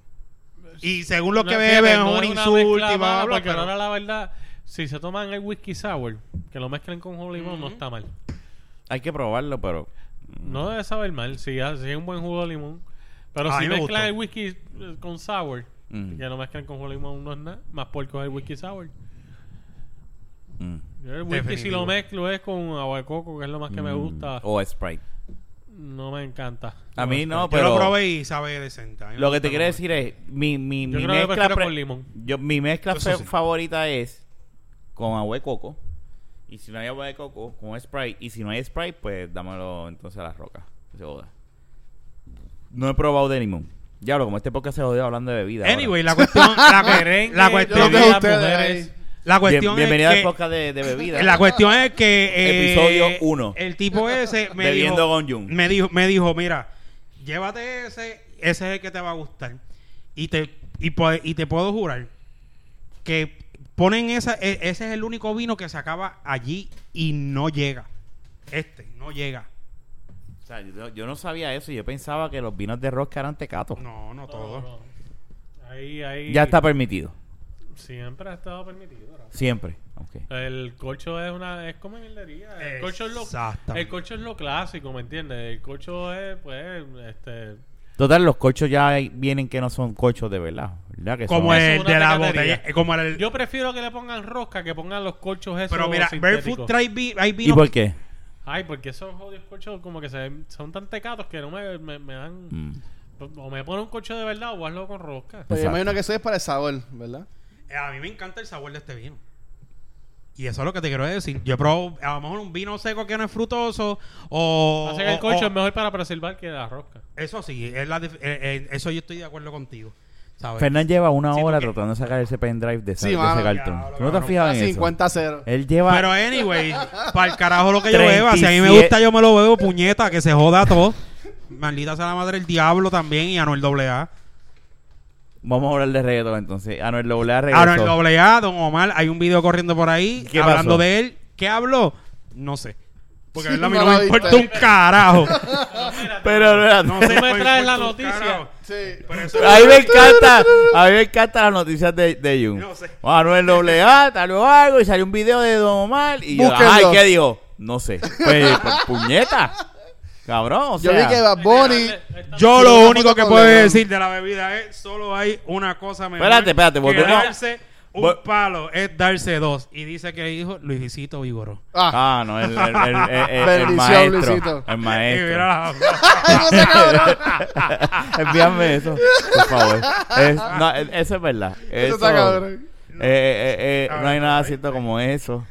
[SPEAKER 2] Y según lo
[SPEAKER 5] No,
[SPEAKER 2] que
[SPEAKER 5] fíjate,
[SPEAKER 2] beben, es
[SPEAKER 5] no
[SPEAKER 2] un
[SPEAKER 5] una
[SPEAKER 2] insulto
[SPEAKER 5] mezcla
[SPEAKER 2] y bla,
[SPEAKER 5] mala,
[SPEAKER 2] bla,
[SPEAKER 5] Porque
[SPEAKER 2] pero-
[SPEAKER 5] ahora la verdad, si se toman el whisky sour, que lo mezclen con jugo de limón, no
[SPEAKER 2] Mm-hmm.
[SPEAKER 5] está mal.
[SPEAKER 1] Hay que probarlo, pero
[SPEAKER 5] No debe saber mal, si, ha- si es un buen jugo de limón. Pero
[SPEAKER 2] A
[SPEAKER 5] si
[SPEAKER 2] mí me
[SPEAKER 5] mezclan
[SPEAKER 2] gustó.
[SPEAKER 5] el whisky eh, con sour,
[SPEAKER 1] Mm.
[SPEAKER 5] que lo mezclan con jugo de limón, no es nada. Más puerco es el whisky sour.
[SPEAKER 1] mm,
[SPEAKER 5] Yo el whisky si
[SPEAKER 2] Definitivo.
[SPEAKER 5] lo mezclo es con agua de coco, que es lo más que me
[SPEAKER 1] Mm.
[SPEAKER 5] gusta.
[SPEAKER 1] o Sprite.
[SPEAKER 5] No me encanta.
[SPEAKER 1] A mí no,
[SPEAKER 2] Yo
[SPEAKER 1] pero
[SPEAKER 2] lo probé y sabe decente. A mí me
[SPEAKER 1] lo que
[SPEAKER 2] gusta
[SPEAKER 1] te quiero
[SPEAKER 2] como-
[SPEAKER 1] decir es mi mi
[SPEAKER 5] Yo
[SPEAKER 1] mi
[SPEAKER 5] creo que
[SPEAKER 1] mezcla
[SPEAKER 5] prefiero
[SPEAKER 1] pre-
[SPEAKER 5] con limón.
[SPEAKER 1] yo- mi mezcla
[SPEAKER 2] Eso
[SPEAKER 1] fe-
[SPEAKER 2] sí.
[SPEAKER 1] favorita es con agua de coco. Y si no hay agua de coco, con Sprite. Y si no hay Sprite, pues dámelo entonces a las rocas. Que se joda. No he probado de limón. Ya lo como este podcast se jodió hablando de bebida. ahora.
[SPEAKER 2] Anyway, la
[SPEAKER 5] *laughs*
[SPEAKER 2] cuestión. la, cue-
[SPEAKER 5] Merengue,
[SPEAKER 2] la
[SPEAKER 3] Yo los
[SPEAKER 2] cuestión
[SPEAKER 3] dejo a
[SPEAKER 2] es.
[SPEAKER 5] Bienvenida,
[SPEAKER 3] ustedes
[SPEAKER 5] mujeres.
[SPEAKER 3] ahí.
[SPEAKER 2] La
[SPEAKER 1] Bien-
[SPEAKER 2] cuestión es.
[SPEAKER 1] bienvenida
[SPEAKER 2] que-
[SPEAKER 1] al podcast de, de bebida.
[SPEAKER 2] La cuestión es que. eh,
[SPEAKER 1] Episodio uno.
[SPEAKER 2] El tipo ese me
[SPEAKER 1] Bebiendo
[SPEAKER 2] dijo,
[SPEAKER 1] con Jun.
[SPEAKER 2] Me dijo, me dijo, mira, llévate ese, ese es el que te va a gustar. Y te, y, po- y te puedo jurar que ponen esa, e- ese es el único vino que se acaba allí y no llega. Este, no llega.
[SPEAKER 1] O sea, yo, yo no sabía eso. Yo pensaba que los vinos de rosca eran tecatos.
[SPEAKER 2] No, no todo.
[SPEAKER 5] No, no. Ahí, ahí.
[SPEAKER 1] Ya está permitido.
[SPEAKER 5] Siempre ha estado permitido. Rafa.
[SPEAKER 1] Siempre. Okay.
[SPEAKER 5] El corcho es una es como milería. El corcho es lo
[SPEAKER 2] Exactamente.
[SPEAKER 5] el corcho es lo clásico, ¿me entiendes? El corcho es pues este
[SPEAKER 1] Total, los cochos ya hay- vienen que no son cochos de verdad. ¿verdad? Que
[SPEAKER 2] Como
[SPEAKER 1] son-
[SPEAKER 5] Eso es
[SPEAKER 2] el
[SPEAKER 5] una
[SPEAKER 2] de la
[SPEAKER 5] tecatería.
[SPEAKER 2] botella, eh, como el...
[SPEAKER 5] Yo prefiero que le pongan rosca que pongan los corchos esos
[SPEAKER 2] pero mira, Barefoot
[SPEAKER 5] sintéticos.
[SPEAKER 2] trae vi- hay
[SPEAKER 1] ¿Y
[SPEAKER 2] vino...
[SPEAKER 1] por qué?
[SPEAKER 5] Ay, porque esos jodidos corchos como que se ven- son tan tecatos que no me, me, me dan
[SPEAKER 1] Mm.
[SPEAKER 5] o me pone un corcho de verdad o hazlo con rosca.
[SPEAKER 3] Pues yo
[SPEAKER 1] Exacto.
[SPEAKER 3] imagino que eso es para el sabor, ¿verdad?
[SPEAKER 2] Eh, A mí me encanta el sabor de este vino. Y eso es lo que te quiero decir. Yo probo a lo mejor un vino seco que no es frutoso o...
[SPEAKER 5] Así que el
[SPEAKER 2] o-
[SPEAKER 5] corcho
[SPEAKER 2] o-
[SPEAKER 5] es mejor para preservar que la rosca.
[SPEAKER 2] Eso sí, es la dif- eh, eh, eso yo estoy de acuerdo contigo. ¿sabes?
[SPEAKER 1] Pues, Fernán lleva una
[SPEAKER 2] Sí,
[SPEAKER 1] hora
[SPEAKER 2] porque-
[SPEAKER 1] tratando de sacar ese pendrive de, esa-
[SPEAKER 3] Sí,
[SPEAKER 1] de
[SPEAKER 3] mano,
[SPEAKER 1] ese cartón.
[SPEAKER 2] diablo,
[SPEAKER 1] ¿Tú no te
[SPEAKER 2] cabrón.
[SPEAKER 1] has
[SPEAKER 3] Ah,
[SPEAKER 1] fijado en eso?
[SPEAKER 3] 50 a 0.
[SPEAKER 2] Eh,
[SPEAKER 1] Él lleva...
[SPEAKER 2] Pero anyway, para el carajo lo que yo beba. Si a mí me
[SPEAKER 1] 37.
[SPEAKER 2] gusta, yo me lo bebo, puñeta, que se joda todo. Maldita sea la madre del diablo también y Anuel AA.
[SPEAKER 1] Vamos a hablar de reggaetón entonces. Ah, Anuel
[SPEAKER 2] Ah,
[SPEAKER 1] Doblea regresó.
[SPEAKER 2] Anuel AA, Don Omar, hay un video corriendo por ahí
[SPEAKER 1] ¿Qué
[SPEAKER 2] hablando
[SPEAKER 1] pasó?
[SPEAKER 2] de él. ¿Qué habló? No sé. Porque a mí
[SPEAKER 3] Sí,
[SPEAKER 2] no
[SPEAKER 3] no lo
[SPEAKER 2] me
[SPEAKER 3] he
[SPEAKER 2] importa
[SPEAKER 3] visto.
[SPEAKER 2] un carajo.
[SPEAKER 1] Pero espérate.
[SPEAKER 2] No sé,
[SPEAKER 5] Tú me
[SPEAKER 2] no
[SPEAKER 5] traes
[SPEAKER 2] importa
[SPEAKER 5] la
[SPEAKER 2] un
[SPEAKER 5] noticia.
[SPEAKER 2] carajo.
[SPEAKER 3] Sí.
[SPEAKER 2] Pero eso-
[SPEAKER 1] A mí me encanta, a mí me encantan las noticias de, de Jun.
[SPEAKER 2] No sé.
[SPEAKER 1] Ah, Anuel doble A, tal o algo, y salió un video de Don Omar, y yo,
[SPEAKER 3] Búsquenlo.
[SPEAKER 1] ay, ¿qué dijo? No sé. Pues, pu- puñeta. Cabrón, o
[SPEAKER 3] Yo
[SPEAKER 1] sea.
[SPEAKER 3] vi que Bad Bunny.
[SPEAKER 2] Yo
[SPEAKER 3] Una
[SPEAKER 2] lo
[SPEAKER 3] foto
[SPEAKER 2] único que
[SPEAKER 3] con
[SPEAKER 2] puedo
[SPEAKER 3] Lebron.
[SPEAKER 2] decir de la bebida es solo hay una cosa mejor.
[SPEAKER 1] Espérate, espérate,
[SPEAKER 2] que
[SPEAKER 1] porque no-
[SPEAKER 2] darse un
[SPEAKER 1] Vol-
[SPEAKER 2] palo es darse dos. Y dice que dijo Luisito Vigoró.
[SPEAKER 3] Ah,
[SPEAKER 1] Ah, no, el, el, el, el- el- el
[SPEAKER 3] *laughs* Bendición,
[SPEAKER 1] maestro.
[SPEAKER 3] Luisito.
[SPEAKER 1] El
[SPEAKER 2] Y
[SPEAKER 1] maestro.
[SPEAKER 2] mira
[SPEAKER 1] *laughs*
[SPEAKER 5] *laughs*
[SPEAKER 1] Envíame eso, por favor. Es- no, e- eso es verdad.
[SPEAKER 3] Eso
[SPEAKER 1] Eso,
[SPEAKER 3] está cabrón.
[SPEAKER 1] eh, eh, eh, eh, no hay nada cierto como eso.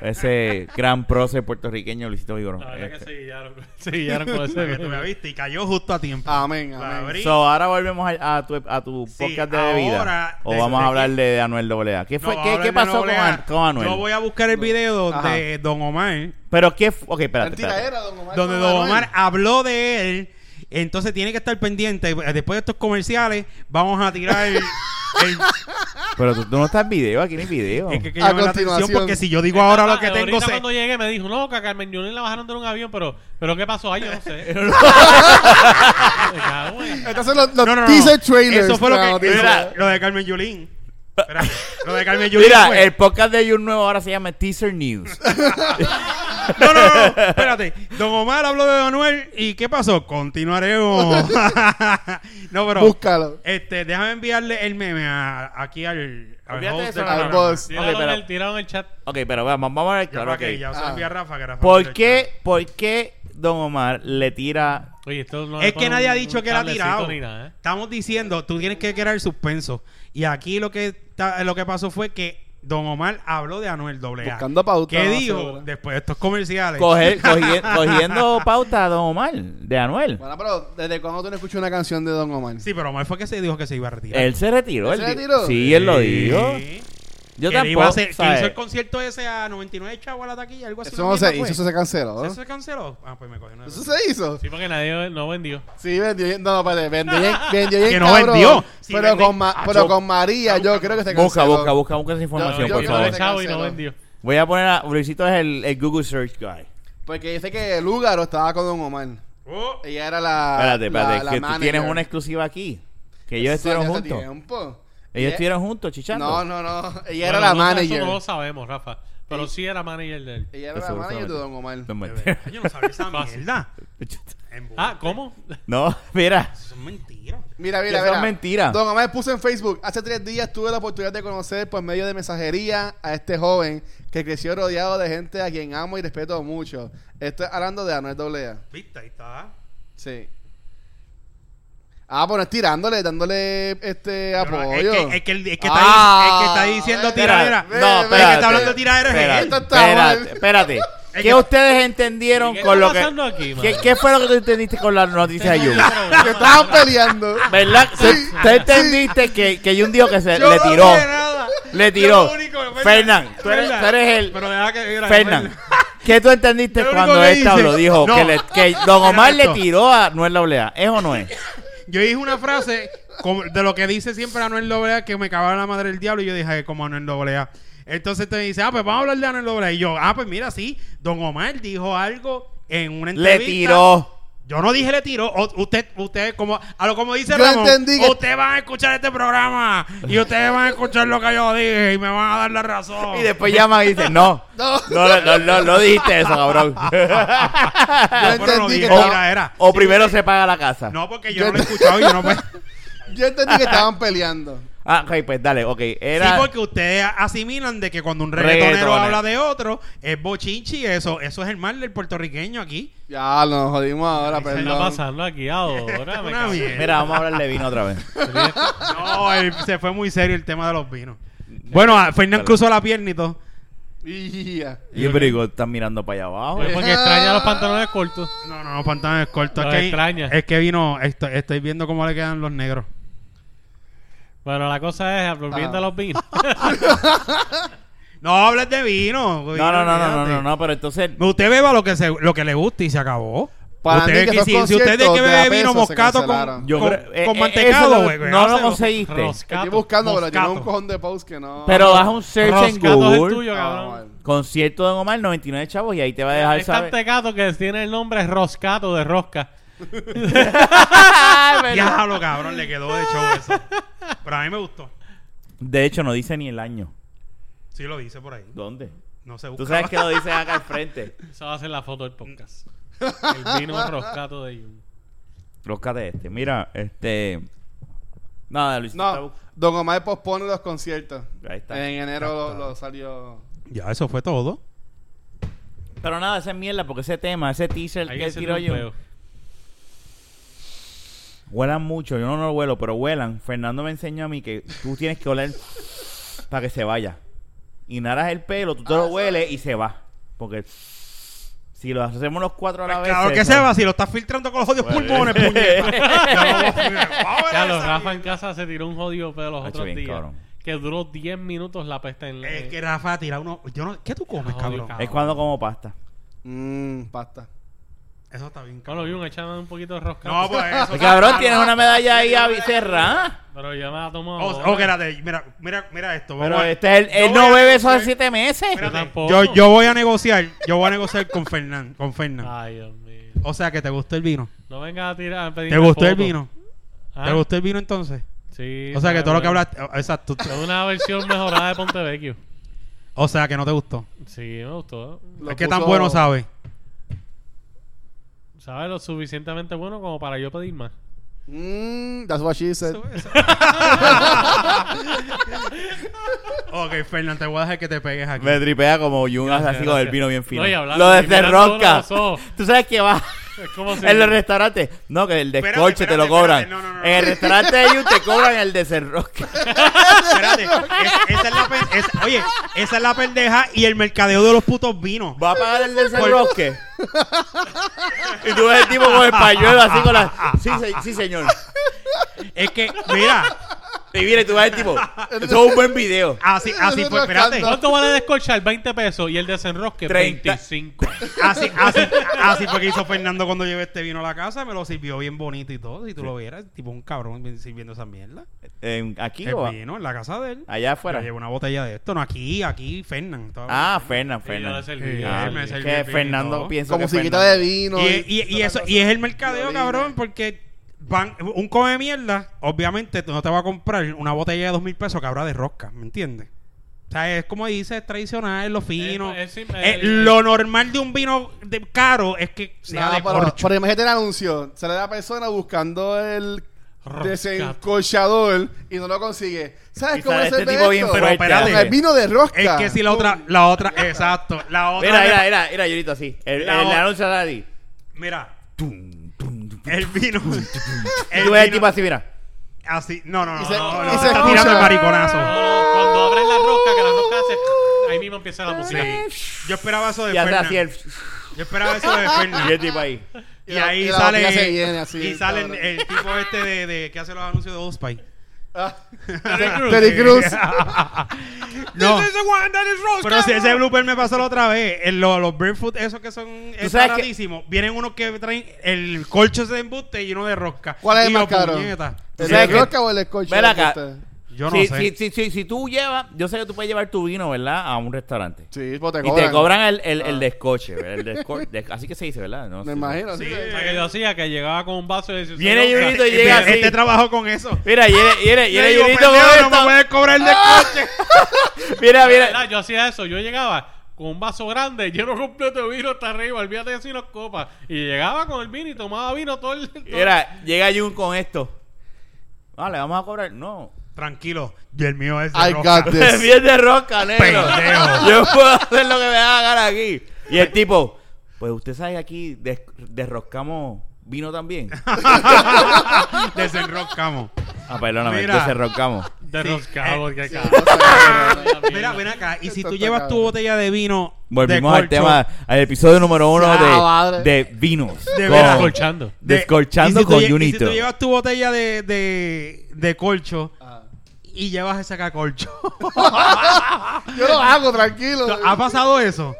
[SPEAKER 1] Ese gran prócer puertorriqueño, Luisito Vigorón.
[SPEAKER 5] La verdad que
[SPEAKER 1] Este.
[SPEAKER 5] se *laughs* guillaron, se guillaron
[SPEAKER 2] *laughs*
[SPEAKER 5] con
[SPEAKER 2] la- que
[SPEAKER 5] ese.
[SPEAKER 2] tú me viste y cayó justo a tiempo.
[SPEAKER 3] *laughs* Amén,
[SPEAKER 2] La
[SPEAKER 3] amén.
[SPEAKER 2] abrí.
[SPEAKER 1] So, ahora volvemos a, a tu, a tu
[SPEAKER 2] Sí,
[SPEAKER 1] podcast de bebida.
[SPEAKER 2] ahora-
[SPEAKER 1] O
[SPEAKER 2] de-
[SPEAKER 1] vamos a
[SPEAKER 2] de-
[SPEAKER 1] hablar de, de Anuel Doblea. ¿Qué,
[SPEAKER 2] No,
[SPEAKER 1] fue,
[SPEAKER 2] va a
[SPEAKER 1] qué,
[SPEAKER 2] hablar
[SPEAKER 1] qué
[SPEAKER 2] de
[SPEAKER 1] pasó con,
[SPEAKER 2] doble A.
[SPEAKER 1] An- con Anuel?
[SPEAKER 2] Yo voy a buscar el video
[SPEAKER 3] Ajá.
[SPEAKER 2] de Don Omar,
[SPEAKER 1] Pero qué. fu- Ok, espérate.
[SPEAKER 3] Mentira
[SPEAKER 1] espérate.
[SPEAKER 3] era, don Omar.
[SPEAKER 2] donde
[SPEAKER 3] con
[SPEAKER 2] Don
[SPEAKER 3] Manuel.
[SPEAKER 2] Omar habló de él. Entonces tiene que estar pendiente. Eh, Después de estos comerciales, vamos a
[SPEAKER 1] *laughs*
[SPEAKER 2] tirar el. el-
[SPEAKER 1] Pero tú, tú no estás en video, aquí no hay video.
[SPEAKER 2] es que, que
[SPEAKER 3] A
[SPEAKER 2] llama la atención
[SPEAKER 3] continuación.
[SPEAKER 2] porque si yo digo ahora lo que
[SPEAKER 5] Ahorita
[SPEAKER 2] tengo. se-
[SPEAKER 5] cuando llegué me dijo, no, que a Carmen Yulín la bajaron de un avión, pero, pero ¿qué pasó? Ay, yo no sé. Me cago en- *laughs*
[SPEAKER 3] Estos son los, los
[SPEAKER 2] No, no, no.
[SPEAKER 3] teaser trailers.
[SPEAKER 2] Eso fue lo
[SPEAKER 3] de la
[SPEAKER 2] que.
[SPEAKER 3] noticia.
[SPEAKER 2] Mira, lo de Carmen Yulín. Espérate, lo de Carmen Yulín.
[SPEAKER 1] Mira, eh,
[SPEAKER 2] fue-
[SPEAKER 1] el podcast de Jun Nuevo ahora se llama Teaser
[SPEAKER 2] *laughs*
[SPEAKER 1] News.
[SPEAKER 2] No, no, no, no, espérate. Don Omar habló de Manuel y ¿qué pasó? Continuaremos. *laughs* no, pero.
[SPEAKER 3] Búscalo.
[SPEAKER 2] Este, déjame enviarle el meme a- aquí al, al
[SPEAKER 1] Olvídate de eso,
[SPEAKER 2] del
[SPEAKER 1] no, no,
[SPEAKER 2] programa.
[SPEAKER 3] Al boss.
[SPEAKER 5] Tiraron
[SPEAKER 1] Ok, pero-
[SPEAKER 5] el- tiraron el chat.
[SPEAKER 1] ok, pero vamos, vamos a ver
[SPEAKER 2] Ya
[SPEAKER 1] claro.
[SPEAKER 2] para que-
[SPEAKER 1] ok.
[SPEAKER 2] ya se lo
[SPEAKER 3] Ah.
[SPEAKER 2] envía a Rafa, que Rafa no
[SPEAKER 1] ¿Por
[SPEAKER 2] se
[SPEAKER 1] qué, ¿Por qué Don Omar le tira
[SPEAKER 5] Oye, esto no le
[SPEAKER 2] Es que
[SPEAKER 5] ponen
[SPEAKER 2] nadie ha
[SPEAKER 5] un-
[SPEAKER 2] dicho
[SPEAKER 5] un
[SPEAKER 2] que era
[SPEAKER 5] cablecito
[SPEAKER 2] tirado.
[SPEAKER 5] ni nada, ¿eh?
[SPEAKER 2] Estamos diciendo, tú tienes que crear suspenso. Y aquí lo que ta- lo que pasó fue que Don Omar habló de Anuel AA.
[SPEAKER 3] Buscando pauta,
[SPEAKER 2] ¿Qué
[SPEAKER 3] no sé,
[SPEAKER 2] dijo
[SPEAKER 3] ¿verdad?
[SPEAKER 2] después de estos comerciales? *laughs*
[SPEAKER 1] Coger- cogi- cogiendo pauta a Don Omar, de Anuel.
[SPEAKER 3] Bueno, pero ¿desde cuándo tú no escuchas una canción de Don Omar?
[SPEAKER 2] Sí, pero Omar fue que se dijo que se iba a retirar.
[SPEAKER 1] Él se retiró.
[SPEAKER 3] ¿Él se
[SPEAKER 1] él di-
[SPEAKER 3] retiró?
[SPEAKER 1] Sí, él lo dijo.
[SPEAKER 2] Sí.
[SPEAKER 1] Yo
[SPEAKER 2] que él iba a
[SPEAKER 1] tampoco.
[SPEAKER 2] hacer- que
[SPEAKER 1] ¿sabes?
[SPEAKER 2] hizo el concierto ese a 99 chavos a la taquilla, algo así.
[SPEAKER 3] Eso
[SPEAKER 2] una
[SPEAKER 3] no se
[SPEAKER 2] mierda
[SPEAKER 3] hizo,
[SPEAKER 2] fue. pues.
[SPEAKER 3] eso se canceló.
[SPEAKER 2] ¿Eso se canceló? Ah, pues me cogió una-
[SPEAKER 3] ¿Eso se hizo?
[SPEAKER 5] Sí, porque nadie no vendió.
[SPEAKER 3] Sí, vendió bien. No, no, espérate, vendió
[SPEAKER 2] *laughs*
[SPEAKER 3] bien. Vendió bien
[SPEAKER 2] Que no
[SPEAKER 3] cabrón,
[SPEAKER 2] vendió. Sí,
[SPEAKER 3] pero,
[SPEAKER 2] vende-
[SPEAKER 3] con Ma-
[SPEAKER 2] Ah,
[SPEAKER 3] pero
[SPEAKER 2] yo-
[SPEAKER 3] con María, yo creo que se canceló.
[SPEAKER 1] Busca, busca, busca, busca esa información,
[SPEAKER 3] yo
[SPEAKER 1] por
[SPEAKER 3] creo que
[SPEAKER 1] favor.
[SPEAKER 3] se
[SPEAKER 5] chavo y no
[SPEAKER 3] canceló.
[SPEAKER 5] vendió.
[SPEAKER 1] Voy a poner a. Luisito es el, el Google Search Guy.
[SPEAKER 3] Porque dice que Lúgaro estaba con Don Omar.
[SPEAKER 1] *laughs*
[SPEAKER 2] Oh,
[SPEAKER 3] Ella era la.
[SPEAKER 1] Espérate, espérate.
[SPEAKER 3] la- la
[SPEAKER 1] que tú
[SPEAKER 3] manager.
[SPEAKER 1] tienes una exclusiva aquí. Que ellos
[SPEAKER 3] Eso
[SPEAKER 1] estuvieron
[SPEAKER 3] ya hace
[SPEAKER 1] juntos.
[SPEAKER 3] tiempo. Ella-
[SPEAKER 1] Ellos estuvieron juntos, chichando. *laughs*
[SPEAKER 3] No, no, no. Ella era la
[SPEAKER 5] Bueno, no, eso
[SPEAKER 3] manager.
[SPEAKER 5] No lo sabemos, Rafa. Pero sí era manager de él.
[SPEAKER 3] Ella era la
[SPEAKER 1] Eso,
[SPEAKER 3] manager de
[SPEAKER 1] solamente.
[SPEAKER 3] Don Omar.
[SPEAKER 1] No,
[SPEAKER 2] de
[SPEAKER 1] mentira.
[SPEAKER 2] verdad, yo no sabía esa
[SPEAKER 5] Fácil.
[SPEAKER 2] mierda.
[SPEAKER 5] Ah, ¿cómo?
[SPEAKER 1] *laughs* No, mira.
[SPEAKER 2] Eso es mentira.
[SPEAKER 3] Mira,
[SPEAKER 1] Que
[SPEAKER 3] mira,
[SPEAKER 1] eso es
[SPEAKER 3] mira.
[SPEAKER 1] mentira.
[SPEAKER 3] Don Omar puso en Facebook, hace tres días tuve la oportunidad de conocer por medio de mensajería a este joven que creció rodeado de gente a quien amo y respeto mucho. Estoy hablando de Anuel Doblea.
[SPEAKER 2] Viste, ahí está.
[SPEAKER 3] Sí. Ah, bueno, es tirándole, dándole este
[SPEAKER 2] Pero
[SPEAKER 3] apoyo.
[SPEAKER 2] Es que, es que, el- es que está,
[SPEAKER 1] Ah,
[SPEAKER 2] el que está diciendo
[SPEAKER 3] espérate,
[SPEAKER 2] tiradera.
[SPEAKER 1] No,
[SPEAKER 3] espérate, Ve, ve,
[SPEAKER 1] espérate.
[SPEAKER 3] que
[SPEAKER 2] está hablando tiradera es
[SPEAKER 1] Espérate,
[SPEAKER 3] él. Esto está
[SPEAKER 1] Espérate,
[SPEAKER 3] mal. *laughs*
[SPEAKER 1] espérate.
[SPEAKER 2] Es
[SPEAKER 1] ¿Qué
[SPEAKER 2] que-
[SPEAKER 1] ustedes entendieron
[SPEAKER 5] ¿Qué
[SPEAKER 1] con
[SPEAKER 5] está
[SPEAKER 1] lo que.
[SPEAKER 5] pasando
[SPEAKER 1] ¿Qué,
[SPEAKER 5] aquí, mano?
[SPEAKER 1] qué fue lo que tú entendiste con la noticia de Yumi?
[SPEAKER 3] *laughs*
[SPEAKER 2] *laughs*
[SPEAKER 3] que estaban peleando.
[SPEAKER 1] ¿Verdad?
[SPEAKER 3] Sí.
[SPEAKER 1] ¿Tú entendiste que, que Jun dijo que se
[SPEAKER 2] Yo
[SPEAKER 1] le
[SPEAKER 2] no
[SPEAKER 1] tiró?
[SPEAKER 2] sé nada.
[SPEAKER 1] Le
[SPEAKER 2] Yo
[SPEAKER 1] tiró.
[SPEAKER 2] lo único- Fernan,
[SPEAKER 1] Fernan, tú eres-
[SPEAKER 2] Fernan.
[SPEAKER 1] tú eres el-
[SPEAKER 2] Pero deja que. mira,
[SPEAKER 1] Fernan,
[SPEAKER 2] *laughs*
[SPEAKER 1] ¿qué tú entendiste
[SPEAKER 2] Yo lo único
[SPEAKER 1] cuando
[SPEAKER 2] que
[SPEAKER 1] él te habló?
[SPEAKER 2] hice-
[SPEAKER 1] Dijo
[SPEAKER 2] No.
[SPEAKER 1] que, le- que Don Omar le
[SPEAKER 2] Esto.
[SPEAKER 1] tiró a Noel Oblea. ¿Es o no es?
[SPEAKER 2] Yo dije una frase como- de lo que dice siempre Anuel Doblea que me cagaba la madre del diablo y yo dije, "Ay, como Anuel Doblea. Entonces te dice, ah, pues vamos a hablar de Anuel Doblea. Y yo, ah, pues mira, sí, Don Omar dijo algo en una
[SPEAKER 1] Le
[SPEAKER 2] entrevista.
[SPEAKER 1] tiró.
[SPEAKER 2] Yo no dije le tiró. O- usted, usted, como, a lo como dice
[SPEAKER 3] Yo
[SPEAKER 2] Ramón,
[SPEAKER 3] entendí que-
[SPEAKER 2] ustedes van a escuchar este programa y ustedes van a escuchar lo que yo dije y me van a dar la razón.
[SPEAKER 1] Y después llama y dice, no,
[SPEAKER 3] No.
[SPEAKER 2] *laughs*
[SPEAKER 1] no, no, no, no, no dijiste eso, cabrón. *laughs*
[SPEAKER 2] No, pero no
[SPEAKER 3] entendí
[SPEAKER 2] dije
[SPEAKER 3] que estaba-
[SPEAKER 2] tiradera.
[SPEAKER 1] O primero se paga la casa.
[SPEAKER 2] No, porque
[SPEAKER 3] Yo
[SPEAKER 2] yo no lo he escuchado y yo no puedo.
[SPEAKER 3] Yo entendí que estaban peleando.
[SPEAKER 1] Ah, ok, pues dale, ok. Era...
[SPEAKER 2] Sí, porque ustedes asimilan de que cuando un reggaetonero
[SPEAKER 1] Reggaetonero.
[SPEAKER 2] habla de otro, es bochinchi, eso, eso es el mal del puertorriqueño aquí.
[SPEAKER 3] Ya, nos jodimos ahora,
[SPEAKER 5] ¿Qué está
[SPEAKER 3] perdón.
[SPEAKER 5] pasando
[SPEAKER 2] *laughs*
[SPEAKER 5] aquí ahora? Me
[SPEAKER 2] Una
[SPEAKER 5] cago.
[SPEAKER 2] mierda.
[SPEAKER 1] Mira, vamos a hablar de vino otra vez.
[SPEAKER 2] No, él- se fue muy serio el tema de los vinos. Bueno, a Fernán cruzó la pierna y todo.
[SPEAKER 3] Ya.
[SPEAKER 1] Y el brigo está mirando para allá abajo.
[SPEAKER 5] Pues Porque
[SPEAKER 2] Ah.
[SPEAKER 5] extraña los pantalones cortos.
[SPEAKER 2] No, no, no, pantalones cortos.
[SPEAKER 5] Los
[SPEAKER 2] es, que,
[SPEAKER 5] extraña.
[SPEAKER 2] es que vino, esto- estoy viendo cómo le quedan los negros.
[SPEAKER 5] Bueno, la cosa es, eh, volviendo
[SPEAKER 3] Ah.
[SPEAKER 5] a
[SPEAKER 1] *laughs*
[SPEAKER 5] los vinos.
[SPEAKER 2] No hables de vino.
[SPEAKER 1] No, no, no, no, no, no, no, pero entonces...
[SPEAKER 2] Usted beba lo que, se, lo que le guste y se acabó.
[SPEAKER 3] Para
[SPEAKER 2] Usted
[SPEAKER 3] mí que
[SPEAKER 2] que
[SPEAKER 3] esos
[SPEAKER 2] si, si usted
[SPEAKER 3] conciertos
[SPEAKER 2] tiene que
[SPEAKER 3] de
[SPEAKER 2] beber
[SPEAKER 3] Apeso
[SPEAKER 2] vino
[SPEAKER 3] se
[SPEAKER 2] moscato
[SPEAKER 3] cancelaron.
[SPEAKER 2] con,
[SPEAKER 1] Yo
[SPEAKER 2] con,
[SPEAKER 1] creo- eh,
[SPEAKER 2] con
[SPEAKER 1] eh,
[SPEAKER 2] mantecado,
[SPEAKER 1] eso
[SPEAKER 2] güey, güey,
[SPEAKER 1] no lo
[SPEAKER 2] hácelo.
[SPEAKER 1] conseguiste.
[SPEAKER 5] Roscato.
[SPEAKER 3] Estoy buscando, pero tiene
[SPEAKER 2] Moscato.
[SPEAKER 3] un cojón de post que no.
[SPEAKER 1] Pero haz un search en
[SPEAKER 5] Roscato es el
[SPEAKER 1] Google.
[SPEAKER 5] tuyo,
[SPEAKER 3] Ah,
[SPEAKER 5] cabrón.
[SPEAKER 3] bueno.
[SPEAKER 1] Concierto de Omar, 99 chavos, y ahí te va a dejar
[SPEAKER 5] Es tan
[SPEAKER 1] saber.
[SPEAKER 5] tecato que tiene el nombre Roscato de Rosca.
[SPEAKER 1] Ay, verdad.
[SPEAKER 2] Diablo, cabrón, le quedó de show eso. Pero a mí me gustó.
[SPEAKER 1] De hecho, no dice ni el año.
[SPEAKER 2] Sí lo dice por ahí.
[SPEAKER 1] ¿Dónde?
[SPEAKER 2] No se
[SPEAKER 1] Tú
[SPEAKER 2] busca.
[SPEAKER 1] sabes que lo dicen acá al frente.
[SPEAKER 5] Esa va a ser la foto del podcast. El vino Roscato de Jun.
[SPEAKER 1] Los este. Mira, este... Nada, Luis.
[SPEAKER 3] No, Don Omar pospone los conciertos.
[SPEAKER 1] Ahí está.
[SPEAKER 3] En enero lo, lo salió.
[SPEAKER 2] Ya, eso fue todo.
[SPEAKER 1] Pero nada, esa es mierda, porque ese tema, ese teaser
[SPEAKER 5] Hay
[SPEAKER 1] que
[SPEAKER 5] que
[SPEAKER 1] él tiró
[SPEAKER 5] hacerle
[SPEAKER 1] yo...
[SPEAKER 5] un peo.
[SPEAKER 1] Huelan mucho, yo no, no lo huelo, pero huelan. Fernando me enseñó a mí que tú tienes que oler para que se vaya. Inhalas el pelo, tú te
[SPEAKER 2] Ah,
[SPEAKER 1] lo hueles y se va. Porque si lo hacemos los cuatro a la vez.
[SPEAKER 2] Pues, Claro que
[SPEAKER 1] eso-
[SPEAKER 2] se va, si lo estás filtrando con los odios pulmones, puñeta.
[SPEAKER 5] eh, Ya, los Rafa en casa se tiró un jodido pedo los
[SPEAKER 1] Hacho,
[SPEAKER 5] otros
[SPEAKER 1] bien,
[SPEAKER 5] días.
[SPEAKER 1] cabrón.
[SPEAKER 5] Que duró 10 minutos la pesta en la.
[SPEAKER 2] Es que Rafa tira uno. Yo no, ¿Qué tú comes,
[SPEAKER 5] Jodido,
[SPEAKER 2] cabrón?
[SPEAKER 5] cabrón.
[SPEAKER 1] Es cuando como pasta.
[SPEAKER 3] Mmm, pasta.
[SPEAKER 2] Eso está bien, cabrón.
[SPEAKER 5] Bueno, Jun, echame un poquito de Roscato.
[SPEAKER 2] No, pues eso.
[SPEAKER 1] Ay,
[SPEAKER 2] está-
[SPEAKER 1] cabrón,
[SPEAKER 2] ah,
[SPEAKER 1] tienes
[SPEAKER 2] no.
[SPEAKER 1] una medalla ahí a Becerra.
[SPEAKER 5] Pero yo me la tomo.
[SPEAKER 2] Oh,
[SPEAKER 5] ahora.
[SPEAKER 2] oh, espérate, mira, mira, mira esto. vamos
[SPEAKER 1] Pero
[SPEAKER 2] a-
[SPEAKER 1] este es el, él
[SPEAKER 2] Yo
[SPEAKER 1] no
[SPEAKER 2] voy a-
[SPEAKER 1] bebe eso hace
[SPEAKER 2] yo-
[SPEAKER 1] siete meses.
[SPEAKER 5] Yo
[SPEAKER 2] espérate.
[SPEAKER 5] tampoco.
[SPEAKER 2] Yo, yo voy a negociar, yo voy a negociar con Fernán, con Fernán.
[SPEAKER 5] Ay, Dios mío.
[SPEAKER 2] O sea que te gustó el vino.
[SPEAKER 5] No vengas a tirar. A
[SPEAKER 2] ¿Te gustó el vino? ¿Te gustó el vino entonces?
[SPEAKER 5] Ah. Sí.
[SPEAKER 2] O sea que todo lo que
[SPEAKER 5] bueno.
[SPEAKER 2] hablaste, oh, exacto.
[SPEAKER 5] Es una versión mejorada de Pontevecchio.
[SPEAKER 2] O sea que no te gustó.
[SPEAKER 5] Sí, me gustó.
[SPEAKER 3] Lo
[SPEAKER 2] es que tan
[SPEAKER 3] puso-
[SPEAKER 2] bueno sabe.
[SPEAKER 5] ¿Sabes? Lo suficientemente bueno como para yo pedir más.
[SPEAKER 3] Mmm, that's what she said.
[SPEAKER 2] *laughs* ok, Fernán, te voy a dejar que te pegues aquí.
[SPEAKER 1] Me tripea como Jun hace así con el vino bien fino.
[SPEAKER 5] No, y hablando,
[SPEAKER 1] lo
[SPEAKER 5] y mirando
[SPEAKER 1] desderroca.
[SPEAKER 5] los ojos.
[SPEAKER 1] Tú sabes que va.
[SPEAKER 5] *laughs* Es
[SPEAKER 2] Oh,
[SPEAKER 5] como
[SPEAKER 1] *laughs*
[SPEAKER 5] si.
[SPEAKER 1] En los restaurantes. No, que el
[SPEAKER 2] Espérate,
[SPEAKER 1] descorche te lo
[SPEAKER 2] espérate,
[SPEAKER 1] cobran.
[SPEAKER 2] espérate. No, no, no,
[SPEAKER 1] En el restaurante de ellos te cobran el desenrosque.
[SPEAKER 2] Espérate, es- esa es la pen- es- oye, esa es la pendeja y el mercadeo de los putos vinos.
[SPEAKER 1] ¿Va a pagar el desenrosque? *laughs* y tú ves el tipo con español así con la... Sí, se- sí, señor.
[SPEAKER 2] Es que, mira,
[SPEAKER 1] Y viene, tú ves el tipo. Eso es un buen video.
[SPEAKER 2] así, así fue, espérate.
[SPEAKER 5] ¿Cuánto vale descorchar? 20 pesos y el desenrosque
[SPEAKER 1] Treinta.
[SPEAKER 5] 25.
[SPEAKER 2] Así, así, así fue que hizo Fernando cuando llevé este vino a la casa, me lo sirvió bien bonito y todo. Si tú lo vieras, tipo un cabrón bien sirviendo esa mierda.
[SPEAKER 1] En- ¿Aquí
[SPEAKER 2] El
[SPEAKER 1] o a-
[SPEAKER 2] vino en la casa de él.
[SPEAKER 1] allá
[SPEAKER 2] Yo
[SPEAKER 1] afuera?
[SPEAKER 2] llevo una botella de esto, no aquí, aquí, Fernan. todo.
[SPEAKER 1] Ah, Fernan,
[SPEAKER 5] yo le
[SPEAKER 1] Fernan.
[SPEAKER 5] serví,
[SPEAKER 2] Sí,
[SPEAKER 1] Ah,
[SPEAKER 2] él me
[SPEAKER 1] es
[SPEAKER 2] serví
[SPEAKER 1] que
[SPEAKER 2] el
[SPEAKER 1] Fernando
[SPEAKER 2] vinito.
[SPEAKER 1] piensa
[SPEAKER 3] Con
[SPEAKER 1] que
[SPEAKER 3] musiquita
[SPEAKER 1] Fernando-
[SPEAKER 3] de vino.
[SPEAKER 2] y, y- y eso, y es el mercadeo, cabrón, porque van, un come mierda, obviamente tú no te vas a comprar una botella de dos mil pesos que habrá de rosca, ¿me entiendes? O sea, es como dice, es tradicional, lo fino.
[SPEAKER 5] pues, Es- es-
[SPEAKER 2] Eh,
[SPEAKER 5] el-
[SPEAKER 2] lo normal de un vino de- caro es que sea
[SPEAKER 3] Nada,
[SPEAKER 2] de
[SPEAKER 3] pero,
[SPEAKER 2] corcho.
[SPEAKER 3] pero imagínate el anuncio. Sale la persona buscando el
[SPEAKER 5] Rosca.
[SPEAKER 3] desencochador y no lo consigue.
[SPEAKER 1] Y
[SPEAKER 3] ¿Sabes cómo
[SPEAKER 1] sale
[SPEAKER 3] es
[SPEAKER 1] este
[SPEAKER 3] el
[SPEAKER 1] tipo
[SPEAKER 3] de
[SPEAKER 1] bien
[SPEAKER 3] esto?
[SPEAKER 2] Pero
[SPEAKER 1] fuerte.
[SPEAKER 2] espérate.
[SPEAKER 3] Con el vino de rosca.
[SPEAKER 2] Es que si la otra, la otra, exacto, la otra.
[SPEAKER 1] Mira,
[SPEAKER 2] le-
[SPEAKER 1] mira, mira, mira, Yorito, así. El, el,
[SPEAKER 2] La otra.
[SPEAKER 1] anuncio de Daddy.
[SPEAKER 2] mira. El vino.
[SPEAKER 1] Y tú ves el tipo
[SPEAKER 2] vino
[SPEAKER 1] así, mira.
[SPEAKER 2] así. No, no, no.
[SPEAKER 3] Y se-
[SPEAKER 2] no, no,
[SPEAKER 3] y
[SPEAKER 2] está
[SPEAKER 3] se
[SPEAKER 2] tirando
[SPEAKER 3] escucha.
[SPEAKER 2] el
[SPEAKER 5] No,
[SPEAKER 2] mariconazo.
[SPEAKER 5] cuando abres la rosca, que la rosca hace. Ahí mismo empieza la música.
[SPEAKER 2] Yo esperaba eso de
[SPEAKER 1] Y hace
[SPEAKER 2] Fernan.
[SPEAKER 1] así el...
[SPEAKER 2] Yo esperaba eso de Fernan.
[SPEAKER 1] Y el tipo ahí.
[SPEAKER 2] Y,
[SPEAKER 3] Y la-
[SPEAKER 2] ahí
[SPEAKER 3] y la
[SPEAKER 2] sale.
[SPEAKER 3] boquilla se viene así,
[SPEAKER 2] y sale
[SPEAKER 3] cabrón.
[SPEAKER 2] el tipo este de, de- que hace los anuncios de Old Spice.
[SPEAKER 3] Ah,
[SPEAKER 5] Terry Crews.
[SPEAKER 3] Terry *laughs* Cruz.
[SPEAKER 2] *laughs* no. Pero si ese blooper me pasó la otra vez, en lo- los Barefoot, esos que son es
[SPEAKER 1] sabes que-
[SPEAKER 2] baratísimos, vienen unos que traen el colcho de embuste y uno de rosca.
[SPEAKER 3] ¿Cuál es
[SPEAKER 2] Y
[SPEAKER 3] el
[SPEAKER 2] yo,
[SPEAKER 3] más caro?
[SPEAKER 2] puñeta,
[SPEAKER 1] ¿Tú
[SPEAKER 3] ¿El
[SPEAKER 1] sabes
[SPEAKER 3] de
[SPEAKER 1] que-
[SPEAKER 3] rosca o el escochador?
[SPEAKER 1] Ven acá.
[SPEAKER 2] Yo no
[SPEAKER 1] si,
[SPEAKER 2] sé.
[SPEAKER 1] si, si, si, si tú llevas, yo sé que tú puedes llevar tu vino, ¿verdad? A un restaurante.
[SPEAKER 3] Sí, pues te
[SPEAKER 1] Y
[SPEAKER 3] cobran. Ah.
[SPEAKER 1] te cobran el, el, el descoche, ¿verdad? El
[SPEAKER 3] *laughs*
[SPEAKER 1] desco- de- así que se dice, ¿verdad? No,
[SPEAKER 3] Me
[SPEAKER 1] sí.
[SPEAKER 3] imagino.
[SPEAKER 2] Sí.
[SPEAKER 3] sí.
[SPEAKER 5] O sea, que yo hacía que llegaba con un vaso y decía.
[SPEAKER 1] Viene
[SPEAKER 5] "Señor,
[SPEAKER 1] Yurito y
[SPEAKER 2] Este-
[SPEAKER 1] llega
[SPEAKER 2] este,
[SPEAKER 1] así.
[SPEAKER 2] trabajo con eso.
[SPEAKER 1] Mira, y era, y era, y
[SPEAKER 2] Yo
[SPEAKER 1] era
[SPEAKER 2] digo,
[SPEAKER 1] Yurito con
[SPEAKER 2] pendejo, no
[SPEAKER 1] esto.
[SPEAKER 2] me puedes cobrar el
[SPEAKER 3] ¡Ah!
[SPEAKER 2] descoche.
[SPEAKER 1] Mira, Ah, mira.
[SPEAKER 5] ¿verdad? Yo hacía eso, yo llegaba con un vaso grande, *laughs* lleno completo de vino hasta arriba, olvídate de decir unas copas. Y llegaba con el vino y tomaba vino todo el. todo-
[SPEAKER 1] Mira, llega Jun con esto. Vale, vamos a cobrar. No.
[SPEAKER 2] Tranquilo, y el mío es de
[SPEAKER 3] I
[SPEAKER 2] rosca. *laughs*
[SPEAKER 1] *laughs*
[SPEAKER 3] got
[SPEAKER 1] Te
[SPEAKER 3] this.
[SPEAKER 1] de rosca, negro.
[SPEAKER 2] Pendejo.
[SPEAKER 1] Yo puedo hacer lo que me haga ganar aquí. Y el tipo, pues usted sabe que aquí des- desroscamos vino también.
[SPEAKER 2] Desenroscamos.
[SPEAKER 1] Ah, perdóname,
[SPEAKER 2] Mira.
[SPEAKER 1] desroscamos.
[SPEAKER 5] Derroscado, qué
[SPEAKER 3] Sí,
[SPEAKER 5] carajo.
[SPEAKER 3] o sea, no, no, no.
[SPEAKER 2] Eh. *laughs* Mira, ven acá. Y si
[SPEAKER 3] Esto
[SPEAKER 2] tú
[SPEAKER 3] está
[SPEAKER 2] llevas tu
[SPEAKER 3] cabrón.
[SPEAKER 2] botella de vino.
[SPEAKER 1] Volvimos
[SPEAKER 2] de
[SPEAKER 1] al
[SPEAKER 2] corcho,
[SPEAKER 1] tema, al episodio número uno
[SPEAKER 3] Ya,
[SPEAKER 1] de,
[SPEAKER 3] madre.
[SPEAKER 1] de vinos.
[SPEAKER 2] De
[SPEAKER 1] Con-
[SPEAKER 2] veras.
[SPEAKER 5] Colchando.
[SPEAKER 2] de-
[SPEAKER 1] Descorchando
[SPEAKER 2] y si tú
[SPEAKER 1] con
[SPEAKER 2] lle- Y si
[SPEAKER 1] Junito.
[SPEAKER 2] tú llevas tu botella de, de, de colcho
[SPEAKER 3] Ah.
[SPEAKER 2] y llevas esa
[SPEAKER 3] *laughs*
[SPEAKER 2] cacolcho.
[SPEAKER 3] Yo lo hago, tranquilo.
[SPEAKER 2] ¿Ha pasado eso?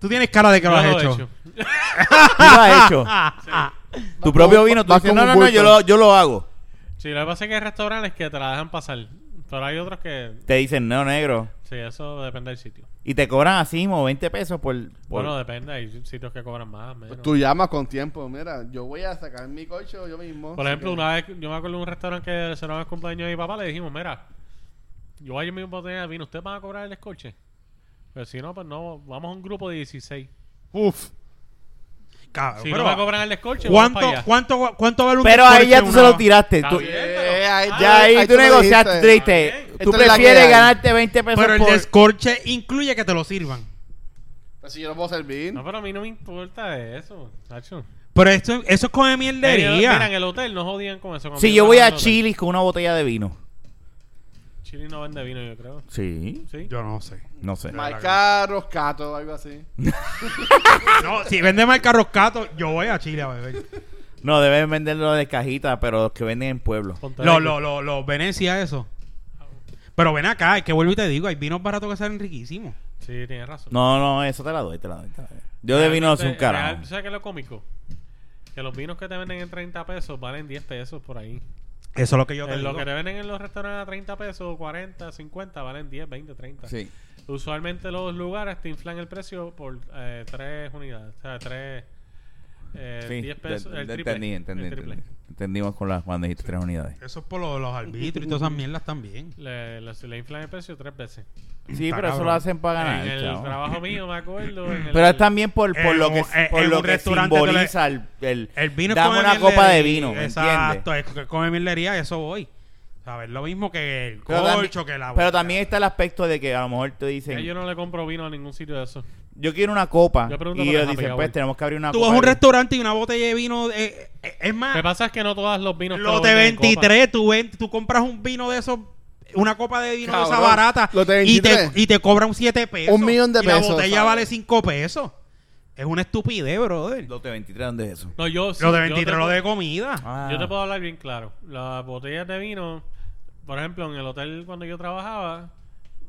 [SPEAKER 2] Tú tienes cara de que
[SPEAKER 5] Yo
[SPEAKER 2] lo has
[SPEAKER 5] lo he
[SPEAKER 2] hecho.
[SPEAKER 5] hecho.
[SPEAKER 1] Tú lo
[SPEAKER 2] *laughs*
[SPEAKER 1] has hecho.
[SPEAKER 2] Ah, ah.
[SPEAKER 1] Tu propio vino, tú
[SPEAKER 3] Vas
[SPEAKER 1] dices,
[SPEAKER 3] como
[SPEAKER 1] no,
[SPEAKER 3] un
[SPEAKER 1] no, no,
[SPEAKER 3] bulto".
[SPEAKER 1] yo lo, yo lo hago.
[SPEAKER 5] Sí, lo que pasa es que hay restaurantes que te la dejan pasar. Pero hay otros que.
[SPEAKER 1] Te dicen, no, negro.
[SPEAKER 5] Sí, eso depende del sitio.
[SPEAKER 1] Y te cobran así mismo 20 pesos por... por-
[SPEAKER 5] Bueno, depende. Hay sitios que cobran más, menos.
[SPEAKER 3] Tú llamas con tiempo. Mira, yo voy a sacar mi cocho yo
[SPEAKER 2] Oh,
[SPEAKER 3] mismo.
[SPEAKER 5] Por
[SPEAKER 3] Así
[SPEAKER 5] ejemplo,
[SPEAKER 3] que-
[SPEAKER 5] una vez yo me acuerdo de un restaurante que celebraba el cumpleaños de mi papá, le dijimos, mira, yo voy a llevar mi botella de vino, ¿ustedes van a cobrar el escorche? Pero si no, pues no, vamos a un grupo de 16.
[SPEAKER 3] Uf.
[SPEAKER 2] Cabrón,
[SPEAKER 5] Si
[SPEAKER 2] Ah, pero
[SPEAKER 5] no me cobran el escorche,
[SPEAKER 2] ¿cuánto,
[SPEAKER 5] vamos para allá.
[SPEAKER 2] cuánto, ¿Cuánto vale un
[SPEAKER 1] Pero ahí ya
[SPEAKER 2] descorche una-
[SPEAKER 1] tú se lo tiraste.
[SPEAKER 5] Está
[SPEAKER 1] Tú-
[SPEAKER 5] bien,
[SPEAKER 3] Eh, ahí-
[SPEAKER 5] pero-
[SPEAKER 1] ya
[SPEAKER 5] Ah,
[SPEAKER 1] ahí
[SPEAKER 3] ahí
[SPEAKER 1] tú
[SPEAKER 3] tú lo
[SPEAKER 1] negociaste, tú
[SPEAKER 3] dijiste.
[SPEAKER 1] dijiste.
[SPEAKER 5] Está
[SPEAKER 3] bien.
[SPEAKER 1] Tú
[SPEAKER 3] Esta es la que
[SPEAKER 1] prefieres
[SPEAKER 3] hay.
[SPEAKER 1] ganarte 20 pesos
[SPEAKER 2] Pero el
[SPEAKER 1] por...
[SPEAKER 2] descorche incluye que te lo sirvan.
[SPEAKER 3] Pero si Pues yo no puedo servir.
[SPEAKER 5] No, pero a mí no me importa eso, Nacho.
[SPEAKER 2] Pero esto, eso es come
[SPEAKER 5] Eh, Mira, en
[SPEAKER 2] mierdería.
[SPEAKER 5] el hotel no jodían con eso.
[SPEAKER 1] Si yo voy a Chili's con una botella de vino.
[SPEAKER 5] Chile no vende vino, yo creo.
[SPEAKER 1] Sí,
[SPEAKER 5] ¿Sí?
[SPEAKER 2] Yo no sé.
[SPEAKER 1] no sé.
[SPEAKER 3] Marca Roscato o algo así.
[SPEAKER 2] No, si vende marca Roscato, yo voy a Chile a beber.
[SPEAKER 1] No, deben venderlo de cajita, pero los que venden en pueblo.
[SPEAKER 5] Ponte
[SPEAKER 2] Los
[SPEAKER 5] ahí.
[SPEAKER 2] lo, lo, lo Venecia, eso. Pero ven acá, es que vuelvo y te digo, hay vinos baratos que salen riquísimos.
[SPEAKER 5] Sí, tienes razón.
[SPEAKER 1] No, no, eso te la doy, te la doy. te la doy. Yo de vino no soy un
[SPEAKER 5] Realmente,
[SPEAKER 1] carajo.
[SPEAKER 5] real- ¿Sabes qué es lo cómico? Que los vinos que te venden en 30 pesos valen 10 pesos por ahí.
[SPEAKER 2] Eso es lo que yo te
[SPEAKER 5] En
[SPEAKER 2] digo.
[SPEAKER 5] lo que te venden en los restaurantes a 30 pesos, 40, 50, valen 10, 20, 30.
[SPEAKER 1] Sí.
[SPEAKER 5] Usualmente los lugares te inflan el precio por 3 unidades, o sea, 3, eh,
[SPEAKER 1] Sí,
[SPEAKER 5] 10
[SPEAKER 1] te-
[SPEAKER 5] pesos,
[SPEAKER 1] te-
[SPEAKER 5] el triple.
[SPEAKER 1] entendí, entendí,
[SPEAKER 5] el triple.
[SPEAKER 1] entendí. Entendimos con la, cuando dijiste tres unidades.
[SPEAKER 2] Eso es por lo- los arbitrios y todas *laughs* esas mierdas también.
[SPEAKER 5] Le, le- le inflan el precio tres veces.
[SPEAKER 1] Sí,
[SPEAKER 2] Está
[SPEAKER 1] pero eso
[SPEAKER 2] cabrón.
[SPEAKER 1] lo hacen para ganar.
[SPEAKER 5] en el
[SPEAKER 1] chavo.
[SPEAKER 5] trabajo mío, me acuerdo. en el-
[SPEAKER 1] Pero es también por, por
[SPEAKER 2] En
[SPEAKER 1] lo
[SPEAKER 2] un-
[SPEAKER 1] que,
[SPEAKER 2] en-
[SPEAKER 1] por
[SPEAKER 2] en
[SPEAKER 1] lo
[SPEAKER 2] un
[SPEAKER 1] que
[SPEAKER 2] restaurante tú le-
[SPEAKER 1] simboliza el, el,
[SPEAKER 2] El vino es
[SPEAKER 1] dame
[SPEAKER 2] come
[SPEAKER 1] una copa de
[SPEAKER 2] mierdería,
[SPEAKER 1] vino, ¿me
[SPEAKER 2] Exacto,
[SPEAKER 1] entiendes?
[SPEAKER 2] es que come mierdería, eso voy. A ver, lo mismo que el
[SPEAKER 1] Pero, también,
[SPEAKER 2] colcho, que la
[SPEAKER 1] pero también está el aspecto de que a lo mejor te
[SPEAKER 5] Ya
[SPEAKER 1] dicen,
[SPEAKER 5] yo no le compro vino a ningún sitio de eso.
[SPEAKER 1] yo quiero una copa.
[SPEAKER 5] Yo pregunto
[SPEAKER 1] Y
[SPEAKER 5] por el
[SPEAKER 1] ellos
[SPEAKER 5] happy
[SPEAKER 1] dicen,
[SPEAKER 5] hour.
[SPEAKER 1] pues tenemos que abrir una
[SPEAKER 2] Tú
[SPEAKER 1] copa.
[SPEAKER 2] vas a un
[SPEAKER 1] de-
[SPEAKER 2] restaurante y una botella de vino. eh, eh, es
[SPEAKER 5] Lo que
[SPEAKER 2] más,
[SPEAKER 5] pasa es que no todas los vinos. te
[SPEAKER 2] los
[SPEAKER 5] lo
[SPEAKER 2] de
[SPEAKER 5] venden en copa.
[SPEAKER 2] 23, tú, ven- tú compras un vino de esos. Una copa de vino de esa
[SPEAKER 3] Cabrón,
[SPEAKER 2] barata.
[SPEAKER 3] los de
[SPEAKER 2] y, te,
[SPEAKER 3] 23.
[SPEAKER 2] y te cobran 7 pesos.
[SPEAKER 3] Un millón de
[SPEAKER 2] y
[SPEAKER 3] pesos,
[SPEAKER 2] La botella
[SPEAKER 3] ¿sabes?
[SPEAKER 2] vale 5 pesos. Es una estupidez, brother.
[SPEAKER 1] Los de 23, ¿dónde es eso?
[SPEAKER 5] No, yo sí,
[SPEAKER 2] Lo de
[SPEAKER 5] yo
[SPEAKER 2] 23,
[SPEAKER 5] te
[SPEAKER 2] lo
[SPEAKER 5] puedo-
[SPEAKER 2] de comida.
[SPEAKER 1] Ah.
[SPEAKER 5] Yo te puedo hablar bien claro. Las botellas de vino, por ejemplo, en el hotel cuando yo trabajaba,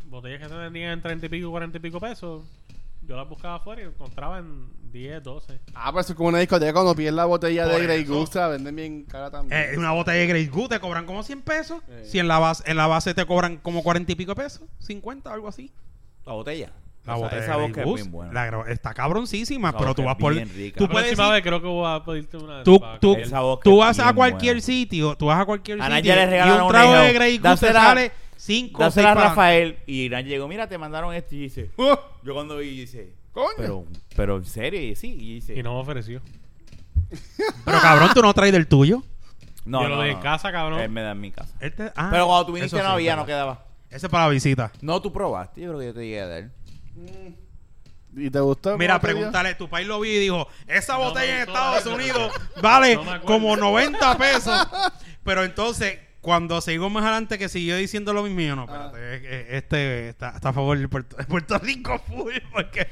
[SPEAKER 5] botellas que se vendían en 30 y pico, 40 y pico pesos, yo las buscaba afuera y encontraba en 10, 12.
[SPEAKER 3] Ah, pero eso es como una discoteca cuando pierdes la botella
[SPEAKER 5] Por
[SPEAKER 3] de Grey
[SPEAKER 5] eso.
[SPEAKER 3] Goose, la venden bien cara también.
[SPEAKER 2] Eh, una botella de Grey Goose te cobran como 100 pesos. Si en la, base, en la base te cobran como 40 y pico pesos, 50, algo así.
[SPEAKER 1] La botella.
[SPEAKER 2] La
[SPEAKER 1] O sea,
[SPEAKER 2] botella
[SPEAKER 1] esa
[SPEAKER 2] de Grey
[SPEAKER 1] vodka es
[SPEAKER 2] Goose,
[SPEAKER 1] bien buena.
[SPEAKER 2] la gra- está cabroncísima,
[SPEAKER 1] Esa
[SPEAKER 2] pero tú
[SPEAKER 1] vodka
[SPEAKER 2] vas
[SPEAKER 1] es
[SPEAKER 2] por.
[SPEAKER 1] bien rica.
[SPEAKER 2] Tú
[SPEAKER 5] La
[SPEAKER 2] puedes
[SPEAKER 5] próxima
[SPEAKER 2] ir-
[SPEAKER 5] vez creo que voy a pedirte una de
[SPEAKER 2] Tú,
[SPEAKER 5] esas para
[SPEAKER 2] tú,
[SPEAKER 5] que-
[SPEAKER 1] Esa vodka
[SPEAKER 2] tú
[SPEAKER 1] es
[SPEAKER 2] vas a
[SPEAKER 1] bien
[SPEAKER 2] cualquier
[SPEAKER 1] buena.
[SPEAKER 2] sitio, tú vas a cualquier
[SPEAKER 1] A
[SPEAKER 2] sitio
[SPEAKER 1] Naya le
[SPEAKER 2] y
[SPEAKER 1] regalaron
[SPEAKER 2] un trago
[SPEAKER 1] un
[SPEAKER 2] de
[SPEAKER 1] helado.
[SPEAKER 2] Grey Goose te
[SPEAKER 1] Dásela-
[SPEAKER 2] sale 5
[SPEAKER 1] Dásela a Rafael. Y Irán llegó, mira, te mandaron esto. Y dice,
[SPEAKER 2] Uh,
[SPEAKER 1] "Oh". yo cuando vi, dice,
[SPEAKER 3] Coño.
[SPEAKER 1] pero, pero en serio, y sí. Y dice,
[SPEAKER 5] Y no me ofreció.
[SPEAKER 2] Pero cabrón, tú no traes del tuyo.
[SPEAKER 1] no,
[SPEAKER 5] yo lo
[SPEAKER 1] no,
[SPEAKER 5] di en
[SPEAKER 1] no.
[SPEAKER 5] casa, cabrón.
[SPEAKER 1] Él me da en mi casa.
[SPEAKER 2] Este- ah,
[SPEAKER 1] pero cuando tú viniste
[SPEAKER 2] eso
[SPEAKER 1] no
[SPEAKER 2] sí,
[SPEAKER 1] había,
[SPEAKER 2] pero-
[SPEAKER 1] no quedaba.
[SPEAKER 2] Ese es para la visita.
[SPEAKER 1] No, tú probaste. Yo creo que yo te llegué a dar.
[SPEAKER 3] ¿Y te gustó?
[SPEAKER 2] Mira,
[SPEAKER 3] cómo te dio?
[SPEAKER 2] preguntarle, tu país lo vi y dijo, esa
[SPEAKER 5] No
[SPEAKER 2] botella en
[SPEAKER 5] me gustó,
[SPEAKER 2] Estados
[SPEAKER 5] no me
[SPEAKER 2] Unidos
[SPEAKER 5] gustó.
[SPEAKER 2] vale
[SPEAKER 5] No me acuerdo.
[SPEAKER 2] como
[SPEAKER 5] *laughs*
[SPEAKER 2] 90 pesos. Pero entonces, cuando sigo más adelante que siguió diciendo lo mismo, yo no, espérate, eh, eh, este está, está a favor de Puerto, de Puerto Rico full, *laughs* porque